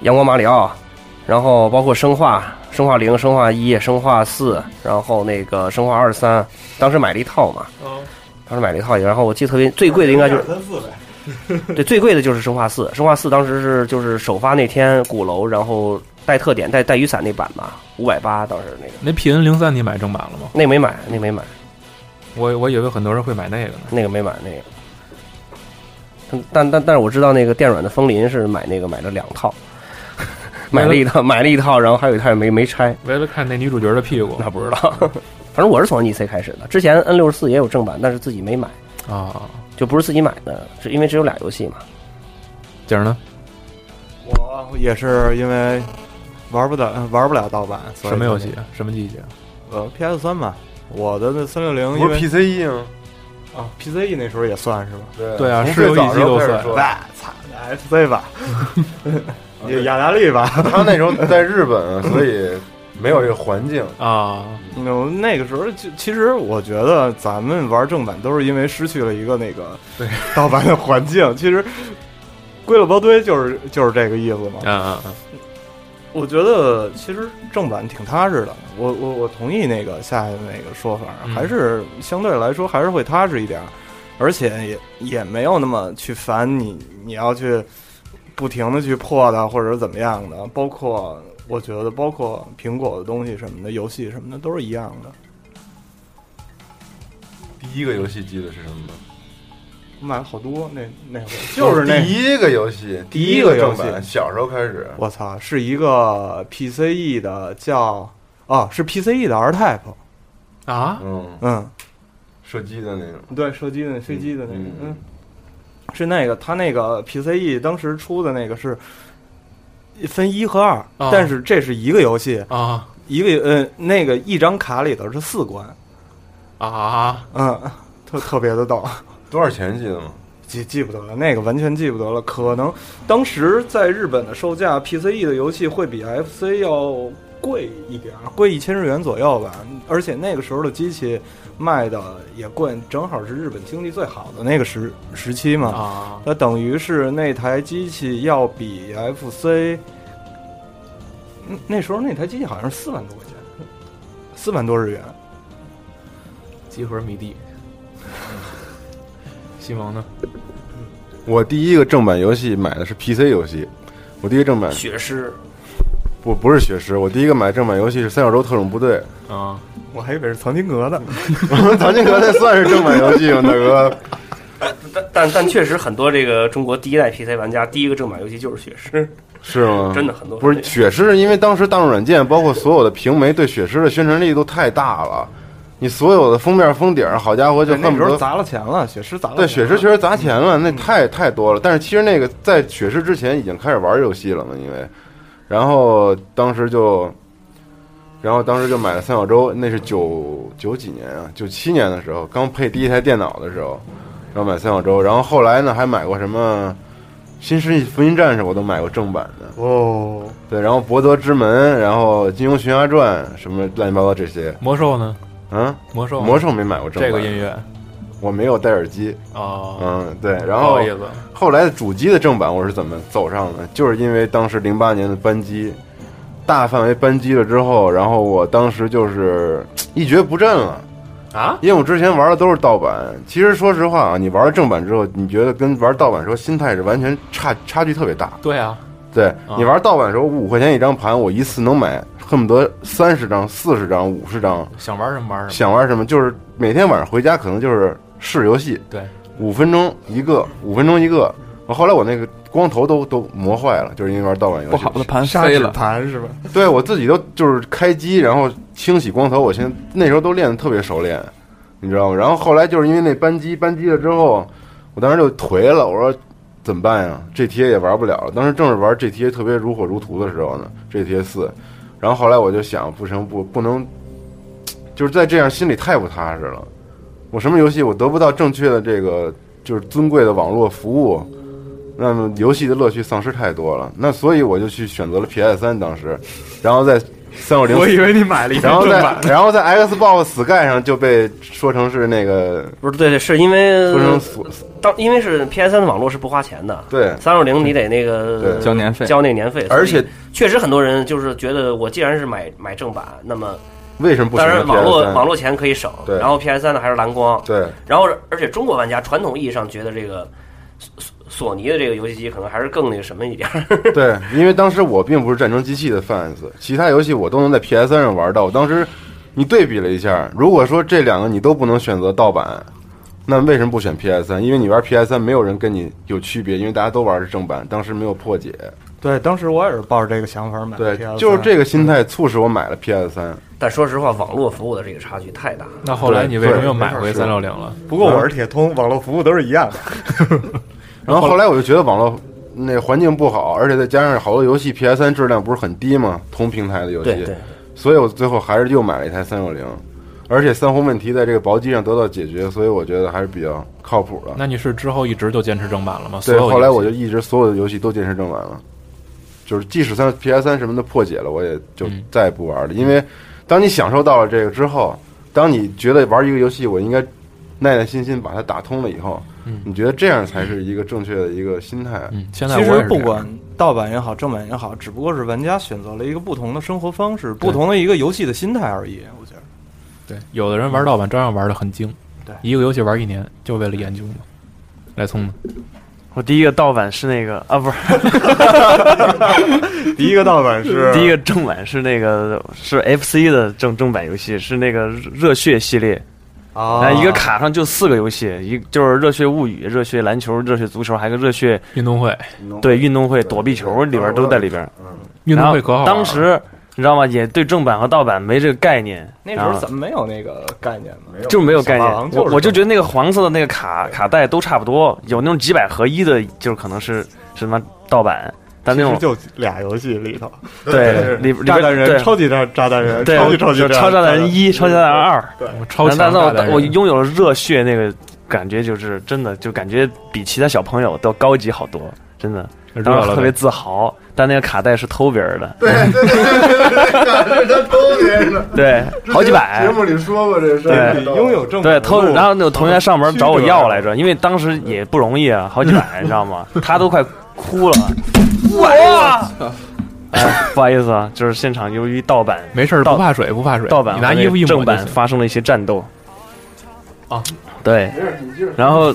[SPEAKER 9] 阳光马里奥，然后包括生化、生化零、生化一、生化四，然后那个生化二三，当时买了一套嘛，当时买了一套，然后我记得特别最贵的应该 就是
[SPEAKER 5] 三四呗，
[SPEAKER 9] 对最贵的就是生化四，生化四当时是就是首发那天鼓楼，然后带特点带带雨伞那版嘛，五百八当时那个
[SPEAKER 2] 那 PN 零三你买正版了吗？
[SPEAKER 9] 那没买，那没买，
[SPEAKER 2] 我我以为很多人会买那个呢。
[SPEAKER 9] 那个没买那个。但但但但是我知道那个电软的风林是买那个买了两套，买了一套买了一套，然后还有一套也没没拆，
[SPEAKER 2] 为了看那女主角的屁股
[SPEAKER 9] 那不知道。反正我是从 NEC 开始的，之前 N 六十四也有正版，但是自己没买，
[SPEAKER 2] 啊，
[SPEAKER 9] 就不是自己买的，是因为只有俩游戏嘛。
[SPEAKER 2] 景儿呢？
[SPEAKER 7] 我也是因为玩不了玩不了盗版，所以
[SPEAKER 2] 什么游戏？？什么季节？
[SPEAKER 7] 呃，PS 三吧。我的那三六零因
[SPEAKER 3] 不是
[SPEAKER 7] 为
[SPEAKER 3] PCE 吗？
[SPEAKER 7] E 啊 PCE 那时候也算是吧。哎
[SPEAKER 2] 对啊，
[SPEAKER 3] 从
[SPEAKER 2] 是游
[SPEAKER 3] 最
[SPEAKER 2] 戏
[SPEAKER 3] 早
[SPEAKER 2] 机
[SPEAKER 3] 时候
[SPEAKER 2] 都
[SPEAKER 3] 开始
[SPEAKER 2] 算。
[SPEAKER 3] 说，
[SPEAKER 7] 操 ，FC 吧，也雅达利吧。
[SPEAKER 3] 他那时候在日 本，啊所以没有这个环境。
[SPEAKER 2] 啊，
[SPEAKER 7] 那那个时候就其实我觉得咱们玩正版都是因为失去了一个那个盗版的环境。其实归了包堆就是就是这个意思嘛。
[SPEAKER 2] 嗯嗯嗯，
[SPEAKER 7] 我觉得其实正版挺踏实的，我我我同意那个下一位那个说法，
[SPEAKER 2] 嗯
[SPEAKER 7] 还是相对来说还是会踏实一点儿，而且也也没有那么去烦你，你要去不停的去破它或者怎么样的，包括我觉得包括苹果的东西什么的，游戏什么的都是一样的，
[SPEAKER 3] 第一个游戏机的是什么呢？
[SPEAKER 7] 我买了好多那那会儿就是那
[SPEAKER 3] 第一个游戏，
[SPEAKER 7] 第
[SPEAKER 3] 一
[SPEAKER 7] 一个游
[SPEAKER 3] 正
[SPEAKER 7] 戏
[SPEAKER 3] 版，小时候开始。
[SPEAKER 7] 我操，是一个 PCE 的叫啊是 PCE 的 R Type，
[SPEAKER 2] 啊，
[SPEAKER 3] 嗯，
[SPEAKER 7] 嗯，
[SPEAKER 3] 射击的那种，
[SPEAKER 7] 对，射击的飞机的那个，嗯
[SPEAKER 3] 嗯，
[SPEAKER 7] 是那个，他那个 PCE 当时出的那个是分一和二、
[SPEAKER 2] 啊
[SPEAKER 7] 但是这是一个游戏，
[SPEAKER 2] 啊
[SPEAKER 7] 一个呃那个一张卡里头是四关，
[SPEAKER 2] 啊！
[SPEAKER 7] 嗯，特特别的逗，
[SPEAKER 3] 多少钱记得吗？
[SPEAKER 7] 记记不得了，那个完全记不得了。可能当时在日本的售价，PCE 的游戏会比 FC 要贵一点儿，贵一千日元左右吧。而且那个时候的机器卖的也贵，正好是日本经济最好的那个时时期嘛。
[SPEAKER 2] 啊，
[SPEAKER 7] 那等于是那台机器要比 FC，嗯，那时候那台机器好像是四万多块钱，四万多日元。
[SPEAKER 2] 集合迷弟，西蒙呢？
[SPEAKER 3] 我第一个正版游戏买的是 PC 游戏，我第一个正版
[SPEAKER 9] 血狮
[SPEAKER 3] 不不是血石，我第一个买正版游戏是《三角洲特种部队
[SPEAKER 2] 啊，
[SPEAKER 7] 我还以为是藏经阁的，》，
[SPEAKER 3] 咱这个那算是正版游戏吗，大哥？
[SPEAKER 9] 但但但确实很多这个中国第一代 PC 玩家第一个正版游戏就是血狮，
[SPEAKER 3] 是吗？
[SPEAKER 9] 真的很多
[SPEAKER 3] 不是血狮，因为当时大众软件包括所有的平媒对血狮的宣传力度太大了，你所有的封面封顶，好家伙，就
[SPEAKER 7] 那
[SPEAKER 3] 恨
[SPEAKER 7] 时
[SPEAKER 3] 不
[SPEAKER 7] 候
[SPEAKER 3] 得。
[SPEAKER 7] 砸了钱了，血狮砸了钱
[SPEAKER 3] 对，
[SPEAKER 7] 了。
[SPEAKER 3] 血狮确实砸钱了，
[SPEAKER 2] 嗯
[SPEAKER 3] 那太太多了。但是其实那个在血狮之前已经开始玩游戏了嘛，因为，然后当时就，然后当时就买了三角洲，那是九九几年啊，九七年的时候，刚配第一台电脑的时候，然后买三角洲，然后后来呢还买过什么《新世纪福音战士》，我都买过正版的。
[SPEAKER 7] 哦，
[SPEAKER 3] 对，然后《博德之门》，然后《金庸群侠传》，什么乱七八糟这些，
[SPEAKER 2] 魔兽呢？
[SPEAKER 3] 嗯，
[SPEAKER 2] 魔兽，
[SPEAKER 3] 魔兽没买过正
[SPEAKER 2] 哦这
[SPEAKER 3] 版，
[SPEAKER 2] 个音乐
[SPEAKER 3] 我没有戴耳机，
[SPEAKER 2] 哦，
[SPEAKER 3] 嗯，对，然
[SPEAKER 2] 不
[SPEAKER 3] 后
[SPEAKER 2] 好意思，
[SPEAKER 3] 后来的主机的正版我是怎么走上的？就是因为当时零八年的扳机，大范围扳机了之后，然后我当时就是嘖一蹶不振了
[SPEAKER 2] 啊！
[SPEAKER 3] 因为我之前玩的都是盗版，其实说实话啊，你玩了正版之后，你觉得跟玩盗版时候心态是完全差差距特别大。
[SPEAKER 2] 对啊，
[SPEAKER 3] 对你玩盗版的时候，五块钱一张盘，我一次能买恨不得三十张、四十张、五十张，
[SPEAKER 2] 想玩什么玩什么。
[SPEAKER 3] 想玩什么就是每天晚上回家可能就是试游戏，
[SPEAKER 2] 对，
[SPEAKER 3] 五分钟一个，五分钟一个。后来我那个光头都都磨坏了，就是因为玩盗版游戏。
[SPEAKER 6] 不好的盘
[SPEAKER 7] 砂
[SPEAKER 6] 飞
[SPEAKER 7] 纸
[SPEAKER 6] 了，
[SPEAKER 7] 盘是吧？
[SPEAKER 3] 对我自己都就是开机，然后清洗光头。我现在那时候都练得特别熟练，你知道吗？然后后来就是因为那扳机，扳机了之后，我当时就颓了。我说怎么办呀？GTA 也玩不了了。当时正是玩 GTA 特别如火如荼的时候呢，GTA 四。然后后来我就想，不成不不能，就是再这样心里太不踏实了。我什么游戏我得不到正确的这个就是尊贵的网络服务，那么游戏的乐趣丧失太多了。那所以我就去选择了 PS 三，当时，然后在三六零，
[SPEAKER 7] 我以为你买了一
[SPEAKER 3] 然
[SPEAKER 7] 张
[SPEAKER 3] 后
[SPEAKER 7] 正
[SPEAKER 3] 在
[SPEAKER 7] 版的。
[SPEAKER 3] 然后在 Xbox Sky 上就被说成是那个
[SPEAKER 9] 不是对对，是因为
[SPEAKER 3] 说成索
[SPEAKER 9] 当因为是 PS 三的网络是不花钱的，
[SPEAKER 3] 对
[SPEAKER 9] 三六零你得那个
[SPEAKER 3] 对
[SPEAKER 6] 交年费
[SPEAKER 9] 交那年费，
[SPEAKER 3] 而且
[SPEAKER 9] 所以确实很多人就是觉得我既然是买买正版，那么
[SPEAKER 3] 为什么不
[SPEAKER 9] 当
[SPEAKER 3] 选择
[SPEAKER 9] 然网
[SPEAKER 3] PS
[SPEAKER 9] 络
[SPEAKER 3] 三？
[SPEAKER 9] 网络钱可以省，
[SPEAKER 3] 对
[SPEAKER 9] 然后 PS 三呢还是蓝光，
[SPEAKER 3] 对
[SPEAKER 9] 然后而且中国玩家传统意义上觉得这个索索尼的这个游戏机可能还是更那个什么一点儿，
[SPEAKER 3] 对，因为当时我并不是战争机器的 fans，其他游戏我都能在 PS 三上玩到。我当时你对比了一下，如果说这两个你都不能选择盗版，那为什么不选 PS 三？因为你玩 PS 三，没有人跟你有区别，因为大家都玩的是正版，当时没有破解。
[SPEAKER 7] 对，当时我也是抱着这个想法买的
[SPEAKER 3] 对
[SPEAKER 7] PS3，
[SPEAKER 3] 就是这个心态促使我买了 PS 三。
[SPEAKER 9] 但说实话，网络服务的这个差距太大了。
[SPEAKER 2] 那后来你为什么又买
[SPEAKER 3] 对
[SPEAKER 2] 回
[SPEAKER 3] 没法说
[SPEAKER 2] 三六零了？
[SPEAKER 7] 不过我是铁通，网络服务都是一样的。
[SPEAKER 3] 然后后来我就觉得网络那环境不好，而且再加上好多游戏 PS 三质量不是很低嘛，同平台的游戏，
[SPEAKER 9] 对对
[SPEAKER 3] 所以我最后还是又买了一台三六零，而且三红问题在这个薄机上得到解决，所以我觉得还是比较靠谱的。
[SPEAKER 2] 那你是之后一直就坚持正版了吗？所
[SPEAKER 3] 对，
[SPEAKER 2] 有游戏
[SPEAKER 3] 后来我就一直所有的游戏都坚持正版了，就是即使三 PS 三什么的破解了，我也就
[SPEAKER 2] 嗯
[SPEAKER 3] 再也不玩了，因为当你享受到了这个之后，当你觉得玩一个游戏我应该耐耐心心把它打通了以后，
[SPEAKER 2] 嗯
[SPEAKER 3] 你觉得这样才是一个正确的一个心态。
[SPEAKER 2] 嗯，现在我
[SPEAKER 7] 其
[SPEAKER 2] 也是
[SPEAKER 7] 实不
[SPEAKER 2] 这样
[SPEAKER 7] 管盗版也好，正版也好，只不过是玩家选择了一个不同的生活方式，不同的一个游戏的心态而已。我觉得，
[SPEAKER 2] 有的人玩盗版照样玩的很精，
[SPEAKER 7] 对
[SPEAKER 2] 一个游戏玩一年，就为了研究嘛。来聪呢？
[SPEAKER 4] 我第一个盗版是那个啊，不是，
[SPEAKER 7] 第一个盗版
[SPEAKER 2] 啊
[SPEAKER 7] 是
[SPEAKER 4] 第一个正版是那个是 FC 的正正版游戏，是那个热血系列，
[SPEAKER 7] 啊
[SPEAKER 4] 然哎后一个卡上就四个游戏，一就是热血物语、热血篮球、热血足球，还有个热血
[SPEAKER 2] 运动会，
[SPEAKER 4] 对运动会躲避球里边都在里边。
[SPEAKER 2] 运动会可好玩了
[SPEAKER 4] 然后当时你知道吗？也对正版和盗版没这个概念。
[SPEAKER 7] 那时候
[SPEAKER 4] 然后
[SPEAKER 7] 怎么没有那个概念呢？
[SPEAKER 4] 啊就没有概
[SPEAKER 7] 小霸王
[SPEAKER 4] 念，
[SPEAKER 7] 就是
[SPEAKER 4] 我我就觉得那个黄色的那个卡卡带都差不多，有那种几百合一的，就是可能是什么盗版，但那
[SPEAKER 10] 其实
[SPEAKER 4] 种
[SPEAKER 10] 就俩游戏里头，
[SPEAKER 4] 对哎里里
[SPEAKER 10] 炸
[SPEAKER 4] 边
[SPEAKER 10] 弹人、
[SPEAKER 4] 对
[SPEAKER 10] 超级炸炸弹人、
[SPEAKER 4] 对
[SPEAKER 10] 超级超级
[SPEAKER 4] 超炸弹人
[SPEAKER 7] 嗯
[SPEAKER 4] 一、超炸弹二，
[SPEAKER 2] 我超
[SPEAKER 4] 但
[SPEAKER 2] 强
[SPEAKER 4] 但
[SPEAKER 2] 大
[SPEAKER 4] 我
[SPEAKER 2] 的人
[SPEAKER 4] 我拥有了热血那个感觉，就是真的就感觉比其他小朋友都高级好多，真的，
[SPEAKER 2] 热
[SPEAKER 4] 当时
[SPEAKER 2] 了
[SPEAKER 4] 特别
[SPEAKER 2] 呗，
[SPEAKER 4] 自豪。但那个卡带是偷别人的，对对，好几百
[SPEAKER 3] 节。目里说过这事
[SPEAKER 4] 对
[SPEAKER 3] 儿，
[SPEAKER 7] 你拥有正版
[SPEAKER 4] 哎对，
[SPEAKER 7] 的
[SPEAKER 4] 偷，
[SPEAKER 7] 路
[SPEAKER 4] 然后那个同学上门找我要来着，因为当时也不容易啊，好几百，你知道吗？他都快哭了。哇！哎，不好意思啊，就是现场由于盗版
[SPEAKER 2] 没事儿，不怕水，不怕水，
[SPEAKER 4] 盗版
[SPEAKER 2] 你
[SPEAKER 4] 和
[SPEAKER 2] 拿
[SPEAKER 4] 那
[SPEAKER 2] 衣服一
[SPEAKER 4] 个
[SPEAKER 2] 抹就
[SPEAKER 4] 正版
[SPEAKER 2] 行。
[SPEAKER 4] 发生了一些战斗
[SPEAKER 2] 啊，
[SPEAKER 4] 对，然后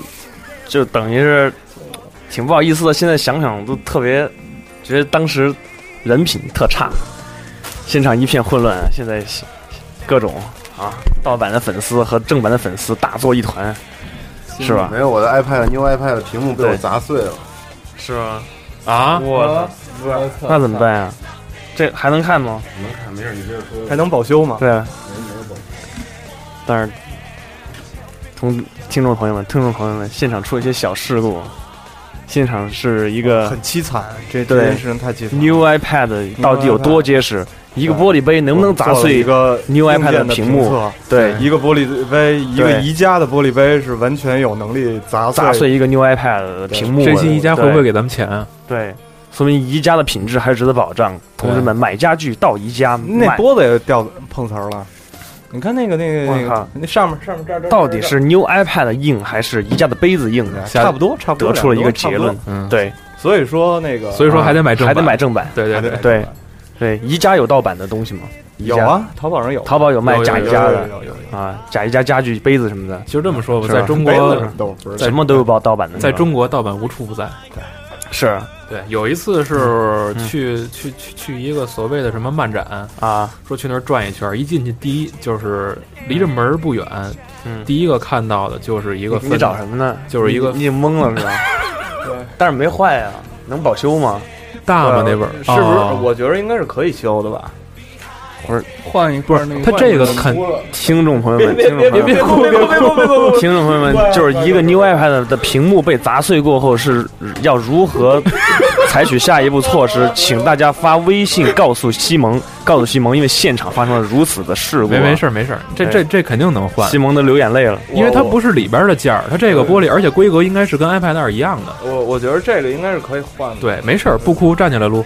[SPEAKER 4] 就等于是挺不好意思的，现在想想都特别觉得当时人品特差，现场一片混乱，现在各种啊盗版的粉丝和正版的粉丝打作一团，是吧？
[SPEAKER 3] 没有我的 iPad new iPad 的屏幕被我
[SPEAKER 4] 对
[SPEAKER 3] 砸碎了，
[SPEAKER 4] 是吗？
[SPEAKER 2] 啊，
[SPEAKER 4] 我操，那怎么办呀？这还能看吗？
[SPEAKER 3] 能看没事，你接着说。
[SPEAKER 7] 还能保修吗？
[SPEAKER 4] 对啊，但是同听众朋友们、听众朋友们，现场出了一些小事故，现场是一个
[SPEAKER 7] 很凄惨，这这
[SPEAKER 4] 对
[SPEAKER 7] 件事情太凄惨了。
[SPEAKER 4] New iPad 到底有多结实？一个玻璃杯能不能砸
[SPEAKER 7] 做了
[SPEAKER 4] 碎
[SPEAKER 7] 一？个
[SPEAKER 4] New iPad
[SPEAKER 7] 硬件的
[SPEAKER 4] 的屏幕
[SPEAKER 7] 测？
[SPEAKER 4] 对，
[SPEAKER 7] 一个玻璃杯，一个
[SPEAKER 4] 对
[SPEAKER 7] 宜家的玻璃杯是完全有能力砸
[SPEAKER 4] 砸碎一个 New iPad 的屏幕。啊
[SPEAKER 2] 这期宜家会不会
[SPEAKER 4] 对
[SPEAKER 2] 给咱们钱啊？
[SPEAKER 4] 对？说明宜家的品质还是值得保障。同志们，买家具到宜家
[SPEAKER 7] 那
[SPEAKER 4] 买，
[SPEAKER 7] 桌子也掉碰瓷儿了。你看那个那个那
[SPEAKER 4] 我靠
[SPEAKER 7] 个那上面上面这儿这儿
[SPEAKER 4] 到底是 New iPad 硬还是宜家的杯子硬？
[SPEAKER 7] 啊差不多差不多
[SPEAKER 4] 得出了一个结
[SPEAKER 7] 差不
[SPEAKER 4] 论
[SPEAKER 7] 多。
[SPEAKER 2] 嗯，
[SPEAKER 4] 对，
[SPEAKER 7] 所以说那个
[SPEAKER 2] 所以说还得买正版，
[SPEAKER 4] 还得买正版。
[SPEAKER 2] 对对对，
[SPEAKER 4] 对对，宜家有盗版的东西吗？宜
[SPEAKER 7] 有
[SPEAKER 4] 家，
[SPEAKER 7] 啊，淘宝上有
[SPEAKER 4] 淘宝有卖假宜家
[SPEAKER 7] 有有
[SPEAKER 4] 的
[SPEAKER 7] 有有有有
[SPEAKER 4] 啊，假宜家家具、杯子什么的，
[SPEAKER 2] 其实这么说吧，
[SPEAKER 4] 是吧
[SPEAKER 2] 在中
[SPEAKER 7] 杯
[SPEAKER 2] 国
[SPEAKER 7] 子什么的我不知道
[SPEAKER 4] 什么都有盗盗版的。
[SPEAKER 2] 在
[SPEAKER 4] 是吧
[SPEAKER 2] 中国盗版无处不在。
[SPEAKER 4] 是
[SPEAKER 2] 对，有一次是
[SPEAKER 4] 嗯
[SPEAKER 2] 去、去去去一个所谓的什么漫展，
[SPEAKER 4] 啊，
[SPEAKER 2] 说去那儿转一圈，一进去第一就是离着门儿不远，
[SPEAKER 4] 嗯
[SPEAKER 2] 第一个看到的就是一个
[SPEAKER 4] 你
[SPEAKER 2] 分
[SPEAKER 4] 找什么呢？
[SPEAKER 2] 就是一个
[SPEAKER 4] 你你懵了是吧？对，但是没坏啊，能保修吗？
[SPEAKER 2] 大
[SPEAKER 4] 呃
[SPEAKER 2] 吗？那本儿
[SPEAKER 7] 呃是不
[SPEAKER 2] 哦
[SPEAKER 7] 是？我觉得应该是可以修的吧。
[SPEAKER 6] 换一块儿那个
[SPEAKER 2] 它这个肯
[SPEAKER 4] 听众朋友们，听众朋友们，
[SPEAKER 7] 哭别哭别哭别哭！
[SPEAKER 4] 听众朋友 们，就是一个 New iPad 的屏幕被砸碎过后是要如何采取下一步措施？请大家发微信告诉西蒙，告诉西蒙，因为现场发生了如此的事故啊。
[SPEAKER 2] 没没事儿没事儿，这这这肯定能换
[SPEAKER 4] 西，蒙都流眼泪了。
[SPEAKER 2] 因为它不是里边儿的件儿，它这个玻璃，而且规格应该是跟 iPad 二一样的。
[SPEAKER 7] 我我觉得这个应该是可以换的。
[SPEAKER 2] 对，没事儿，不哭，站起来撸。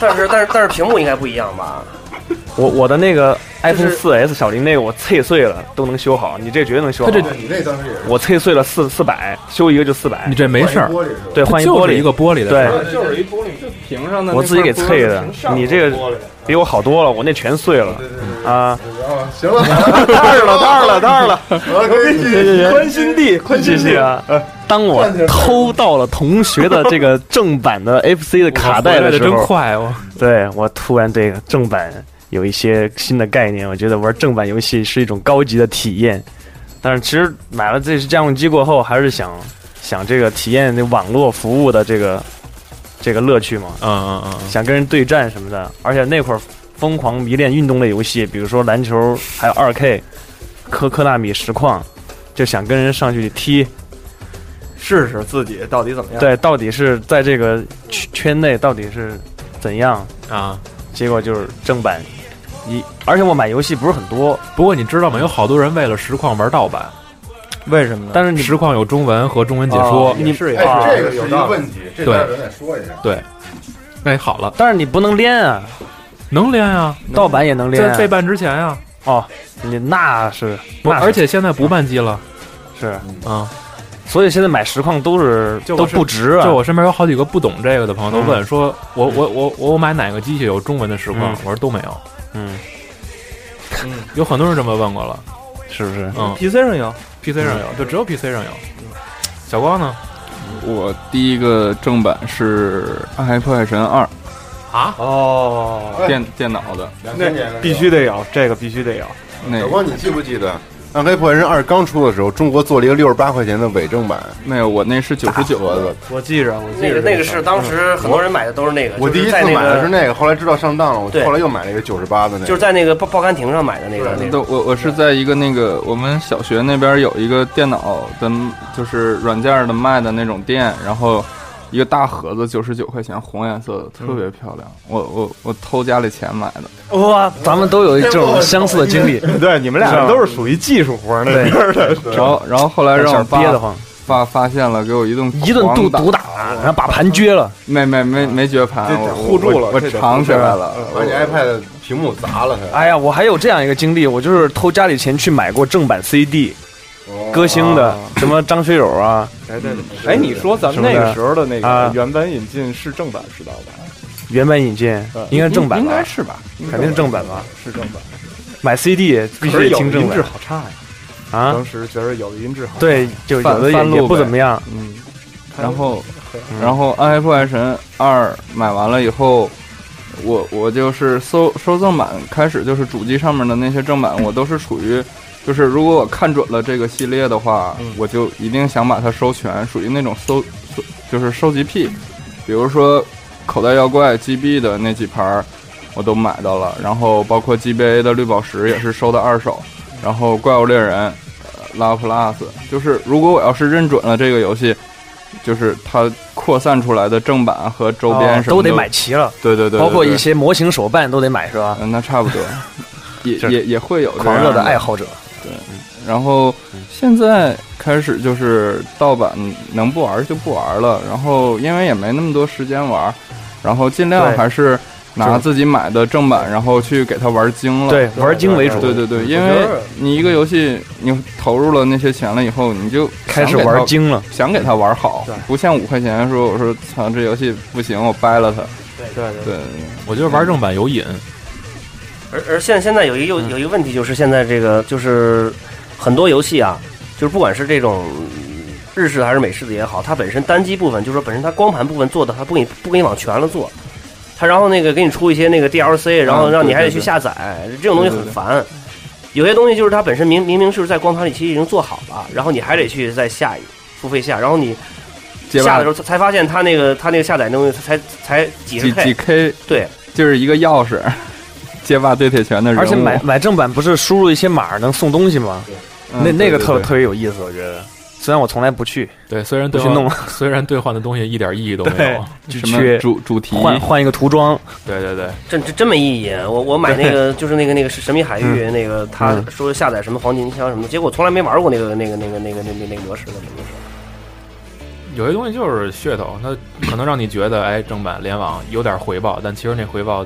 [SPEAKER 9] 但是但是但是屏幕应该不一样吧？
[SPEAKER 4] 我我的那个
[SPEAKER 9] 就是
[SPEAKER 4] iPhone 四 S 小林那个我碎碎了都能修好，你这绝对能修好。
[SPEAKER 2] 它
[SPEAKER 3] 你那当时也是
[SPEAKER 4] 我碎碎了四四百，修一个就四百
[SPEAKER 2] 你。这没事儿，
[SPEAKER 3] 玻璃是吧？
[SPEAKER 4] 对，换一玻
[SPEAKER 2] 就
[SPEAKER 4] 璃
[SPEAKER 2] 是一个玻璃的
[SPEAKER 4] 对
[SPEAKER 2] 事儿。
[SPEAKER 6] 就是一玻璃屏上的，
[SPEAKER 4] 我自己给碎的，你这个比我好多了，我那全碎了啊！
[SPEAKER 3] 行了，当然了，当然了，当然了，我可以
[SPEAKER 4] 宽心地，宽心地啊！当我偷到了同学的这个正版的 FC 的卡带
[SPEAKER 2] 的
[SPEAKER 4] 的时
[SPEAKER 2] 真
[SPEAKER 4] 候，
[SPEAKER 2] 快哦！
[SPEAKER 4] 对我突然对正版有一些新的概念，我觉得玩正版游戏是一种高级的体验，但是其实买了这家用机过后，还是想想这个体验这网络服务的这个这个乐趣嘛，
[SPEAKER 2] 嗯嗯嗯，
[SPEAKER 4] 想跟人对战什么的。而且那会儿疯狂迷恋运动类游戏，比如说篮球，还有二 K、科科纳米实况，就想跟人上去踢。
[SPEAKER 7] 试试自己到底怎么样。，
[SPEAKER 4] 对，到底是在这个圈圈内到底是怎样？
[SPEAKER 2] 啊。
[SPEAKER 4] 结果就是正版一，而且我买游戏不是很多，
[SPEAKER 2] 不过你知道吗？有好多人为了实况玩盗版，
[SPEAKER 7] 为什么呢？
[SPEAKER 4] 但是你
[SPEAKER 2] 实况有中文和中文解说
[SPEAKER 4] 啊
[SPEAKER 7] 哦。也是也是
[SPEAKER 3] 哎，这个
[SPEAKER 7] 有
[SPEAKER 3] 是一
[SPEAKER 7] 道
[SPEAKER 3] 个
[SPEAKER 7] 理。
[SPEAKER 3] 问题，这待会儿咱得说一下。
[SPEAKER 2] 哎，好了，
[SPEAKER 4] 但是你不能连啊，
[SPEAKER 2] 能连啊，
[SPEAKER 4] 盗版也能连、
[SPEAKER 2] 在
[SPEAKER 4] 啊
[SPEAKER 2] 被。办之前啊。
[SPEAKER 4] 哦，你那是，
[SPEAKER 2] 不，
[SPEAKER 4] 那是
[SPEAKER 2] 而且现在不办机了
[SPEAKER 4] 是，
[SPEAKER 2] 啊。
[SPEAKER 4] 所以现在买实况都是
[SPEAKER 2] 就
[SPEAKER 4] 都
[SPEAKER 2] 我是
[SPEAKER 4] 不值啊。
[SPEAKER 2] 就我身边有好几个不懂这个的朋友都问说，我我我我买哪个机器有中文的实况
[SPEAKER 4] 嗯？
[SPEAKER 2] 我说都没有，
[SPEAKER 4] 嗯，
[SPEAKER 2] 有很多人这么问过了。
[SPEAKER 4] 是不是？
[SPEAKER 2] 嗯
[SPEAKER 7] PC 上有，
[SPEAKER 2] ，PC 上
[SPEAKER 4] 嗯
[SPEAKER 2] 有，就只有 PC 上有。小光呢？
[SPEAKER 6] 我第一个正版是《暗黑破坏神二
[SPEAKER 2] 啊》
[SPEAKER 7] 哦，
[SPEAKER 6] 电电脑的
[SPEAKER 3] 两
[SPEAKER 7] 那
[SPEAKER 3] 千年的时候
[SPEAKER 7] 必须得有，这个必须得有。
[SPEAKER 6] 那
[SPEAKER 3] 小
[SPEAKER 6] 个，
[SPEAKER 3] 光，你记不记得《暗黑破坏神二》刚出的时候，中国做了一个六十八块钱的伪正版？
[SPEAKER 6] 没有，我那是九十九
[SPEAKER 3] 我
[SPEAKER 6] 的。
[SPEAKER 7] 我记着，我记
[SPEAKER 9] 那
[SPEAKER 7] 着
[SPEAKER 9] 个那个是当
[SPEAKER 7] 时
[SPEAKER 9] 时很多人买的都是那个，
[SPEAKER 3] 嗯我
[SPEAKER 9] 就
[SPEAKER 3] 第一
[SPEAKER 9] 是
[SPEAKER 3] 次
[SPEAKER 9] 在那
[SPEAKER 3] 买的是
[SPEAKER 9] 个
[SPEAKER 3] 那个，后来知道上当了，我
[SPEAKER 9] 对
[SPEAKER 3] 后来又买了一个九十八的那个。
[SPEAKER 9] 就是在那个报报刊亭上买的那个那
[SPEAKER 6] 都
[SPEAKER 9] 个，
[SPEAKER 6] 我我是在一个那个我们小学那边有一个电脑的，就是软件的卖的那种店，然后一个大盒子九十九块钱，红颜色的，
[SPEAKER 4] 嗯
[SPEAKER 6] 特别漂亮。我我我偷家里钱买的，
[SPEAKER 4] 哇，咱们都有这种相似的经 历，
[SPEAKER 10] 对，你们
[SPEAKER 4] 是吧
[SPEAKER 10] 俩都是属于技术活儿那边儿的，
[SPEAKER 6] 然后然后后来让我
[SPEAKER 4] 憋得
[SPEAKER 6] 爸
[SPEAKER 4] 慌，
[SPEAKER 6] 发发现了，给我一顿
[SPEAKER 4] 一顿
[SPEAKER 6] 狂
[SPEAKER 4] 毒
[SPEAKER 6] 打
[SPEAKER 4] 毒啊打，然后把盘撅了。
[SPEAKER 6] 没没没没绝盘，
[SPEAKER 7] 这
[SPEAKER 6] 我
[SPEAKER 7] 得护住了
[SPEAKER 6] 我我
[SPEAKER 7] 这得
[SPEAKER 6] 藏起来了。
[SPEAKER 3] 把你 iPad 的屏幕砸了它。
[SPEAKER 4] 哎呀，我还有这样一个经历，我就是偷家里钱去买过正版 CD，歌星的，什么张学友啊，
[SPEAKER 7] 哎对对，哎，你说咱们那
[SPEAKER 4] 什么
[SPEAKER 7] 个
[SPEAKER 4] 的
[SPEAKER 7] 时候的那
[SPEAKER 4] 啊
[SPEAKER 7] 个原版引进是正版是盗版？
[SPEAKER 4] 原版引进
[SPEAKER 7] 嗯
[SPEAKER 4] 应该正版
[SPEAKER 6] 应该
[SPEAKER 4] 吧？
[SPEAKER 6] 是吧？
[SPEAKER 4] 肯定正版吧？
[SPEAKER 7] 是正版，
[SPEAKER 4] 买 CD 必须得
[SPEAKER 7] 有
[SPEAKER 4] 听正
[SPEAKER 7] 音质
[SPEAKER 4] 版
[SPEAKER 7] 好差呀。
[SPEAKER 4] 啊
[SPEAKER 7] 当。时觉得有的音质好。，
[SPEAKER 4] 对，就有的
[SPEAKER 6] 翻
[SPEAKER 4] 也
[SPEAKER 6] 翻
[SPEAKER 4] 也
[SPEAKER 6] 路
[SPEAKER 4] 不
[SPEAKER 6] 呗
[SPEAKER 4] 怎么样。
[SPEAKER 7] 嗯，
[SPEAKER 6] 然后
[SPEAKER 4] 嗯，
[SPEAKER 6] 然后《暗黑破坏神二》买完了以后，我我就是搜收正版，开始就是主机上面的那些正版，我都是属于，就是如果我看准了这个系列的话，
[SPEAKER 4] 嗯
[SPEAKER 6] 我就一定想把它收全，属于那种搜搜就是收集癖，比如说口袋妖怪 GB 的那几盘儿，我都买到了，然后包括 GBA 的绿宝石也是收的二手，然后怪物猎人。呃拉 plus 就是，如果我要是认准了这个游戏，就是它扩散出来的正版和周边
[SPEAKER 4] 哦
[SPEAKER 6] 什么
[SPEAKER 4] 都
[SPEAKER 6] 的
[SPEAKER 4] 得买，齐了，
[SPEAKER 6] 对对对，对
[SPEAKER 4] 包括
[SPEAKER 6] 对
[SPEAKER 4] 一些模型手办都得买，是吧？
[SPEAKER 6] 嗯，那 差不多，也
[SPEAKER 4] 是
[SPEAKER 6] 也也会有
[SPEAKER 4] 狂热的爱
[SPEAKER 6] 好。
[SPEAKER 4] 好嗯者，
[SPEAKER 6] 然后现在开始就是盗版能不玩就不玩了，然后因为也没那么多时间玩，然后尽量
[SPEAKER 4] 对
[SPEAKER 6] 还是拿自己买的正版，然后去给它玩精了。
[SPEAKER 4] 对，玩精为主，嗯
[SPEAKER 6] 对对对，因为你一个游戏你投入了那些钱了以后，你就
[SPEAKER 4] 开始
[SPEAKER 6] 想给它
[SPEAKER 4] 玩精了。
[SPEAKER 6] 想给它玩好
[SPEAKER 7] 对，
[SPEAKER 6] 不像五块钱说我说操这游戏不行，我掰了它。
[SPEAKER 7] 对对
[SPEAKER 6] 对，
[SPEAKER 2] 我觉得玩正版有瘾，
[SPEAKER 9] 而而现现在有一有
[SPEAKER 6] 嗯
[SPEAKER 9] 有一个问题就是现在这个就是很多游戏啊，就是不管是这种嗯日式的还是美式的也好，它本身单机部分，就是说本身它光盘部分做的，它不给你不给你往全了做，它然后那个给你出一些那个 DLC，然后
[SPEAKER 6] 嗯
[SPEAKER 9] 让你
[SPEAKER 6] 对
[SPEAKER 9] 还得
[SPEAKER 6] 对
[SPEAKER 9] 去
[SPEAKER 6] 对
[SPEAKER 9] 下载，这种东西很烦。有些东西就是它本身明明明是在光盘里其实已经做好了，然后你还得去再下一付费下，然后你
[SPEAKER 6] 结
[SPEAKER 9] 下
[SPEAKER 6] 巴
[SPEAKER 9] 的时候才才发现它那个它那个下载那东西才才几十
[SPEAKER 6] 几几
[SPEAKER 9] K，
[SPEAKER 6] K
[SPEAKER 9] 对，
[SPEAKER 6] 就是一个钥匙， 街霸对铁拳的人物，
[SPEAKER 4] 而且买买正版不是输入一些码儿能送东西吗？
[SPEAKER 6] 嗯
[SPEAKER 4] 那那个
[SPEAKER 6] 对
[SPEAKER 4] 特
[SPEAKER 6] 对对
[SPEAKER 4] 特别有意思，我觉得。虽然我从来不去，
[SPEAKER 2] 对，虽然
[SPEAKER 4] 不
[SPEAKER 2] 兑
[SPEAKER 4] 去弄
[SPEAKER 2] 换， 虽然兑换的东西一点意义都没有，
[SPEAKER 4] 就
[SPEAKER 6] 什么
[SPEAKER 4] 去
[SPEAKER 6] 主主题
[SPEAKER 4] 换换一个涂装，
[SPEAKER 2] 对对对，
[SPEAKER 9] 真真真没意义。我我买那个就是那个那个神秘海域那个，他说下载什么黄金枪什么的，结果从来没玩过那个那个那个那个那那那个模式的。
[SPEAKER 2] 有些东西就是噱头，它可能让你觉得哎正版联网有点回报，但其实那回报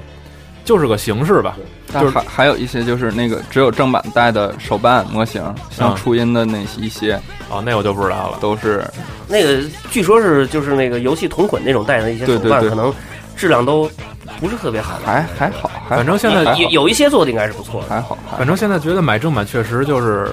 [SPEAKER 2] 就是个形式吧。
[SPEAKER 6] 但
[SPEAKER 2] 就是
[SPEAKER 6] 还还有一些就是那个只有正版带的手办模型，像
[SPEAKER 2] 嗯
[SPEAKER 6] 初音的那一些
[SPEAKER 2] 哦，那我就不知道了。
[SPEAKER 6] 都是
[SPEAKER 9] 那个据说是就是那个游戏同捆那种带的一些手办，可能质量都不是特别好。
[SPEAKER 6] 还还好，还 好
[SPEAKER 2] 反正现在
[SPEAKER 6] 还好
[SPEAKER 9] 有有一些做的应该是不错的。
[SPEAKER 6] 还好，还好
[SPEAKER 2] 反正现在觉得买正版确实就是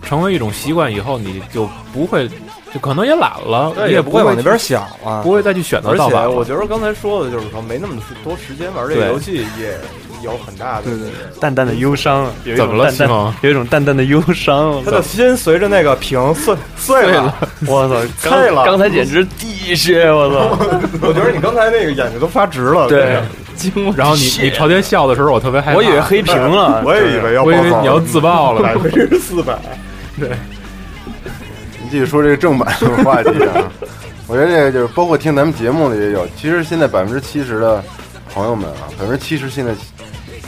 [SPEAKER 2] 成为一种习惯，以后你就不会，就可能也懒了，你
[SPEAKER 7] 也
[SPEAKER 2] 不
[SPEAKER 7] 会往
[SPEAKER 2] 去
[SPEAKER 7] 那边，想啊。
[SPEAKER 2] 不会再去选择
[SPEAKER 7] 而
[SPEAKER 2] 盗版
[SPEAKER 7] 且
[SPEAKER 2] 了。
[SPEAKER 7] 我觉得刚才说的就是说没那么多时间玩这个
[SPEAKER 2] 对
[SPEAKER 7] 游戏，也有很大的
[SPEAKER 6] 对对
[SPEAKER 4] 淡淡的忧伤，啊，有一种
[SPEAKER 2] 怎么了
[SPEAKER 4] 淡淡
[SPEAKER 2] 西蒙
[SPEAKER 4] 有一种淡淡的忧伤。
[SPEAKER 7] 他的心随着那个屏碎碎了，
[SPEAKER 4] 我操，刚
[SPEAKER 7] 碎了
[SPEAKER 4] 刚才简直滴血，我操！
[SPEAKER 7] 我觉得你刚才那个眼睛都发直了。
[SPEAKER 4] 对，
[SPEAKER 6] 惊
[SPEAKER 2] 然后你你朝天笑的时候，我特别害怕，
[SPEAKER 4] 我以为黑屏了，
[SPEAKER 7] 我也以为要
[SPEAKER 2] 我以为
[SPEAKER 7] 爆
[SPEAKER 2] 你要自爆了，
[SPEAKER 7] 百分之四百，
[SPEAKER 3] 你继续说这个正版的话题啊，我觉得这个就是包括听咱们节目的也有，其实现在百分之七十的朋友们啊，百分之七十现在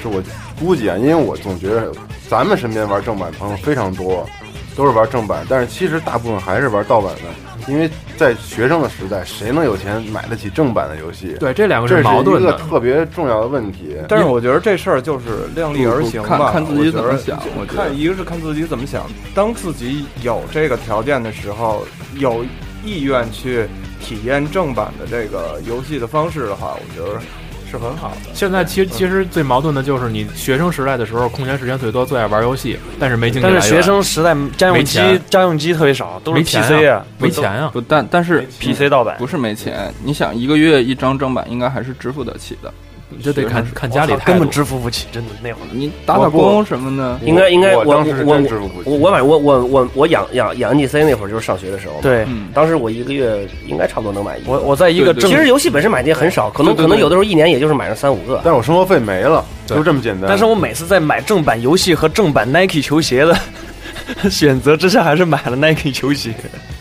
[SPEAKER 3] 是我估计啊，因为我总觉得咱们身边玩正版朋友非常多，都是玩正版，但是其实大部分还是玩盗版的，因为在学生的时代，谁能有钱买得起正版的游戏？
[SPEAKER 2] 对，这两个
[SPEAKER 3] 这
[SPEAKER 2] 是
[SPEAKER 3] 是
[SPEAKER 2] 矛
[SPEAKER 3] 一
[SPEAKER 2] 盾
[SPEAKER 3] 个
[SPEAKER 2] 的。
[SPEAKER 3] 特别重要的问题。
[SPEAKER 7] 但是我觉得这事儿就是量力而行吧，
[SPEAKER 6] 看看自己怎么想
[SPEAKER 7] 我
[SPEAKER 6] 我
[SPEAKER 7] 觉得
[SPEAKER 6] 觉得
[SPEAKER 7] 看一个是看自己怎么想，当自己有这个条件的时候，有意愿去体验正版的这个游戏的方式的话，我觉得是很好的。
[SPEAKER 2] 现在其实其实最矛盾的就是你学生时代的时候，空闲时间最多，最爱玩游戏，但是没经济
[SPEAKER 4] 但
[SPEAKER 2] 来
[SPEAKER 4] 是
[SPEAKER 2] 源，
[SPEAKER 4] 学生时代家用机
[SPEAKER 2] 没钱
[SPEAKER 4] 家用机特别少，都是
[SPEAKER 2] 没钱
[SPEAKER 4] PC 啊，
[SPEAKER 2] 没钱啊，
[SPEAKER 6] 不，但但是
[SPEAKER 4] PC 盗版
[SPEAKER 6] 不。是没钱，你想一个月一张正版应该还是支付得起的，
[SPEAKER 2] 你这得看看
[SPEAKER 4] 我
[SPEAKER 2] 家里
[SPEAKER 4] 操
[SPEAKER 2] 态
[SPEAKER 4] 根
[SPEAKER 2] 度
[SPEAKER 4] 本。支付不起，真的那会儿。
[SPEAKER 6] 你打打工什么的，
[SPEAKER 9] 应该应该
[SPEAKER 3] 我
[SPEAKER 9] 我
[SPEAKER 3] 当时是
[SPEAKER 9] 我
[SPEAKER 3] 真支付不起
[SPEAKER 9] 我我买我我我我养养养 NGC 那会儿就是上学的时候嘛，
[SPEAKER 4] 对，
[SPEAKER 6] 嗯，
[SPEAKER 9] 当时我一个月应该差不多能买一个。
[SPEAKER 4] 我我在一个
[SPEAKER 6] 对
[SPEAKER 4] 正
[SPEAKER 9] 其，实游戏本身买的也很少，可能
[SPEAKER 6] 对对对
[SPEAKER 9] 可能有的时候一年也就是买上三五个。
[SPEAKER 3] 但是我生活费没了，就这么简单。
[SPEAKER 4] 但是我每次在买正版游戏和正版 Nike 球鞋的选择之下，还是买了 Nike 球鞋。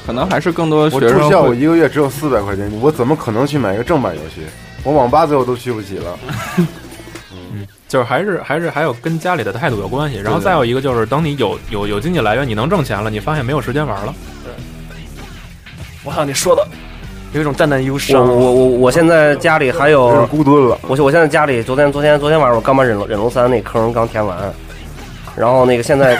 [SPEAKER 6] 可能还是更多
[SPEAKER 3] 我
[SPEAKER 6] 学
[SPEAKER 3] 住
[SPEAKER 6] 生
[SPEAKER 3] 校，我
[SPEAKER 6] 会
[SPEAKER 3] 一个月只有四百块钱，我怎么可能去买一个正版游戏？我网吧最后都去不起了。
[SPEAKER 2] 就是还是还是还有跟家里的态度有关系，然后
[SPEAKER 3] 对
[SPEAKER 2] 再有一个就是等你有有有经济来源，你能挣钱了，你发现没有时间玩了，
[SPEAKER 4] 我操，你说的有一种淡淡忧
[SPEAKER 9] 我
[SPEAKER 4] 伤。
[SPEAKER 9] 我我我现在家里还
[SPEAKER 3] 有
[SPEAKER 9] 有
[SPEAKER 3] 点，孤đơn了。
[SPEAKER 9] 我我现在家里昨天昨天昨天晚上我刚把忍龙忍龙三那坑刚填完，然后那个现在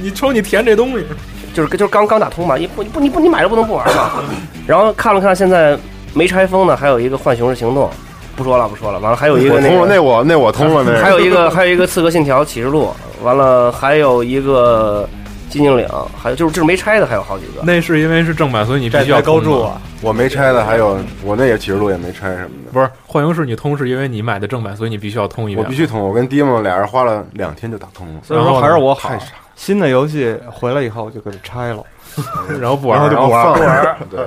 [SPEAKER 2] 你瞅你填这东西，
[SPEAKER 9] 就是就是刚刚打通嘛，你不你不你不你买了不能不玩嘛。然后看了看现在没拆封的，还有一个浣熊的行动，不说了不说了，完了还有一
[SPEAKER 3] 我
[SPEAKER 9] 个
[SPEAKER 3] 通了，
[SPEAKER 9] 个
[SPEAKER 3] 那我那我通了，那
[SPEAKER 9] 还有一个还有一个刺客信条启示录，完了还有一个寂静岭，还有就是就是没拆的还有好几个。
[SPEAKER 2] 那是因为是正版，所以你必须要
[SPEAKER 7] 高
[SPEAKER 2] 住
[SPEAKER 7] 住啊！
[SPEAKER 3] 我没拆的，还有我那也启示录也没拆什么的，
[SPEAKER 2] 不是幻影是你通，是因为你买的正版，所以你必须要通一
[SPEAKER 3] 我
[SPEAKER 2] 遍。
[SPEAKER 3] 必须通。我跟 d i m 俩人花了两天就打通了，
[SPEAKER 7] 所以说还是我好
[SPEAKER 3] 太。傻了，
[SPEAKER 7] 新的游戏回来以后我就给它拆了，
[SPEAKER 2] 然后不玩
[SPEAKER 3] 就
[SPEAKER 2] 了。
[SPEAKER 3] 不玩了。对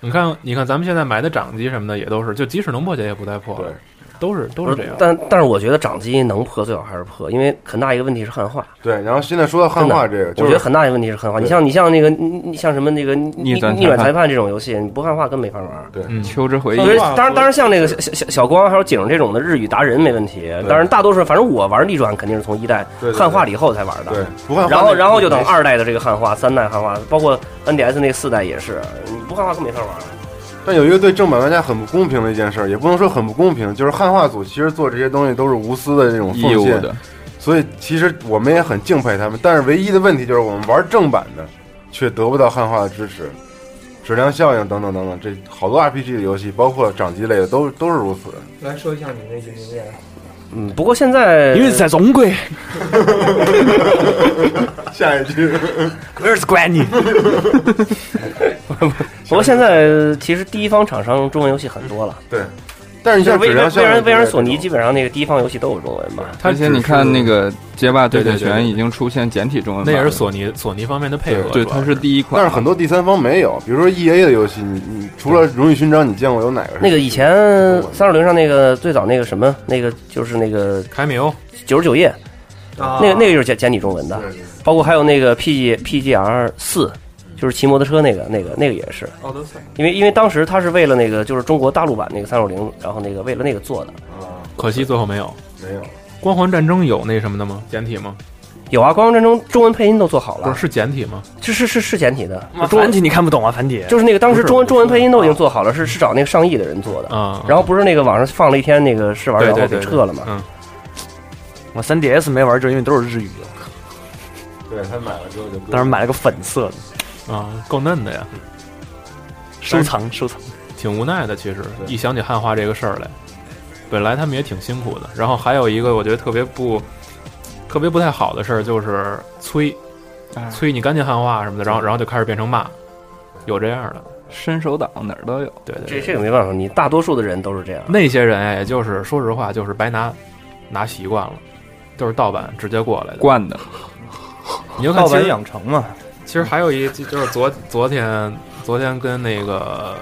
[SPEAKER 2] 你看你看，咱们现在买的掌机什么的也都是，就即使能破解也不带破，
[SPEAKER 3] 对，
[SPEAKER 2] 都是都是这样。
[SPEAKER 9] 但但是我觉得掌机能破最好还是破，因为很大一个问题是汉化。
[SPEAKER 3] 对。然后现在说到汉化这个，
[SPEAKER 9] 我
[SPEAKER 3] 就
[SPEAKER 9] 觉得
[SPEAKER 3] 是
[SPEAKER 9] 很大一个问题是汉化。你
[SPEAKER 3] 对
[SPEAKER 9] 像你像那个你你像什么那个逆
[SPEAKER 6] 转裁
[SPEAKER 9] 逆转
[SPEAKER 6] 判
[SPEAKER 9] 裁判这种游戏，你不汉化根本没法玩。
[SPEAKER 2] 嗯，
[SPEAKER 6] 秋之回忆
[SPEAKER 9] 所以，当然，当然，像那个小小小小光还有景这种的日语达人没问题。当然，大多数反正我玩逆转肯定是从一代
[SPEAKER 3] 对对对
[SPEAKER 9] 汉化了以后才玩的。
[SPEAKER 3] 对，不汉化
[SPEAKER 9] 然后，
[SPEAKER 3] 那
[SPEAKER 9] 然后就等二代的这个汉化，三代汉化，包括 NDS 那四代也是，你不汉化根本没法玩。
[SPEAKER 3] 但有一个对正版玩家很不公平的一件事，也不能说很不公平，就是汉化组其实做这些东西都是无私的这种
[SPEAKER 6] 义
[SPEAKER 3] 奉
[SPEAKER 6] 务
[SPEAKER 3] 献，
[SPEAKER 6] 的，
[SPEAKER 3] 所以其实我们也很敬佩他们，但是唯一的问题就是我们玩正版的，却得不到汉化的支持，质量效应等等等等，这好多 RPG 的游戏，包括掌机类的，都都是如此。
[SPEAKER 7] 来说一下你那个经验。
[SPEAKER 9] 嗯，不过现在
[SPEAKER 4] 因为在中国，
[SPEAKER 3] 下一句，
[SPEAKER 4] 没人管你。
[SPEAKER 9] 不过现在其实第一方厂商中文游戏很多了，
[SPEAKER 3] 对，但是你
[SPEAKER 9] 就是
[SPEAKER 3] 像
[SPEAKER 9] 微
[SPEAKER 3] 质
[SPEAKER 9] 微
[SPEAKER 3] 量效应，
[SPEAKER 9] 软微软索尼基本上那个第一方游戏都有中文嘛。
[SPEAKER 2] 它
[SPEAKER 6] 而且
[SPEAKER 2] 只
[SPEAKER 6] 你看
[SPEAKER 2] 是
[SPEAKER 6] 那个《街霸对
[SPEAKER 2] 对对
[SPEAKER 6] 决
[SPEAKER 2] 对
[SPEAKER 6] 拳》
[SPEAKER 2] 对
[SPEAKER 6] 已经出现简体中文
[SPEAKER 2] 那
[SPEAKER 6] 版了，
[SPEAKER 2] 也是索尼索尼方面的配合，
[SPEAKER 6] 对，
[SPEAKER 2] 主要
[SPEAKER 6] 它是第一款，
[SPEAKER 3] 但是很多第三方没有，比如说 E A 的游戏，你你除了《荣誉勋章》，你见过有哪个是？
[SPEAKER 9] 那个以前三六零上那个最早那个什么那个就是那个
[SPEAKER 2] 凯米欧，
[SPEAKER 9] 九十九页，
[SPEAKER 7] 啊
[SPEAKER 9] 那个那个就是简简体中文的，包括还有那个 P G P G R 四，就是骑摩托车那个那个那个也是，
[SPEAKER 7] 奥德赛，
[SPEAKER 9] 因为因为当时他是为了那个就是中国大陆版那个三六零，然后那个为了那个做的。
[SPEAKER 3] 啊，
[SPEAKER 2] 可惜最后没有。
[SPEAKER 3] 没有。
[SPEAKER 2] 光环战争有那什么的吗？简体吗？
[SPEAKER 9] 有啊，《光荣战争》中文配音都做好
[SPEAKER 2] 不
[SPEAKER 9] 了
[SPEAKER 2] 是，是简体吗？
[SPEAKER 9] 是是是是简体的，中
[SPEAKER 4] 繁
[SPEAKER 9] 文
[SPEAKER 4] 体你看不懂啊，繁体。
[SPEAKER 9] 就是那个当时
[SPEAKER 2] 不是
[SPEAKER 9] 中文
[SPEAKER 2] 我
[SPEAKER 9] 中文配音都已经做好了，是是找那个上亿的人做的。
[SPEAKER 2] 啊，
[SPEAKER 9] 然后不是那个网上放了一天那个试玩，
[SPEAKER 2] 对
[SPEAKER 9] 然
[SPEAKER 2] 对
[SPEAKER 9] 后
[SPEAKER 2] 对
[SPEAKER 9] 给
[SPEAKER 2] 对
[SPEAKER 9] 撤了嘛？
[SPEAKER 2] 嗯，
[SPEAKER 4] 我 3DS 没玩，就因为都是日语的，
[SPEAKER 3] 对他买了之后就
[SPEAKER 4] 当时买了个粉色的，
[SPEAKER 2] 啊，够嫩的呀，
[SPEAKER 4] 收藏收藏。
[SPEAKER 2] 挺无奈的。其实
[SPEAKER 3] 对
[SPEAKER 2] 一想起汉化这个事儿来，本来他们也挺辛苦的。然后还有一个我觉得特别不、特别不太好的事儿，就是催
[SPEAKER 6] 哎
[SPEAKER 2] 催你赶紧汉化什么的，然后然后就开始变成骂，有这样的。
[SPEAKER 6] 伸手党哪儿都有。
[SPEAKER 2] 对对
[SPEAKER 9] 这
[SPEAKER 2] 对，啊
[SPEAKER 9] 这个没办法，你大多数的人都是这样。
[SPEAKER 2] 那些人哎，也就是说实话，就是白拿拿习惯了，都是盗版直接过来的。
[SPEAKER 6] 惯的，
[SPEAKER 2] 你就看其实
[SPEAKER 7] 养成嘛。
[SPEAKER 2] 其实还有一就就是昨昨天昨天跟那个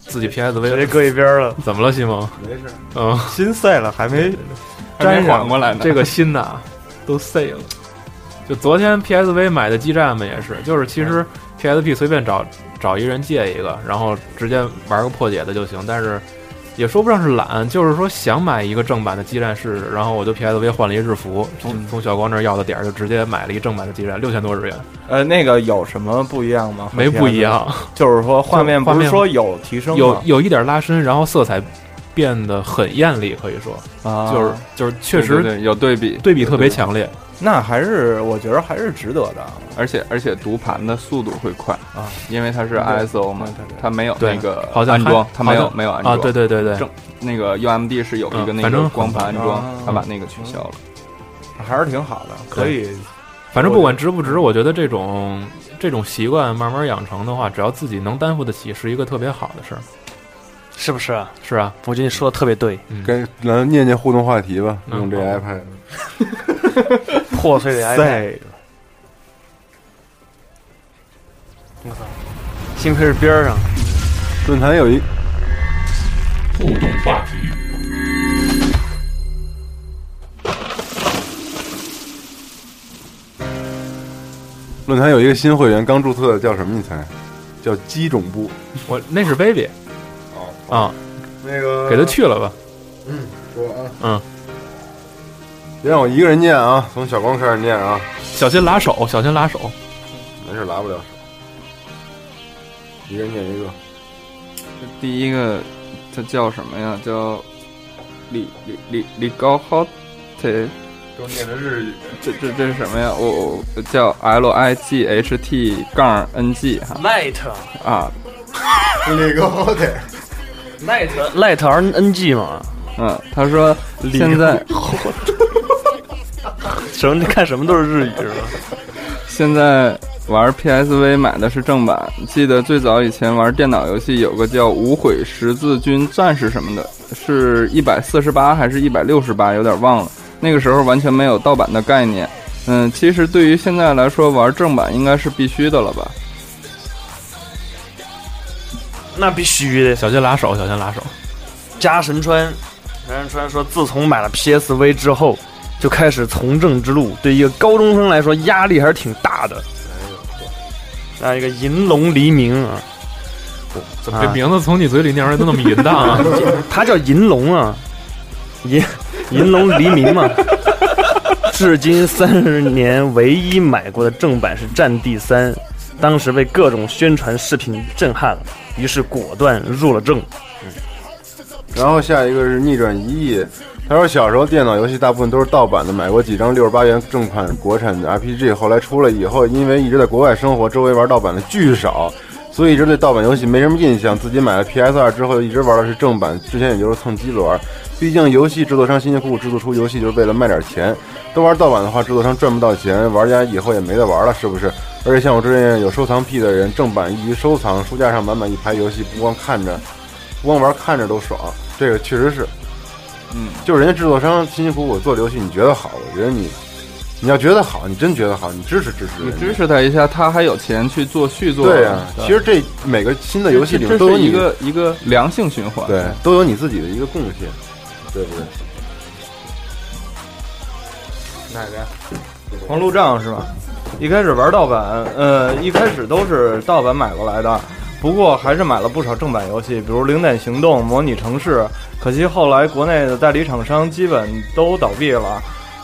[SPEAKER 2] 自己 PSV
[SPEAKER 7] 直接搁一边 了，
[SPEAKER 2] 怎么了，西蒙？
[SPEAKER 3] 没事，
[SPEAKER 2] 嗯，
[SPEAKER 7] 心塞了，还没
[SPEAKER 2] 粘
[SPEAKER 6] 还没缓过来 呢
[SPEAKER 2] 这个心呐，都碎了。就昨天 PSV 买的基站们也是，就是其实 PSP 随便找找一人借一个，然后直接玩个破解的就行。但是也说不上是懒，就是说想买一个正版的基站试试。然后我就 PSV 换了一日服，从从小光那儿要的点儿，就直接买了一正版的基站，六千多日元，
[SPEAKER 7] 呃，那个有什么不一样吗？
[SPEAKER 2] 没不一样，
[SPEAKER 7] 就是说画面
[SPEAKER 2] 画
[SPEAKER 7] 不
[SPEAKER 2] 面
[SPEAKER 7] 是说有提升吗？
[SPEAKER 2] 有有一点拉伸，然后色彩变得很艳丽，可以说
[SPEAKER 7] 啊，
[SPEAKER 2] 就是就是确
[SPEAKER 6] 对
[SPEAKER 2] 实
[SPEAKER 6] 对对有对比，
[SPEAKER 2] 对比特别强烈。
[SPEAKER 7] 那还是我觉得还是值得的。
[SPEAKER 6] 而且而且读盘的速度会快
[SPEAKER 7] 啊，
[SPEAKER 6] 因为它是 ISO 嘛
[SPEAKER 7] 对对对，
[SPEAKER 6] 它没有
[SPEAKER 2] 对
[SPEAKER 6] 那个
[SPEAKER 2] 好像
[SPEAKER 6] 安装
[SPEAKER 2] 还，
[SPEAKER 6] 它没有
[SPEAKER 2] 好像
[SPEAKER 6] 没有安装
[SPEAKER 2] 啊，对对对对，
[SPEAKER 6] 正那个 UMD 是有一个
[SPEAKER 2] 嗯
[SPEAKER 6] 那
[SPEAKER 2] 反正
[SPEAKER 6] 个
[SPEAKER 2] 很
[SPEAKER 6] 光盘安装
[SPEAKER 7] 啊，
[SPEAKER 6] 它把那个取消了。
[SPEAKER 7] 还是挺好的，可以。
[SPEAKER 2] 反正不管值不值，我觉得这种这种习惯慢慢养成的话，只要自己能担负得起，是一个特别好的事儿。
[SPEAKER 4] 是不是？啊？
[SPEAKER 2] 是啊，
[SPEAKER 4] 我觉得你说的特别对，
[SPEAKER 3] 跟咱念念互动话题吧，
[SPEAKER 2] 嗯
[SPEAKER 3] 用这
[SPEAKER 2] 好
[SPEAKER 3] iPad。
[SPEAKER 4] 破碎 的 iPad，
[SPEAKER 7] 对，
[SPEAKER 4] 幸亏是边儿上。
[SPEAKER 3] 论坛有一
[SPEAKER 8] 互动话题。
[SPEAKER 3] 论坛有一个新会员刚注册的，叫什么？你猜？叫鸡种部。
[SPEAKER 2] 我那是 baby
[SPEAKER 3] 哦，
[SPEAKER 2] 啊，
[SPEAKER 3] 那个
[SPEAKER 2] 给他去了吧。
[SPEAKER 3] 说啊，
[SPEAKER 2] 嗯，
[SPEAKER 3] 别让我一个人念啊，从小光开始念啊，
[SPEAKER 2] 小心拉手，小心拉手。
[SPEAKER 3] 没事，拉不了手。一个人念一个，
[SPEAKER 6] 嗯第一个，它叫什么呀？叫李李李李高浩特。
[SPEAKER 3] 都念的日语。
[SPEAKER 6] 这这这是什么呀？我、我叫 L I G H T 杠 N G 哈
[SPEAKER 4] Light
[SPEAKER 6] 啊
[SPEAKER 3] 那个好得
[SPEAKER 4] Light Light R N G 嘛，
[SPEAKER 6] 嗯，他说现在
[SPEAKER 4] 什么 看什么都是日语是吧？
[SPEAKER 6] 现在玩 PSV 买的是正版，记得最早以前玩电脑游戏有个叫《无悔十字军战士》什么的，是一百四十八还是一百六十八，有点忘了。那个时候完全没有盗版的概念。嗯，其实对于现在来说，玩正版应该是必须的了吧？
[SPEAKER 4] 那必须的。
[SPEAKER 2] 小心拉手，小心拉手。
[SPEAKER 4] 加神川，加神川说，自从买了 PSV 之后，就开始从政之路。对一个高中生来说，压力还是挺大的。那一个银龙黎明啊，
[SPEAKER 2] 怎么这名字从你嘴里念出来都那么淫荡啊？
[SPEAKER 4] 他叫银龙啊，银 银龙黎明嘛。至今三十年唯一买过的正版是《战地三》，当时被各种宣传视频震撼了，于是果断入了正。
[SPEAKER 3] 然后下一个是逆转一亿，他说小时候电脑游戏大部分都是盗版的，买过几张六十八元正款国产的 RPG，后来出了以后，因为一直在国外生活，周围玩盗版的巨少，所以一直对盗版游戏没什么印象。自己买了 PS 二之后，一直玩的是正版，之前也就是蹭机子玩。毕竟游戏制作商辛辛苦苦制作出游戏就是为了卖点钱，都玩盗版的话，制作商赚不到钱，玩家以后也没得玩了，是不是？而且像我这样有收藏癖的人，正版易于收藏，书架上满满一排游戏，不光看着，不光玩看着都爽，这个确实是，
[SPEAKER 6] 嗯，
[SPEAKER 3] 就是人家制作商辛辛苦苦做游戏，你觉得好，我觉得你，你要觉得好，你真觉得好，你支持支持
[SPEAKER 6] 你
[SPEAKER 3] 人家，
[SPEAKER 6] 支持他一下，他还有钱去做续作。
[SPEAKER 3] 对呀、啊其实这每个新的游戏里面都有
[SPEAKER 6] 啊这
[SPEAKER 3] 你
[SPEAKER 6] 是一个一个良性循环。
[SPEAKER 3] 对，都有你自己的一个贡献，对不对？
[SPEAKER 7] 哪个？黄路障是吧？一开始玩盗版，呃，一开始都是盗版买过来的，不过还是买了不少正版游戏，比如《零点行动》《模拟城市》。可惜后来国内的代理厂商基本都倒闭了，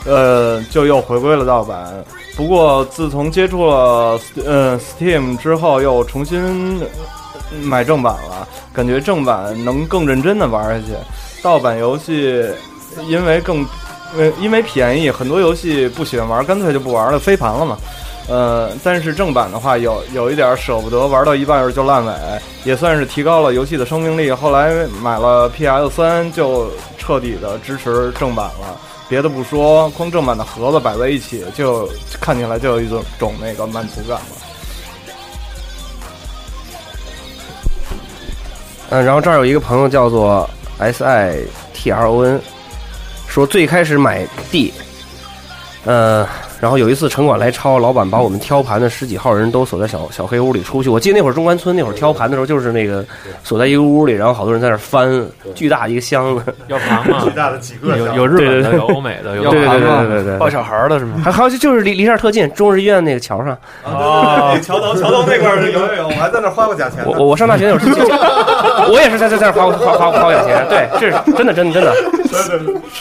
[SPEAKER 7] 呃，就又回归了盗版。不过自从接触了呃 Steam 之后，又重新买正版了，感觉正版能更认真的玩下去。盗版游戏因为更呃，因为便宜，很多游戏不喜欢玩，干脆就不玩了，飞盘了嘛。呃，但是正版的话，有有一点舍不得，玩到一半就烂尾，也算是提高了游戏的生命力。后来买了 PS 三，就彻底的支持正版了。别的不说，光正版的盒子摆在一起，就看起来就有一种种那个满足感了。
[SPEAKER 9] 呃嗯，然后这儿有一个朋友叫做 S I T R O N，说最开始买地，呃，然后有一次城管来抄，老板把我们挑盘的十几号人都锁在小小黑屋里出去。我记得那会儿中关村那会儿挑盘的时候，就是那个锁在一个屋里，然后好多人在那儿翻，巨大一个箱子，
[SPEAKER 2] 要盘嘛，
[SPEAKER 9] 巨
[SPEAKER 3] 大的几个
[SPEAKER 2] 有有日本的，有欧美的，有
[SPEAKER 9] 对对对
[SPEAKER 2] 韩国的
[SPEAKER 9] 对对对，
[SPEAKER 4] 抱小孩儿的是吗？
[SPEAKER 9] 还还有就就是离离这儿特近，中日医院那个桥上。
[SPEAKER 7] 啊，桥头桥头那块儿有有有，我还在那儿花过假钱呢。
[SPEAKER 9] 我我上大学那 会儿，我也是在在在这儿花花花花两钱，对，这是真的真的真的。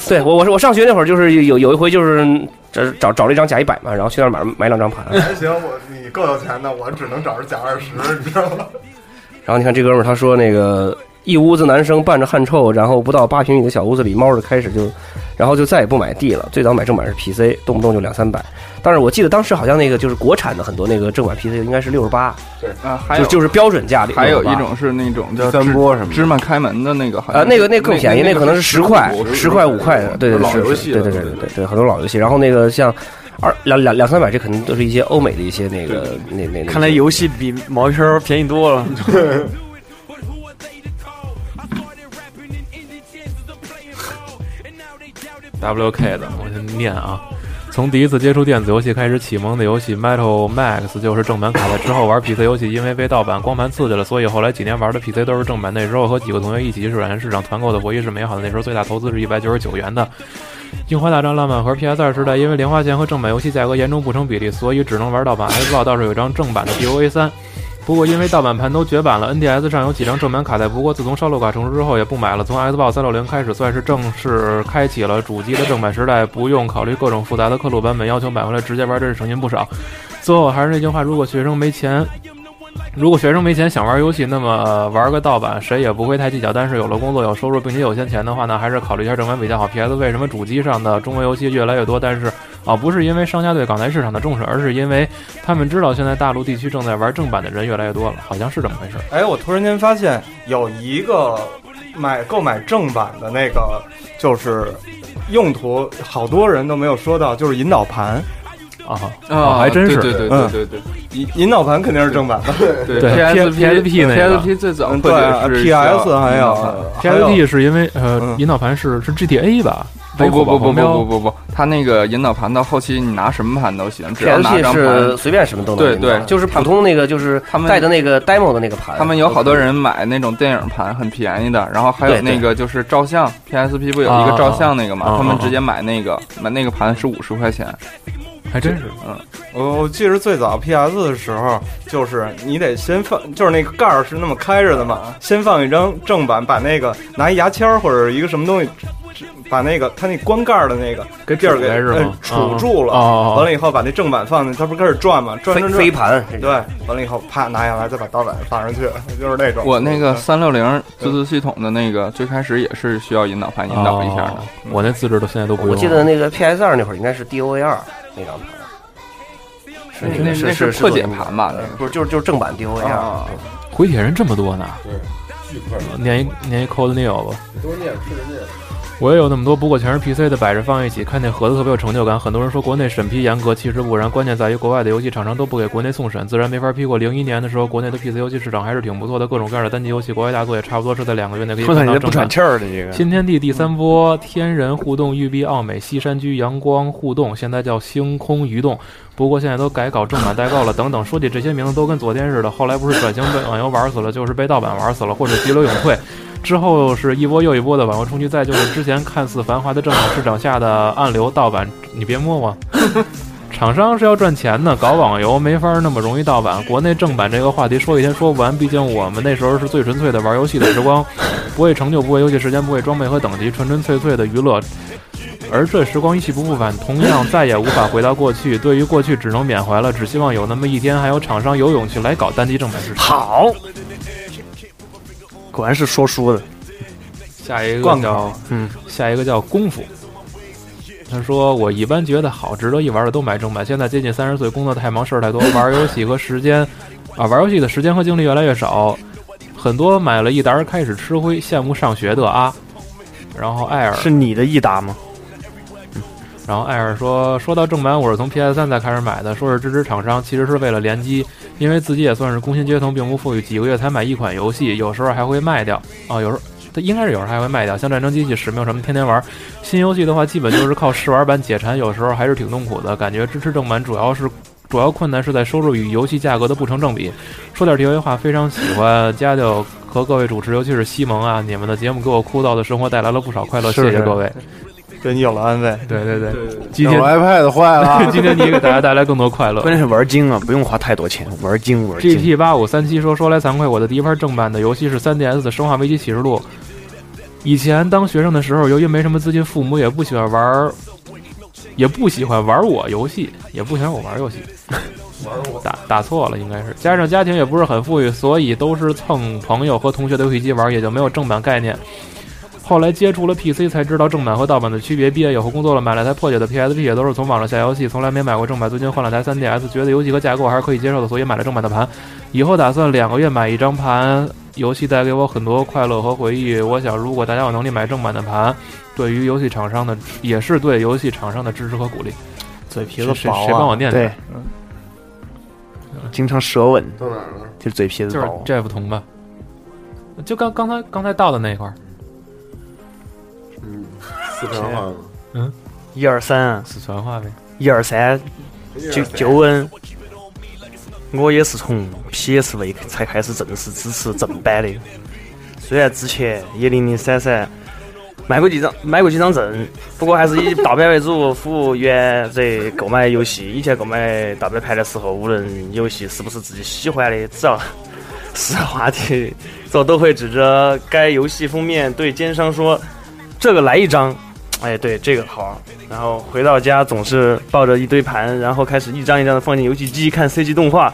[SPEAKER 9] 对我我是我上学那会儿就是有有一回就是找找找了一张假一百嘛，然后去那儿买买两张盘，
[SPEAKER 10] 还行，我你够有钱的，我只能找着假二十，你知道吗？
[SPEAKER 9] 然后你看这哥们儿他说那个一屋子男生伴着汗臭，然后不到八平米的小屋子里猫着开始就，然后就再也不买地了，最早买正版是 PC，动不动就两三百，但是我记得当时好像那个就是国产的很多那个正版 PC 应该是六十八，
[SPEAKER 6] 啊，还
[SPEAKER 9] 就
[SPEAKER 6] 有
[SPEAKER 9] 就是标准价的，
[SPEAKER 6] 还有一
[SPEAKER 9] 68
[SPEAKER 6] 种是那种叫
[SPEAKER 3] 三
[SPEAKER 6] 芝
[SPEAKER 3] 波什么的
[SPEAKER 6] 芝麻开门的那个，好像
[SPEAKER 9] 呃，那个
[SPEAKER 6] 是
[SPEAKER 9] 那更便宜，
[SPEAKER 6] 那
[SPEAKER 9] 那可能是
[SPEAKER 6] 十
[SPEAKER 9] 十块
[SPEAKER 6] 五、
[SPEAKER 9] 十块五块的，对对对，
[SPEAKER 3] 老
[SPEAKER 9] 是
[SPEAKER 3] 游
[SPEAKER 9] 是
[SPEAKER 3] 戏
[SPEAKER 9] 对
[SPEAKER 3] 了
[SPEAKER 9] 对对
[SPEAKER 3] 对
[SPEAKER 9] 对对对，很多老游戏。然后那个像二两两两三百，这肯定都是一些欧美的一些那个那那。那
[SPEAKER 4] 看来游戏比 毛片儿便宜多了。
[SPEAKER 2] WK 的，我先念啊。从第一次接触电子游戏开始，启蒙的游戏 Metal Max 就是正版卡带。之后玩 PC 游戏，因为被盗版光盘刺激了，所以后来几年玩的 PC 都是正版。那时候和几个同学一起去软件市场团购的回忆是美好的。那时候最大投资是一百九十九元的《樱花大战烂漫盒》。PS 二时代，因为零花钱和正版游戏价格严重不成比例，所以只能玩盗版。Xbox 倒是有一张正版的 DOA 三。不过因为盗版盘都绝版了，NDS 上有几张正版卡带。不过自从烧录卡重置之后也不买了。从 Xbox 三六零开始，算是正式开启了主机的正版时代，不用考虑各种复杂的刻录版本，要求买回来直接玩，真是省心不少。最后还是那句话，如果学生没钱。如果学生没钱想玩游戏，那么、呃玩个盗版谁也不会太计较。但是有了工作、有收入，并且有些钱的话呢，还是考虑一下正版比较好。PS 为什么主机上的中国游戏越来越多？但是啊，不是因为商家对港台市场的重视，而是因为他们知道现在大陆地区正在玩正版的人越来越多了，好像是这么回事。
[SPEAKER 7] 哎，我突然间发现有一个买购买正版的那个，就是用途，好多人都没有说到，就是引导盘。
[SPEAKER 2] 啊，
[SPEAKER 6] 啊，
[SPEAKER 2] 还真是
[SPEAKER 6] 对对对对对
[SPEAKER 7] 引引导盘肯定是正版的，
[SPEAKER 6] 对
[SPEAKER 2] 对 PSP
[SPEAKER 6] PSP
[SPEAKER 2] 那个
[SPEAKER 6] PSP 最早
[SPEAKER 7] 嗯，
[SPEAKER 6] 会
[SPEAKER 7] 对啊
[SPEAKER 6] 是嗯需要
[SPEAKER 7] ，PS 还有啊还有
[SPEAKER 2] PSP 是因为呃
[SPEAKER 7] 嗯，
[SPEAKER 2] 引导盘是是 GTA 吧？
[SPEAKER 6] 不不不不不不
[SPEAKER 2] 不，
[SPEAKER 6] 不不，它那个引导盘到后期你拿什么盘都行，只要拿
[SPEAKER 9] PSP
[SPEAKER 6] 张
[SPEAKER 9] 是
[SPEAKER 6] 盘。
[SPEAKER 9] 随便什么都能
[SPEAKER 6] 对
[SPEAKER 9] 用到
[SPEAKER 6] 对
[SPEAKER 9] 就是普通那个就是
[SPEAKER 6] 他们
[SPEAKER 9] 带的那个 demo 的那个盘，
[SPEAKER 6] 他们有好多人买那种电影盘，很便宜的。然后还有
[SPEAKER 9] 对对
[SPEAKER 6] 那个就是照相，PSP 不有一个照相那个
[SPEAKER 2] 啊啊啊
[SPEAKER 6] 嘛？他们直接买那个，买那个盘是五十块钱。
[SPEAKER 2] 还真是。
[SPEAKER 7] 我我记得最早 PS 的时候，就是你得先放，就是那个盖儿是那么开着的嘛，先放一张正版，把那个拿一牙签儿或者一个什么东西，把那个它那关盖儿的那个给地儿给
[SPEAKER 2] 杵开是吗
[SPEAKER 7] 呃杵住了，
[SPEAKER 2] 哦哦哦
[SPEAKER 7] 完了以后把那正版放进去，它不是开始转嘛，转
[SPEAKER 9] 飞
[SPEAKER 7] 转
[SPEAKER 9] 飞
[SPEAKER 7] 转。
[SPEAKER 9] 盘，这
[SPEAKER 7] 对，完了以后啪拿下来，再把盗版放上去， 就是那种。
[SPEAKER 6] 我那个三六零自制系统的那个，最开始也是需要引导盘引导一下的嗯
[SPEAKER 2] 哦。我那资质都现
[SPEAKER 6] 哎
[SPEAKER 2] 在都不用了。
[SPEAKER 9] 我记得那个 PS 二那会儿应该是 DOA 二那张盘，是
[SPEAKER 6] 哎那
[SPEAKER 9] 那个
[SPEAKER 6] 那
[SPEAKER 9] 是
[SPEAKER 6] 是破解盘吧
[SPEAKER 9] 呃不是就是就是正版 DOA 二
[SPEAKER 6] 啊，
[SPEAKER 2] 回铁人这么多呢，
[SPEAKER 3] 巨快，
[SPEAKER 2] 念一念一 Cold New 吧。
[SPEAKER 3] 都念是念。
[SPEAKER 2] 我也有那么多，不过全是 PC 的摆着放一起，看那盒子特别有成就感。很多人说国内审批严格，其实不然，关键在于国外的游戏厂商都不给国内送审，自然没法批过。零一年的时候，国内的 PC 游戏市场还是挺不错的，各种各样的单机游戏，国外大作也差不多是在两个月内可以
[SPEAKER 4] 说
[SPEAKER 2] 看
[SPEAKER 4] 你
[SPEAKER 2] 到
[SPEAKER 4] 这
[SPEAKER 2] 正
[SPEAKER 4] 不
[SPEAKER 2] 版。
[SPEAKER 4] 喘气儿的这个，
[SPEAKER 2] 新天地第三波，天人互动、育碧、奥美、西山居、阳光互动，现在叫星空鱼动。不过现在都改搞正版代购了，等等。说起这些名字都跟昨天似的，后来不是转型被网游玩死了，就是被盗版玩死了，或者急流勇退。之后是一波又一波的网游冲击，再就是之前看似繁华的正版市场下的暗流盗版，你别摸我。厂商是要赚钱的，搞网游没法那么容易盗版。国内正版这个话题说一天说不完，毕竟我们那时候是最纯粹的玩游戏的时光，不为成就，不为游戏时间，不为装备和等级，纯纯粹粹的娱乐。而这时光一去不复返，同样再也无法回到过去。对于过去，只能缅怀了。只希望有那么一天，还有厂商有勇气来搞单机正版市场。
[SPEAKER 4] 好，果然是说书的。
[SPEAKER 2] 下一个
[SPEAKER 7] 灌
[SPEAKER 2] 叫
[SPEAKER 7] 口
[SPEAKER 2] 嗯，下一个叫功夫。他说：“我一般觉得好、值得一玩的都买正版。现在接近三十岁，工作太忙，事儿太多，玩游戏和时间啊，玩游戏的时间和精力越来越少，很多买了一沓儿开始吃灰，羡慕上学的啊。”然后艾尔
[SPEAKER 4] 是你的益达吗？
[SPEAKER 2] 然后艾尔说：“说到正版，我是从 PS 3才开始买的，说是支持厂商，其实是为了联机，因为自己也算是工薪阶层，并不富裕，几个月才买一款游戏，有时候还会卖掉啊、有时候。”它应该是有时候还会卖掉，像战争机器、使命什么天天玩。新游戏的话，基本就是靠试玩版解馋，有时候还是挺痛苦的。感觉支持正版主要是主要困难是在收入与游戏价格的不成正比。说点题外话，非常喜欢家教和各位主持，尤其是西蒙啊，你们的节目给我枯燥的生活带来了不少快乐，
[SPEAKER 7] 是
[SPEAKER 2] 谢谢
[SPEAKER 7] 是
[SPEAKER 2] 各位。
[SPEAKER 7] 对你有了安慰。
[SPEAKER 2] 对对对，今
[SPEAKER 3] 今天
[SPEAKER 2] 天
[SPEAKER 3] 我 iPad 坏 了，
[SPEAKER 2] 今天你给大家带来更多快乐。
[SPEAKER 4] 关键是玩精啊，不用花太多钱，玩精玩精。
[SPEAKER 2] GT 八五三七说：“说来惭愧，我的第一盘正版的游戏是 3DS 的《生化危机启示录》。以前当学生的时候，由于没什么资金，父母也不喜欢玩儿，也不喜欢玩我游戏，也不喜欢我玩游戏。打打错了，应该是加上家庭也不是很富裕，所以都是蹭朋友和同学的游戏机玩，也就没有正版概念。后来接触了 PC，才知道正版和盗版的区别。毕业以后工作了，买了台破解的 PSP，也都是从网上下游戏，从来没买过正版。最近换了台 3DS，觉得游戏和架构还是可以接受的，所以买了正版的盘。以后打算两个月买一张盘，游戏带给我很多快乐和回忆。我想，如果大家有能力买正版的盘，对于游戏厂商的也是对游戏厂商的支持和鼓励。
[SPEAKER 7] 嘴皮
[SPEAKER 2] 谁
[SPEAKER 7] 子
[SPEAKER 2] 谁
[SPEAKER 7] 薄啊！
[SPEAKER 2] 谁帮我念
[SPEAKER 4] 对
[SPEAKER 2] 念？，
[SPEAKER 4] 经常舌吻，
[SPEAKER 3] 到哪儿了？
[SPEAKER 4] 就是嘴皮子
[SPEAKER 2] 就是
[SPEAKER 4] 薄。
[SPEAKER 2] Jeff 同吧，就刚刚才刚才到的那一块儿，
[SPEAKER 3] 嗯，四川话吗？
[SPEAKER 4] 一二三啊，
[SPEAKER 2] 四川话呗。
[SPEAKER 4] 一二三，九九问，我也是从 PSV 才开始正式支持正版的，虽然之前也零零散散买过几张买过几张证，不过还是以盗版为主，服务原则购买游戏。以前购买盗版盘的时候，无论游戏是不是自己喜欢的，只 要是话题，我都会指着该游戏封面对奸商说：“这个来一张。”哎，对，这个好。然后回到家总是抱着一堆盘，然后开始一张一张的放进游戏机看 CG 动画，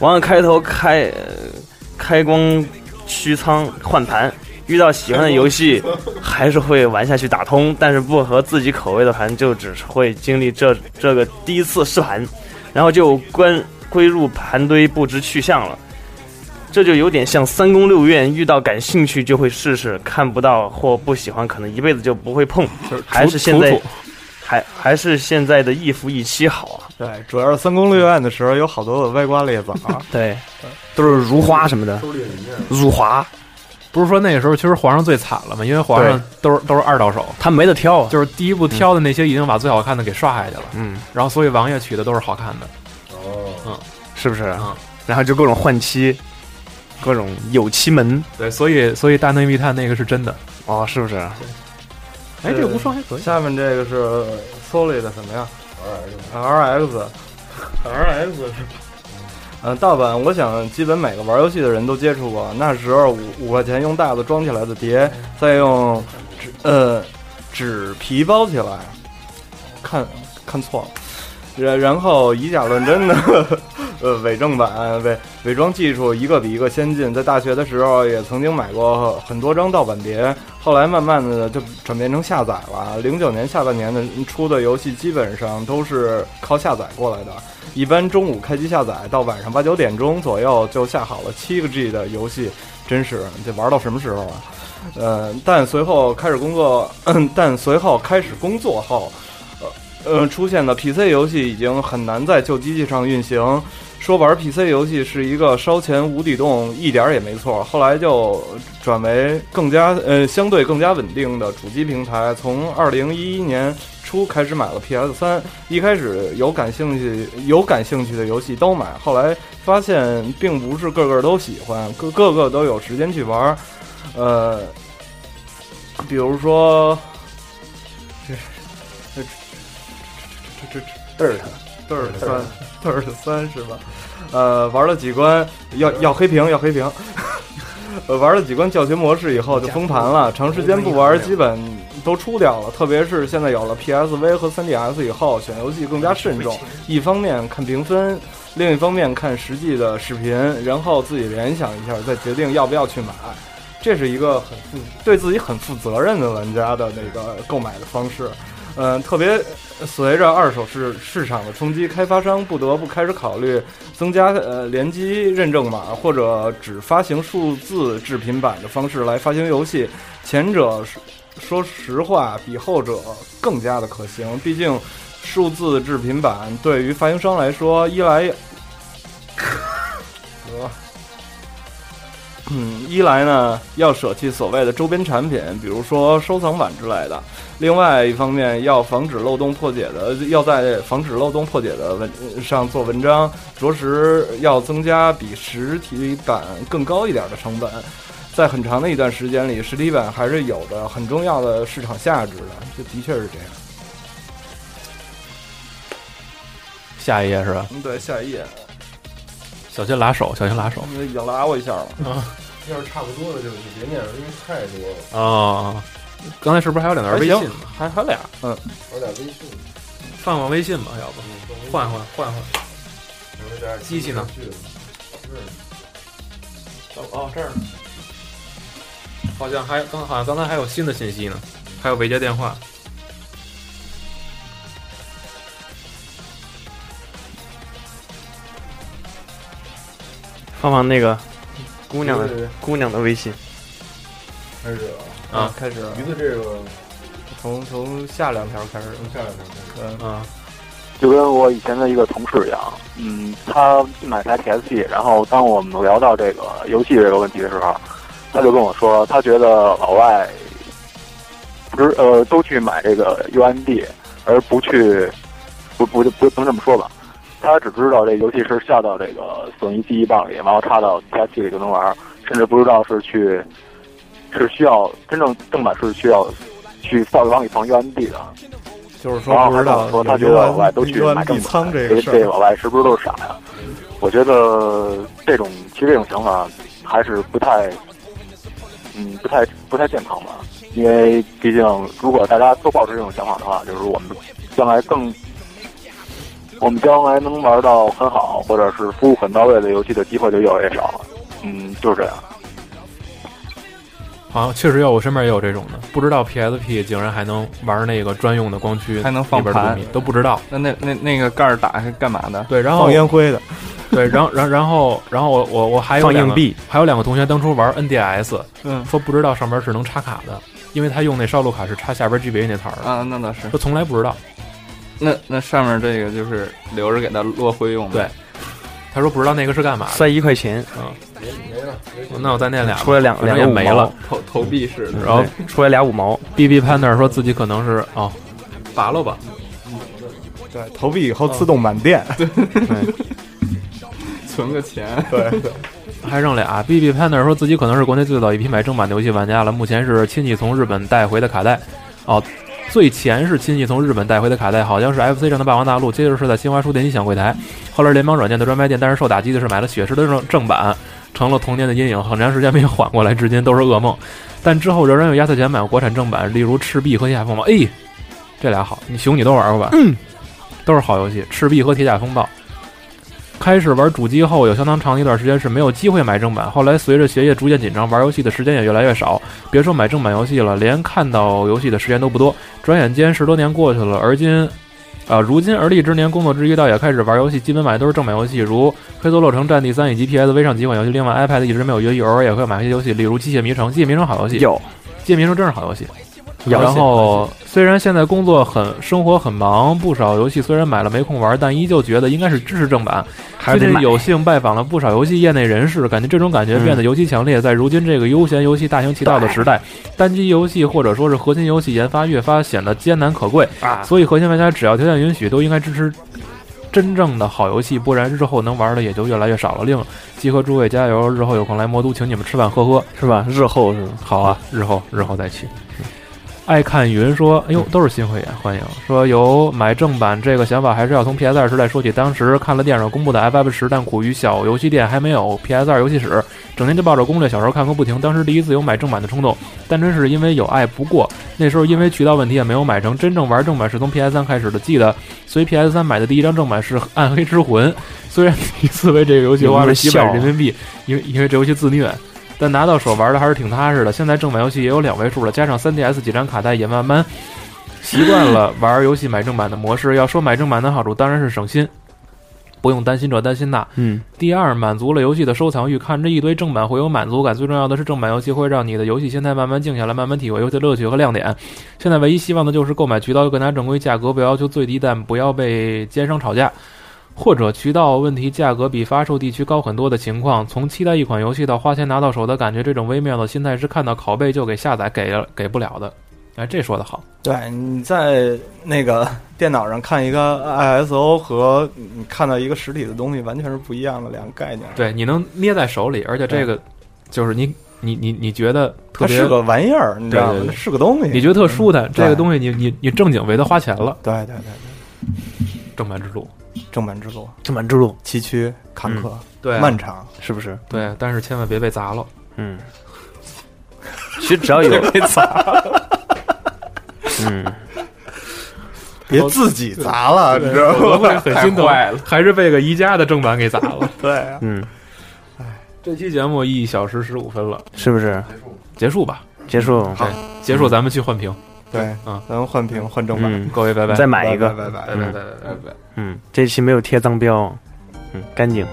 [SPEAKER 4] 完了开头开、呃开光驱仓换盘，遇到喜欢的游戏还是会玩下去打通，但是不合自己口味的盘就只会经历这这个第一次试盘，然后就关归入盘堆不知去向了。这就有点像三宫六院，遇到感兴趣就会试试，看不到或不喜欢，可能一辈子就不会碰。还是现在
[SPEAKER 2] 楚楚
[SPEAKER 4] 还还是现在的一夫一妻好啊。
[SPEAKER 7] 对，主要是三宫六院的时候，有好多的歪瓜裂枣。
[SPEAKER 4] 对，都是如花什么的，辱华，
[SPEAKER 2] 不是说那个时候其实皇上最惨了吗？因为皇上都是都是二到手，
[SPEAKER 4] 他没得挑啊。
[SPEAKER 2] 就是第一部挑的那些已经把最好看的给刷下去了，
[SPEAKER 4] 嗯，
[SPEAKER 2] 然后所以王爷娶的都是好看的。
[SPEAKER 4] 是不是？
[SPEAKER 2] 嗯
[SPEAKER 4] 然后就各种换妻，各种有妻门
[SPEAKER 2] 对，所以所以大内密探那个是真的。
[SPEAKER 4] 哦，是不是？
[SPEAKER 2] 哎，这个无双还可以。
[SPEAKER 7] 下面这个是 Solid 什么呀？RX，RX，RX 嗯，盗版，我想基本每个玩游戏的人都接触过。那时候五五块钱用袋子装起来的碟，再用纸呃纸皮包起来，看看错了。然然后以假乱真的， 呃，伪正版伪伪装技术一个比一个先进。在大学的时候也曾经买过很多张盗版碟，后来慢慢的就转变成下载了。零九年下半年的出的游戏基本上都是靠下载过来的，一般中午开机下载，到晚上八九点钟左右就下好了七个 G 的游戏，真是这玩到什么时候啊？呃，但随后开始工作， 但随后开始工作后，呃呃，出现的 PC 游戏已经很难在旧机器上运行。说玩 PC 游戏是一个烧钱无底洞，一点儿也没错。后来就转为更加呃相对更加稳定的主机平台。从二零一一年初开始买了 PS 三，一开始有感兴趣有感兴趣的游戏都买，后来发现并不是个个都喜欢，个个个都有时间去玩儿。呃，比如说，这这这这这这这这三这是三是吧？呃，玩了几关，要要黑屏要黑屏。 呃，玩了几关教学模式以后就封盘了，长时间不玩基本都出掉了。特别是现在有了 PSV 和 3DS 以后，选游戏更加慎重，一方面看评分，另一方面看实际的视频，然后自己联想一下，再决定要不要去买。这是一个很负对自己很负责任的玩家的那个购买的方式。嗯、特别随着二手市市场的冲击，开发商不得不开始考虑增加呃联机认证码或者只发行数字制品版的方式来发行游戏。前者说说实话比后者更加的可行，毕竟数字制品版对于发行商来说，一来，嗯，一来呢要舍弃所谓的周边产品，比如说收藏版之类的；另外一方面要防止漏洞破解的，要在防止漏洞破解的文上做文章，着实要增加比实体版更高一点的成本。在很长的一段时间里，实体版还是有着很重要的市场价值的，这的确是这样。
[SPEAKER 2] 下一页是吧？
[SPEAKER 7] 嗯，对，下一页，
[SPEAKER 2] 小心拉手，小心拉手
[SPEAKER 7] 你已经拉我一下了。
[SPEAKER 10] 要是差不多的就就别念了，因为太多了。
[SPEAKER 2] 啊！刚才是不是还有两条微信？还还有俩，
[SPEAKER 10] 我俩微信，
[SPEAKER 2] 换换微信吧，要不换换换换。
[SPEAKER 10] 我有点
[SPEAKER 2] 机器呢
[SPEAKER 10] 记不下去了？
[SPEAKER 2] 哦，这儿呢，好像还刚好像刚才还有新的信息呢，还有未接电话。
[SPEAKER 4] 放放那个姑
[SPEAKER 3] 姑
[SPEAKER 4] 娘的姑娘的微信，
[SPEAKER 10] 开始啊，
[SPEAKER 2] 啊
[SPEAKER 7] 开始
[SPEAKER 10] 橘子这个
[SPEAKER 7] 从从下两条开始。
[SPEAKER 10] 从下两天开始。
[SPEAKER 7] 嗯，
[SPEAKER 2] 啊，
[SPEAKER 11] 就跟我以前的一个同事一样，嗯，他买台 PSP，然后当我们聊到这个游戏这个问题的时候，他就跟我说，他觉得老外不是呃都去买这个 UMD，而不去不不不不能这么说吧，他只知道这游戏是下到这个索尼记忆棒里，然后插到 PSP 里就能玩，甚至不知道是去是需要真正正版是需要去扫地往里放 UMD 的。
[SPEAKER 7] 就是说
[SPEAKER 11] 然
[SPEAKER 7] 不
[SPEAKER 11] 后
[SPEAKER 7] 知道
[SPEAKER 11] 他说他觉得老外都去买正
[SPEAKER 7] 地仓
[SPEAKER 11] 版，
[SPEAKER 7] 这
[SPEAKER 11] 这
[SPEAKER 7] 个事儿，
[SPEAKER 11] 老外是不是都是傻呀？我觉得这种其实这种想法还是不太，嗯，不太不太健康吧。因为毕竟如果大家都抱着这种想法的话，就是我们将来更，我们将来能玩到很好或者是服务很到位的游戏的机会就越来越少了。嗯，就是这样。
[SPEAKER 2] 好像确实有，我身边也有这种的，不知道 PSP 竟然还能玩那个专用的光驱，
[SPEAKER 6] 还能放
[SPEAKER 2] 里边的
[SPEAKER 6] 盘
[SPEAKER 2] 东西都不知道。
[SPEAKER 6] 那那那那个盖儿打开干嘛的？
[SPEAKER 2] 对，然后
[SPEAKER 7] 放烟灰的，
[SPEAKER 2] 对，然后然后然后然后我我我还有
[SPEAKER 4] 放
[SPEAKER 2] 两
[SPEAKER 4] 硬
[SPEAKER 2] 个
[SPEAKER 4] 币，
[SPEAKER 2] 还有两个同学当初玩 NDS，
[SPEAKER 6] 嗯
[SPEAKER 2] 说不知道上边是能插卡的，因为他用那烧录卡是插下边 GBA 那台儿的，
[SPEAKER 6] 啊，那倒是。
[SPEAKER 2] 说从来不知道。
[SPEAKER 6] 那那上面这个就是留着给它落灰用呗。
[SPEAKER 2] 对他说不知道那个是干嘛的。
[SPEAKER 4] 塞一块钱，
[SPEAKER 2] 那我再念俩吧，
[SPEAKER 4] 出来两
[SPEAKER 2] 可能
[SPEAKER 4] 两
[SPEAKER 2] 也
[SPEAKER 4] 个五
[SPEAKER 2] 没了
[SPEAKER 4] 毛，。
[SPEAKER 6] 投投币式的。
[SPEAKER 2] 然后
[SPEAKER 4] 对出来俩五毛，
[SPEAKER 2] B B Panda 说自己可能是哦，拔了吧，
[SPEAKER 7] 对，投币以后自动满电。
[SPEAKER 6] 存个钱，
[SPEAKER 2] 还剩俩。B B Panda 说自己可能是国内最早一批买正版的游戏玩家了，目前是亲戚从日本带回的卡带。哦，最前是亲戚从日本带回的卡带，好像是 F C 上的霸王大陆，接着是在新华书店音响柜台，后来联邦软件的专卖店，但是受打击的是买了雪狮的正正版，成了童年的阴影，很长时间没有缓过来，至今都是噩梦。但之后仍然有压岁钱买过国产正版，例如《赤壁》和《铁甲风暴》。哎，这俩好，你熊你都玩过吧？嗯，都是好游戏，《赤壁》和《铁甲风暴》。开始玩主机后，有相当长一段时间是没有机会买正版。后来随着学业逐渐紧张，玩游戏的时间也越来越少，别说买正版游戏了，连看到游戏的时间都不多。转眼间十多年过去了，而今，啊，如今而立之年，工作之余倒也开始玩游戏，基本买的都是正版游戏，如《黑色洛城》《战地三》以及 PSV 上几款游戏。另外，iPad 一直没有越狱，偶尔也会买一些游戏，例如《机械迷城》。《机械迷城》好游戏，
[SPEAKER 4] 有
[SPEAKER 2] 《界面上真是好游戏。
[SPEAKER 4] 有
[SPEAKER 2] 然后虽然现在工作很生活很忙，不少游戏虽然买了没空玩，但依旧觉得应该是支持正版。
[SPEAKER 4] 还是得
[SPEAKER 2] 最近
[SPEAKER 4] 买嗯
[SPEAKER 2] 有幸拜访了不少游戏业内人士，感觉这种感觉变得尤其强烈。在如今这个悠闲游戏大行其道的时代，单机游戏或者说是核心游戏研发越发显得艰难可贵。
[SPEAKER 4] 啊，
[SPEAKER 2] 所以核心玩家只要条件允许，都应该支持真正的好游戏，不然日后能玩的也就越来越少了。另集合诸位加油，日后有空来魔都，请你们吃饭喝喝。
[SPEAKER 4] 是吧？日后是吧？
[SPEAKER 2] 好啊，日后日后再去。爱看云说：“哎呦，都是新会员，欢迎！说有买正版这个想法，还是要从 PS 二时代说起。当时看了电脑公布的 FF 十，但苦于小游戏店还没有 PS 二游戏室，整天就抱着攻略小时候看个不停。当时第一次有买正版的冲动，单纯是因为有爱。不过那时候因为渠道问题也没有买成。真正玩正版是从 PS 三开始的，记得随 PS 三买的第一张正版是《暗黑之魂》，虽然第一次为这个游戏花了几百人民币，因为因为这游戏自虐。”但拿到手玩的还是挺踏实的。现在正版游戏也有两位数了，加上 3DS 几张卡带，也慢慢习惯了玩游戏买正版的模式。要说买正版的好处，当然是省心，不用担心这担心那。
[SPEAKER 4] 嗯，
[SPEAKER 2] 第二，满足了游戏的收藏欲，看着一堆正版会有满足感。最重要的是，正版游戏会让你的游戏心态慢慢静下来，慢慢体会游戏的乐趣和亮点。现在唯一希望的就是购买渠道更加正规，价格不要求最低，但不要被奸商吵架。或者渠道问题价格比发售地区高很多的情况，从期待一款游戏到花钱拿到手的感觉，这种微妙的心态是看到拷贝就给下载，给了给不了的。哎，这说的好，
[SPEAKER 7] 对，你在那个 电脑上看一个 ISO 和你看到一个实体的东西完全是不一样的两个概念。
[SPEAKER 2] 对，你能捏在手里，而且这个就是你你你你觉得特
[SPEAKER 7] 它
[SPEAKER 2] 别
[SPEAKER 7] 是个玩意儿，你知道吗？
[SPEAKER 2] 对对
[SPEAKER 7] 它
[SPEAKER 2] 对
[SPEAKER 7] 是个东西，
[SPEAKER 2] 你觉得特舒坦，
[SPEAKER 7] 嗯
[SPEAKER 2] 这个
[SPEAKER 7] 对
[SPEAKER 2] 东西你你你正经为它花钱了。
[SPEAKER 7] 对对对对，
[SPEAKER 2] 正版之路，
[SPEAKER 7] 正版之路，
[SPEAKER 4] 正版之路，
[SPEAKER 7] 崎岖坎坷，
[SPEAKER 2] 嗯对啊
[SPEAKER 7] 漫长，
[SPEAKER 4] 是不是？
[SPEAKER 2] 对，啊但是千万别被砸了。
[SPEAKER 4] 嗯，其实只要有
[SPEAKER 7] 别砸了，
[SPEAKER 4] 嗯，
[SPEAKER 7] 别自己砸了，
[SPEAKER 2] 对
[SPEAKER 7] 你知道
[SPEAKER 2] 我 会
[SPEAKER 7] 吗？
[SPEAKER 2] 很心疼，还是被个宜家的正版给砸了。
[SPEAKER 7] 对啊，
[SPEAKER 4] 嗯，
[SPEAKER 2] 这期节目一小时十五分了，
[SPEAKER 4] 是不是？
[SPEAKER 2] 结束吧，
[SPEAKER 4] 结束，
[SPEAKER 2] 对，结束咱们去换屏，
[SPEAKER 7] 对，
[SPEAKER 2] 嗯，
[SPEAKER 7] 咱们换屏换正版，
[SPEAKER 4] 嗯
[SPEAKER 2] 各位拜拜，
[SPEAKER 4] 再买一个
[SPEAKER 7] 拜拜拜
[SPEAKER 2] 拜拜拜拜拜拜。
[SPEAKER 4] 嗯，这期没有贴脏标，嗯，干净。